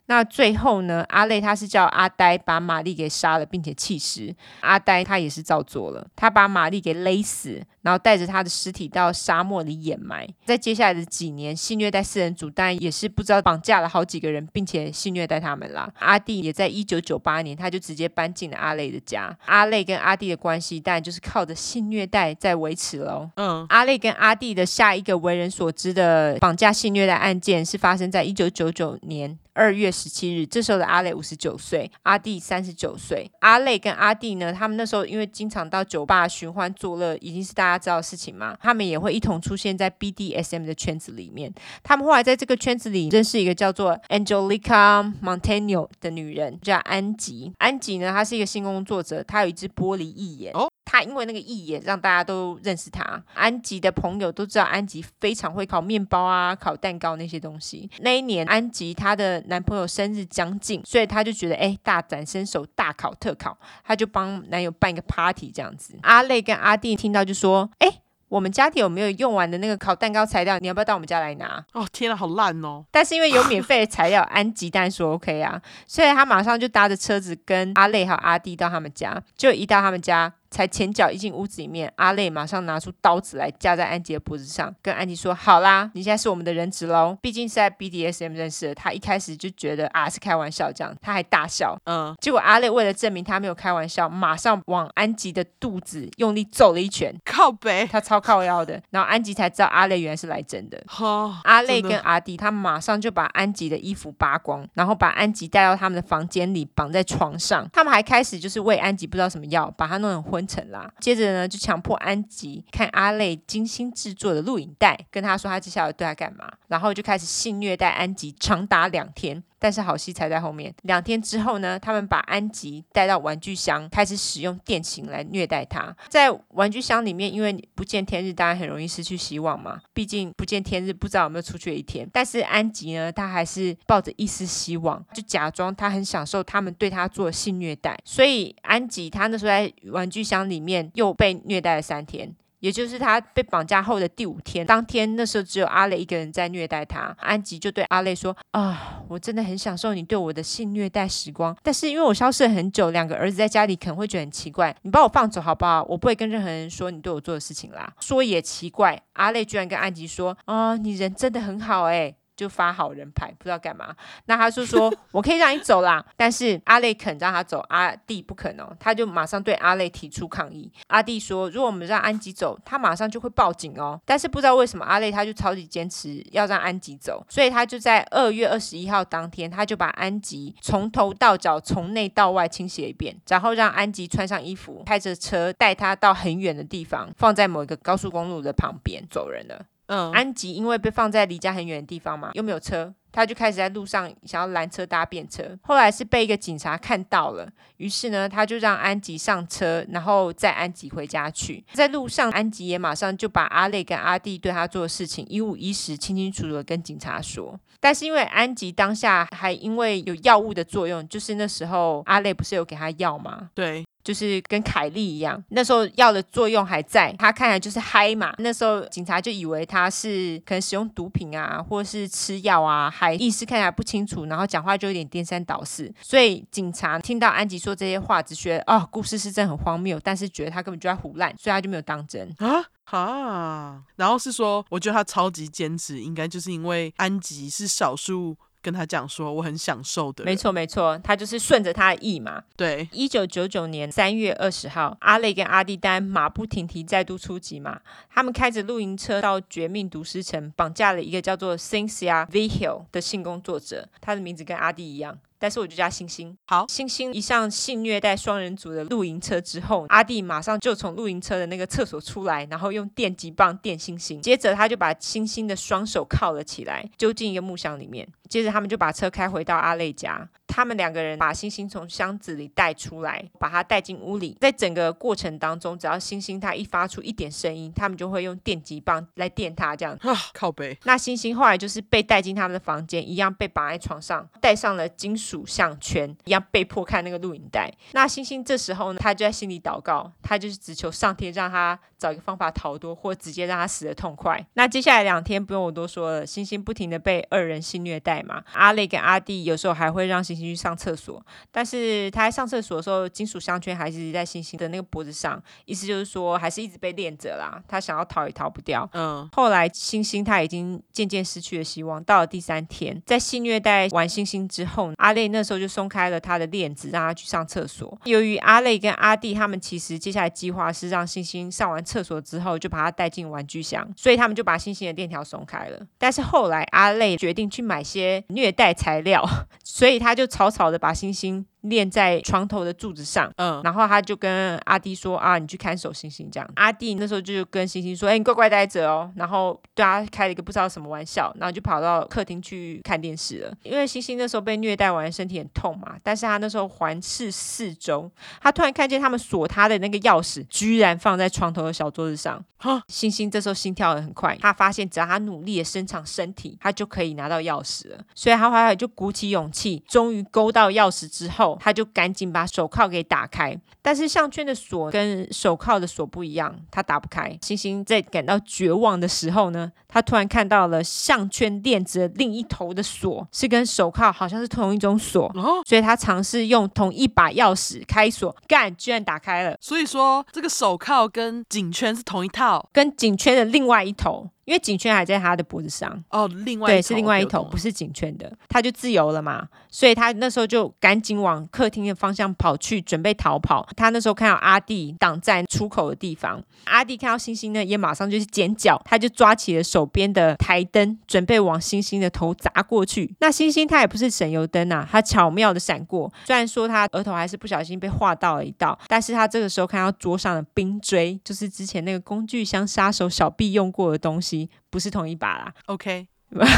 那最后呢，阿累他是叫阿呆把玛丽给杀了，并且弃尸。阿呆他也是照做了，他把玛丽给勒死，然后带着她的尸体到沙漠里掩埋。在接下来的几年，性虐待四人组当然也是不知道绑架了好几个人，并且性虐待他们啦。阿弟也在一九九八年，他就直接搬进了阿累的家。阿累跟阿弟的关系当然就是靠着性虐待在维持喽。
嗯，
阿累跟阿弟的下一个为人所知的绑架性虐待案件是发生在一九九九年。二月十七日，这时候的阿磊五十九岁，阿弟三十九岁。阿磊跟阿弟呢，他们那时候因为经常到酒吧寻欢作乐，已经是大家知道的事情嘛，他们也会一同出现在 BDSM 的圈子里面。他们后来在这个圈子里认识一个叫做 Angelica Montano 的女人，叫安吉。安吉呢，她是一个性工作者，她有一只玻璃义眼。
哦
她因为那个义眼，让大家都认识她。安吉的朋友都知道，安吉非常会烤面包啊、烤蛋糕那些东西。那一年，安吉她的男朋友生日将近，所以她就觉得，哎，大展身手，大烤特烤。她就帮男友办一个 party 这样子。阿累跟阿弟听到就说，哎。我们家里有没有用完的那个烤蛋糕材料？你要不要到我们家来拿？
哦，天啊，好烂哦！
但是因为有免费的材料，安吉当然说 OK 啊，所以他马上就搭着车子跟阿累还有阿弟到他们家。就一到他们家，才前脚一进屋子里面，阿累马上拿出刀子来架在安吉的脖子上，跟安吉说：“好啦，你现在是我们的人质喽。”毕竟是在 BDSM 认识的，他一开始就觉得啊是开玩笑这样，他还大笑。
嗯，
结果阿累为了证明他没有开玩笑，马上往安吉的肚子用力揍了一拳，
靠北，
他超靠腰的。然后安吉才知道阿累原来是来真的。
哈，
阿累
真
跟
的
阿弟，他马上就把安吉的衣服扒光，然后把安吉带到他们的房间里，绑在床上。他们还开始就是喂安吉不知道什么药，把他弄成昏沉啦。接着呢，就强迫安吉看阿累精心制作的录影带，跟他说他接下来对他干嘛，然后就开始性虐待安吉，长达两天。但是好戏才在后面。两天之后呢，他们把安吉带到玩具箱，开始使用电刑来虐待他。在玩具箱里面，因为你不见天日，当然很容易失去希望嘛。毕竟不见天日，不知道有没有出去的一天。但是安吉呢，他还是抱着一丝希望，就假装他很享受他们对他做的性虐待。所以安吉他那时候在玩具箱里面又被虐待了三天。也就是他被绑架后的第五天，当天那时候只有阿磊一个人在虐待他，安吉就对阿磊说：“啊，我真的很享受你对我的性虐待时光，但是因为我消失了很久，两个儿子在家里可能会觉得很奇怪，你把我放走好不好？我不会跟任何人说你对我做的事情啦。”说也奇怪，阿磊居然跟安吉说：“啊，你人真的很好诶、欸就发好人牌，不知道干嘛。那他就说：“我可以让你走啦。”但是阿累肯让他走，阿弟不肯哦，他就马上对阿累提出抗议。阿弟说：“如果我们让安吉走，他马上就会报警哦。”但是不知道为什么阿累他就超级坚持要让安吉走，所以他就在二月二十一号当天，他就把安吉从头到脚、从内到外清洗了一遍，然后让安吉穿上衣服，开着车带他到很远的地方，放在某一个高速公路的旁边走人了。
嗯，
安吉因为被放在离家很远的地方嘛，又没有车，他就开始在路上想要拦车搭便车。后来是被一个警察看到了，于是呢，他就让安吉上车，然后载安吉回家去。在路上，安吉也马上就把阿累跟阿弟对他做的事情一五一十、清清楚楚的跟警察说。但是因为安吉当下还因为有药物的作用，就是那时候阿累不是有给他药吗？
对，
就是跟凯莉一样，那时候药的作用还在，他看起来就是嗨嘛。那时候警察就以为他是可能使用毒品啊，或是吃药啊，还意识看起来不清楚，然后讲话就有点颠三倒四。所以警察听到安吉说这些话，只觉得哦，故事是真的很荒谬，但是觉得他根本就在胡乱，所以他就没有当真。
啊哈，然后是说，我觉得他超级坚持，应该就是因为安吉是少数跟他讲说我很享受的人，
没错没错，他就是顺着他的意嘛。
对，
一九九九年三月二十号，阿累跟阿蒂丹马不停蹄再度出击嘛。他们开着露营车到绝命毒师城，绑架了一个叫做 Cynthia v i h i l 的性工作者，她的名字跟阿蒂一样。但是我就叫她星星。
好
星星一上性虐待双人组的露营车之后，阿弟马上就从露营车的那个厕所出来，然后用电击棒电星星。接着他就把星星的双手铐了起来，揪进一个木箱里面。接着他们就把车开回到阿累家。他们两个人把星星从箱子里带出来，把它带进屋里。在整个过程当中，只要星星它一发出一点声音，他们就会用电击棒来电它，这样
啊，靠背，
那星星后来就是被带进他们的房间，一样被绑在床上，戴上了金属项圈，一样被迫看那个录影带。那星星这时候呢，他就在心里祷告，他就是只求上天让他找一个方法逃脱，或直接让他死的痛快。那接下来两天不用我多说了，星星不停的被二人性虐待嘛，阿累跟阿弟有时候还会让星星去上厕所，但是他在上厕所的时候，金属项圈还是在星星的那个脖子上，意思就是说还是一直被链着啦，他想要逃也逃不掉。
嗯，
后来星星他已经渐渐失去了希望，到了第三天，在性虐待完星星之后，阿累那时候就松开了他的链子，让他去上厕所。由于阿累跟阿弟他们其实接下来计划是让星星上完厕所之后就把他带进玩具箱，所以他们就把星星的链条松开了。但是后来阿累决定去买些虐待材料， 所以他就草草的把星星链在床头的柱子上。
嗯，
然后他就跟阿弟说啊，你去看守星星这样。阿弟那时候就跟星星说，哎、你乖乖待着哦。然后对他开了一个不知道什么玩笑，然后就跑到客厅去看电视了。因为星星那时候被虐待完，身体很痛嘛，但是他那时候环视四周，他突然看见他们锁他的那个钥匙居然放在床头的小桌子上
哈。
星星这时候心跳得很快，他发现只要他努力的伸长身体，他就可以拿到钥匙了。所以他后来就鼓起勇气，终于勾到钥匙之后，他就赶紧把手铐给打开。但是项圈的锁跟手铐的锁不一样，它打不开。星星在感到绝望的时候呢，他突然看到了项圈链子的另一头的锁是跟手铐好像是同一种锁，
哦，
所以他尝试用同一把钥匙开锁，干，居然打开了。
所以说这个手铐跟颈圈是同一套
跟颈圈的另外一头，因为颈圈还在他的脖子上，
哦，另外一
对，
头嗯
是另外一
OK，我
头，
懂
不是颈圈的，他就自由了嘛，所以他那时候就赶紧往客厅的方向跑去，准备逃跑。他那时候看到阿弟挡在出口的地方，阿弟看到星星呢，也马上就去捡脚，他就抓起了手边的台灯，准备往星星的头砸过去。那星星他也不是省油灯啊，他巧妙的闪过，虽然说他额头还是不小心被划到了一道，但是他这个时候看到桌上的冰锥，就是之前那个工具箱杀手小毕用过的东西，不是同一把啦。
OK，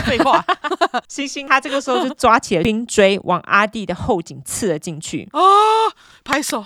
废话
星星他这个时候就抓起了冰锥，往阿弟的后颈刺了进去。
哦，拍手，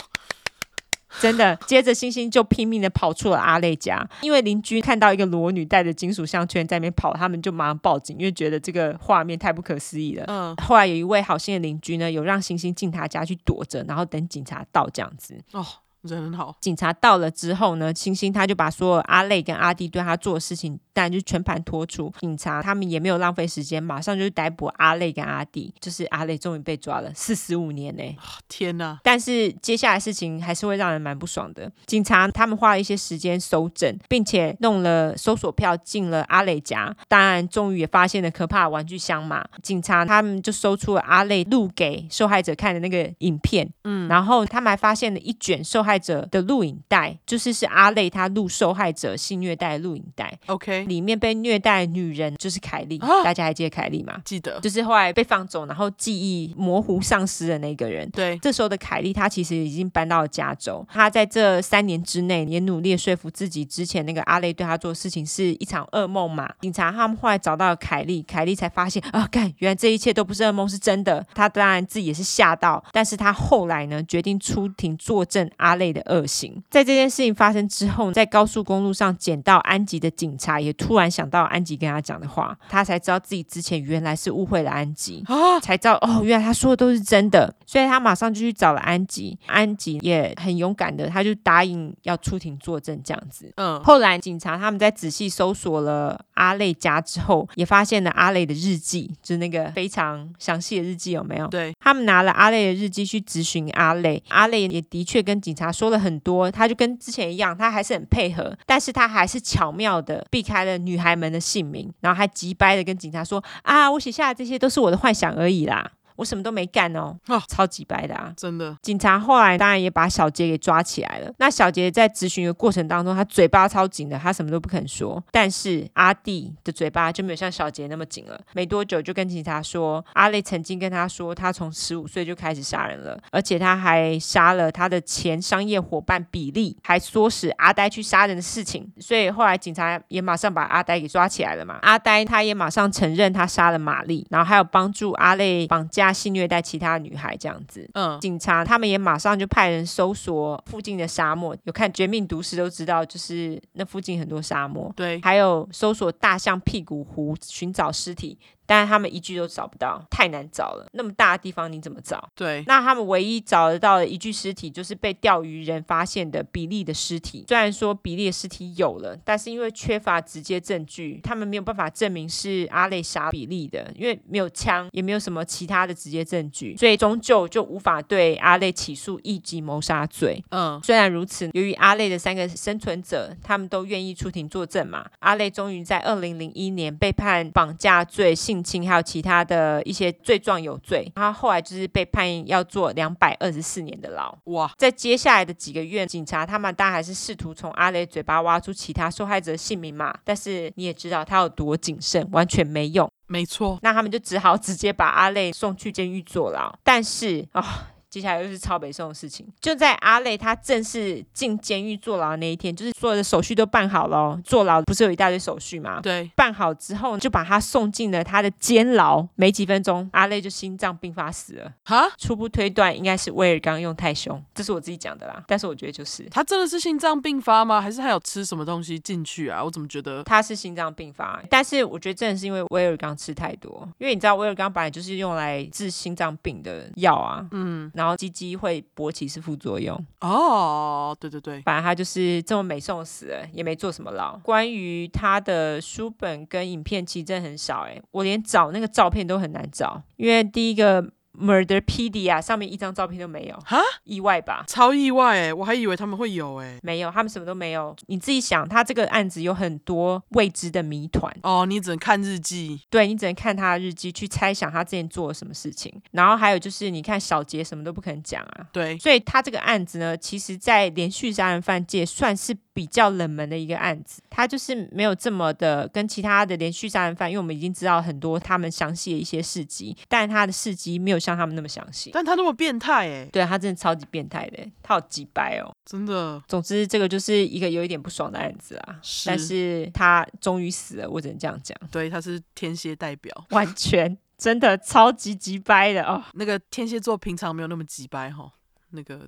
真的，接着星星就拼命的跑出了阿累家，因为邻居看到一个裸女带着金属项圈在那边跑，他们就马上报警，因为觉得这个画面太不可思议了。
嗯，
后来有一位好心的邻居呢，有让星星进他家去躲着，然后等警察到这样子。
哦，人很好，
警察到了之后呢，星星他就把所有阿累跟阿弟对他做的事情，当然就全盘托出。警察他们也没有浪费时间，马上就逮捕阿累跟阿弟。就是阿累终于被抓了，四十五年呢、
天哪，
但是接下来事情还是会让人蛮不爽的。警察他们花了一些时间搜证，并且弄了搜索票进了阿磊家，当然终于也发现了可怕的玩具箱嘛。警察他们就搜出了阿磊录给受害者看的那个影片，嗯，然后他们还发现了一卷受害者的录影带，就是是阿磊他录受害者性虐待的录影带，
，OK，
里面被虐待的女人就是凯莉，
啊
大家还记得凯莉吗？
记得，
就是后来被放走，然后记忆模糊丧失的那个人，
对，
这时候的凯莉，她其实已经搬到了加州。她在这三年之内，也努力地说服自己，之前那个阿雷对她做的事情是一场噩梦嘛。警察他们后来找到了凯莉，凯莉才发现啊，干，原来这一切都不是噩梦，是真的。她当然自己也是吓到，但是她后来呢，决定出庭作证阿雷的恶行。在这件事情发生之后，在高速公路上捡到安吉的警察，也突然想到安吉跟他讲的话，他才知道自己之前原来是误会了安吉。
啊，
才知道哦，原来他说的都是真的，所以他马上就去找了安吉，安吉也很勇敢的，他就答应要出庭作证这样子。
嗯，
后来警察他们在仔细搜索了阿累家之后，也发现了阿累的日记，就是那个非常详细的日记，有没有？
对，
他们拿了阿累的日记去质询阿累，阿累也的确跟警察说了很多，他就跟之前一样，他还是很配合，但是他还是巧妙的避开了女孩们的姓名，然后还急掰的跟警察说啊，我写下的这些都是我的幻想而已啦，我什么都没干哦，
哦
超级掰的啊。
真的，
警察后来当然也把小杰给抓起来了。那小杰在质询的过程当中，他嘴巴超紧的，他什么都不肯说。但是阿弟的嘴巴就没有像小杰那么紧了。没多久就跟警察说，阿累曾经跟他说，他从十五岁就开始杀人了，而且他还杀了他的前商业伙伴比利，还唆使阿呆去杀人的事情。所以后来警察也马上把阿呆给抓起来了嘛。阿呆他也马上承认他杀了玛丽，然后还有帮助阿累绑架、性虐待其他女孩这样子。
嗯，
警察他们也马上就派人搜索附近的沙漠，有看《绝命毒师》都知道，就是那附近很多沙漠，
对，
还有搜索大象屁股湖寻找尸体，但是他们一具都找不到，太难找了。那么大的地方你怎么找？
对，
那他们唯一找得到的一具尸体，就是被钓鱼人发现的比利的尸体。虽然说比利的尸体有了，但是因为缺乏直接证据，他们没有办法证明是阿累杀比利的，因为没有枪，也没有什么其他的直接证据，所以终究就无法对阿累起诉一级谋杀罪。
嗯，
虽然如此，由于阿累的三个生存者，他们都愿意出庭作证嘛，阿累终于在二零零一年被判绑架罪、性性侵，还有其他的一些罪状有罪。他后来就是被判要坐两百二十四年的牢。
哇，
在接下来的几个月，警察他们当然还是试图从阿雷嘴巴挖出其他受害者的姓名嘛，但是你也知道他有多谨慎，完全没用。
没错，
那他们就只好直接把阿累送去监狱坐牢。但是啊、哦接下来又是超北宋的事情。就在阿累他正式进监狱坐牢的那一天，就是所有的手续都办好了哦，坐牢不是有一大堆手续吗？
对，
办好之后，就把他送进了他的监牢。没几分钟，阿累就心脏病发死了。
哈，
初步推断应该是威尔刚用太凶，这是我自己讲的啦。但是我觉得就是
他真的是心脏病发吗？还是还有吃什么东西进去啊？我怎么觉得
他是心脏病发，但是我觉得真的是因为威尔刚吃太多，因为你知道威尔刚本来就是用来治心脏病的药啊，嗯，然后鸡鸡会勃起是副作用，
哦，对对对，
反正他就是这么美送死了，也没坐什么牢。关于他的书本跟影片其实真的很少哎、我连找那个照片都很难找，因为第一个 Murderpedia 上面一张照片都没有，
哈，
意外吧？
超意外哎，我还以为他们会有哎。
没有，他们什么都没有。你自己想，他这个案子有很多未知的谜团，
哦，你只能看日记，
对你只能看他的日记去猜想他之前做了什么事情。然后还有就是，你看小杰什么都不肯讲啊。
对，
所以他这个案子呢，其实，在连续杀人犯界算是比较冷门的一个案子。他就是没有这么的跟其他的连续杀人犯，因为我们已经知道很多他们详细的一些事迹，但他的事迹没有像他们那么详细。
但他那么变态哎，
对啊他真的超级变态的，他好鸡掰哦。
真的
总之，这个就是一个有一点不爽的案子啊。
是
但是他终于死了，我只能这样讲，
对，他是天蝎代表。
完全真的超级鸡掰的哦，
那个天蝎座平常没有那么急掰吼，那个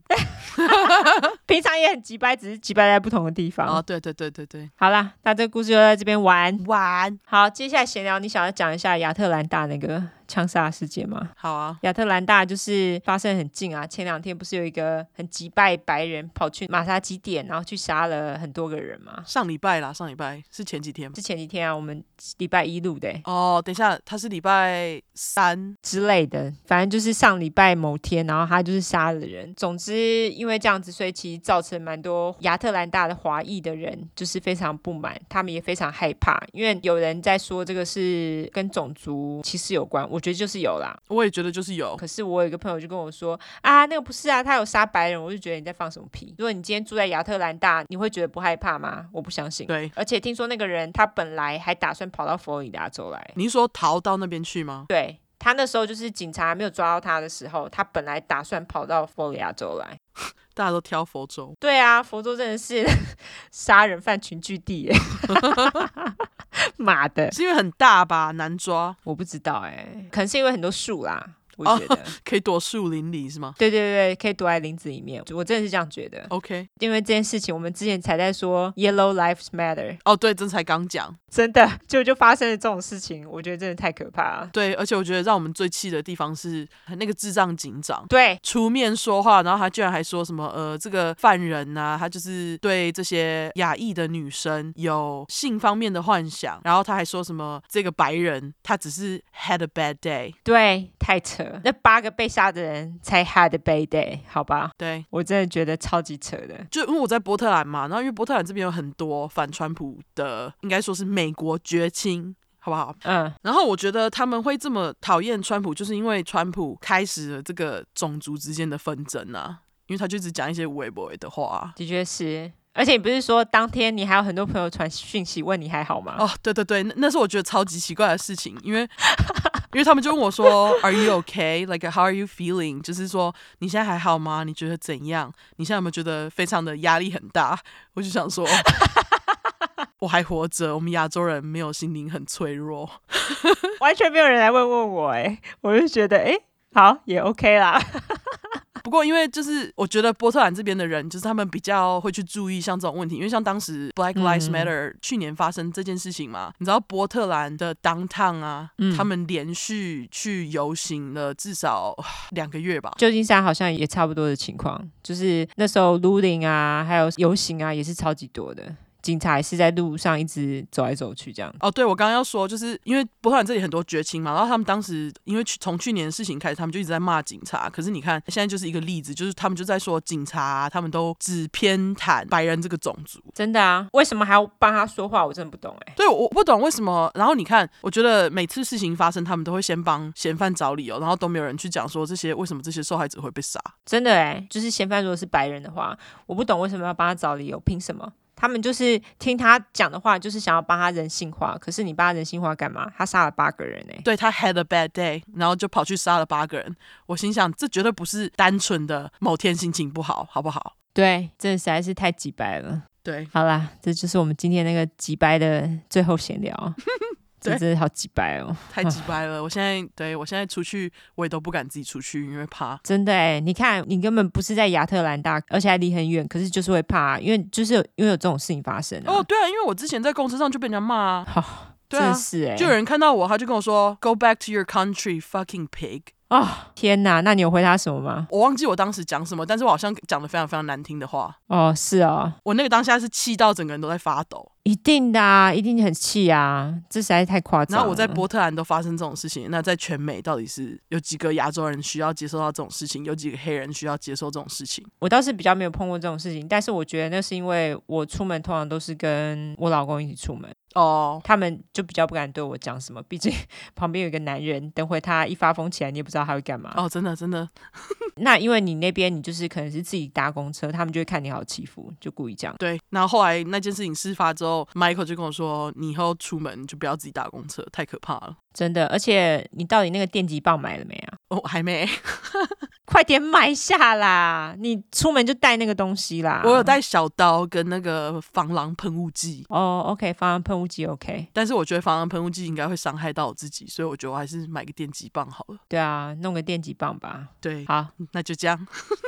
平常也很鸡掰，只是鸡掰在不同的地方。
啊，对对对对对，
好啦，那这个故事就在这边完。
玩
好，接下来闲聊，你想要讲一下亚特兰大那个枪杀事件吗？
好啊，
亚特兰大就是发生很近啊，前两天不是有一个很击败白人跑去马杀鸡店，然后去杀了很多个人吗？
上礼拜啦，上礼拜是前几天吗
是前几天啊，我们礼拜一录的欸、
哦，等一下，他是礼拜三，
之类的，反正就是上礼拜某天，然后他就是杀了人。总之，因为这样子，所以其实造成蛮多亚特兰大的华裔的人就是非常不满，他们也非常害怕，因为有人在说这个是跟种族歧视有关，我觉得就是有啦。
我也觉得就是有，
可是我有一个朋友就跟我说啊，那个不是啊，他有杀白人，我就觉得你在放什么屁。如果你今天住在亚特兰大，你会觉得不害怕吗？我不相信。
对，
而且听说那个人他本来还打算跑到佛罗里达州来，
你是说逃到那边去吗？
对他那时候就是警察没有抓到他的时候，他本来打算跑到佛罗里达州来。
大家都挑佛州，
对啊，佛州真的是 杀人犯群聚地耶！ 妈的，
是因为很大吧，难抓，
我不知道哎、可能是因为很多树啦，我觉得。
可以躲树林里是吗
对对对，可以躲在林子里面，我真的是这样觉得。
？OK，
因为这件事情，我们之前才在说 Yellow Lives Matter，
哦，对，这才刚讲，
真的就就发生了这种事情，我觉得真的太可怕了。
对，而且我觉得让我们最气的地方是那个智障警长。
对，
出面说话，然后他居然还说什么呃，这个犯人呐、他就是对这些亚裔的女生有性方面的幻想，然后他还说什么这个白人他只是 had a bad day，
对，太扯了！那八个被杀的人才 had a bad day，好吧？
对。
我真的觉得超级扯的。
就因为我在波特兰嘛，然后因为波特兰这边有很多反川普的，应该说是美国绝亲，好不好？
嗯，
然后我觉得他们会这么讨厌川普，就是因为川普开始了这个种族之间的纷争啊，因为他就只讲一些微博的话啊、
的确是。而且你不是说当天你还有很多朋友传讯息问你还好吗？
哦，对对对，那那是我觉得超级奇怪的事情，因为因为他们就问我说 “Are you okay? Like how are you feeling？” 就是说你现在还好吗？你觉得怎样？你现在有没有觉得非常的压力很大？我就想说。我还活着，我们亚洲人没有心灵很脆弱，
完全没有人来问问我、欸，哎，我就觉得，哎、好，也 OK 啦。
不过，因为就是我觉得波特兰这边的人，就是他们比较会去注意像这种问题，因为像当时 Black Lives
嗯
Matter、去年发生这件事情嘛，你知道波特兰的 downtown 啊，
嗯
他们连续去游行了至少呃两个月吧。
旧金山好像也差不多的情况，就是那时候 looting 啊，还有游行啊，也是超级多的。警察也是在路上一直走来走去这样。
哦，对，我刚刚要说，就是因为波特兰这里很多绝情嘛，然后他们当时因为去从去年的事情开始，他们就一直在骂警察。可是你看，现在就是一个例子，就是他们就在说警察啊、他们都只偏袒白人这个种族。
真的啊，为什么还要帮他说话？我真的不懂哎、
对，我不懂为什么。然后你看，我觉得每次事情发生，他们都会先帮嫌犯找理由，然后都没有人去讲说这些为什么这些受害者会被杀。
真的哎、就是嫌犯如果是白人的话，我不懂为什么要帮他找理由，凭什么？他们就是听他讲的话，就是想要帮他人性化。可是你帮他人性化干嘛？他杀了八个人哎、
对他 had a bad day，然后就跑去杀了八个人。我心想，这绝对不是单纯的某天心情不好，好不好？
对，真的实在是太几白了。
对，
好啦，这就是我们今天那个几白的最后 闲聊。
对
这真的好几白哦，
太鸡掰了。我现在对我现在出去，我也都不敢自己出去，因为怕。
真的哎！你看，你根本不是在亚特兰大，而且还离很远，可是就是会怕，因为就是有因为有这种事情发生、啊。
哦，，对啊，因为我之前在公车上就被人家骂啊，
好、
对啊
真是哎，
就有人看到我，他就跟我说 “Go back to your country, fucking pig”。
啊、天哪！那你有回他什么吗？
我忘记我当时讲什么，但是我好像讲的非常非常难听的话。
哦，是哦，
我那个当下是气到整个人都在发抖，
一定的啊，一定很气啊，这实在是太夸张了。
然后我在波特兰都发生这种事情，那在全美到底是有几个亚洲人需要接受到这种事情，有几个黑人需要接受这种事情？
我倒是比较没有碰过这种事情，但是我觉得那是因为我出门通常都是跟我老公一起出门，
哦，
他们就比较不敢对我讲什么， 毕竟旁边有一个男人，等会他一发疯起来，你也不知道他会干嘛。
哦，真的真的，
那因为你那边你就是可能是自己搭公车，他们就会看你好欺负，就故意这样。
对。然后后来那件事情事发之后，Michael 就跟我说，你以后出门就不要自己搭公车，太可怕了。
真的，而且你到底那个电击棒买了没啊？
哦，还没，
快点买下啦！你出门就带那个东西啦。
我有。带小刀跟那个防狼喷雾剂，
哦、o k 方案喷雾剂 OK。
但是我觉得防狼喷雾剂应该会伤害到我自己，所以我觉得我还是买个电击棒好了。
对啊，弄个电击棒吧。
对，
好，
那就这样。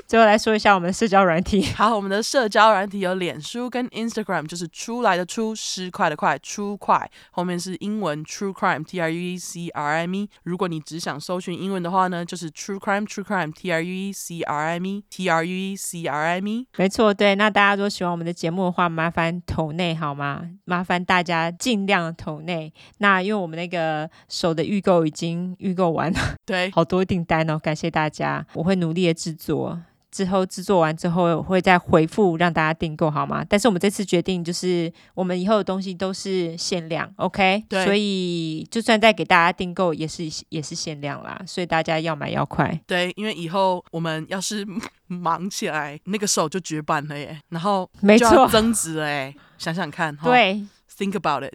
最后来说一下我们的社交软体。
好，我们的社交软体有脸书跟 Instagram，就是出来的出，失快的快，出快，后面是英文 True Crime T R U E C R I M E。如果你只想搜寻英文的话呢，就是 True Crime True Crime T R U E C R I M E T R U E C R I M E。
没错，对。那大家如果喜欢我们的节目的话，麻烦投内好吗？麻烦大家尽量投内。那因为我们那个手的预购已经预购完了，
对，
好多订单哦，感谢大家，我会努力的制作。之后制作完之后，我会再回复让大家订购，好吗？但是我们这次决定就是，我们以后的东西都是限量，OK？
对
所以就算再给大家订购，也是也是限量啦，所以大家要买要快。
对，因为以后我们要是忙起来，那个手就绝版了耶，然后
没
就要
错，
增值了耶，想想看，哈
对，
，Think about it。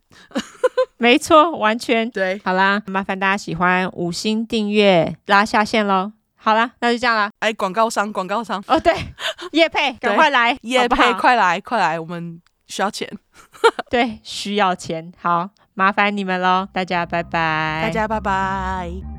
没错，完全
对，
好啦，麻烦大家喜欢五星订阅拉下线喽。好啦，那就这样啦。
哎，广告商，广告商，
哦，对，叶佩，赶快来，
耶
好不
配，
好
快来，快来，我们需要钱，
对，需要钱，好，麻烦你们喽，大家拜拜，
大家拜拜。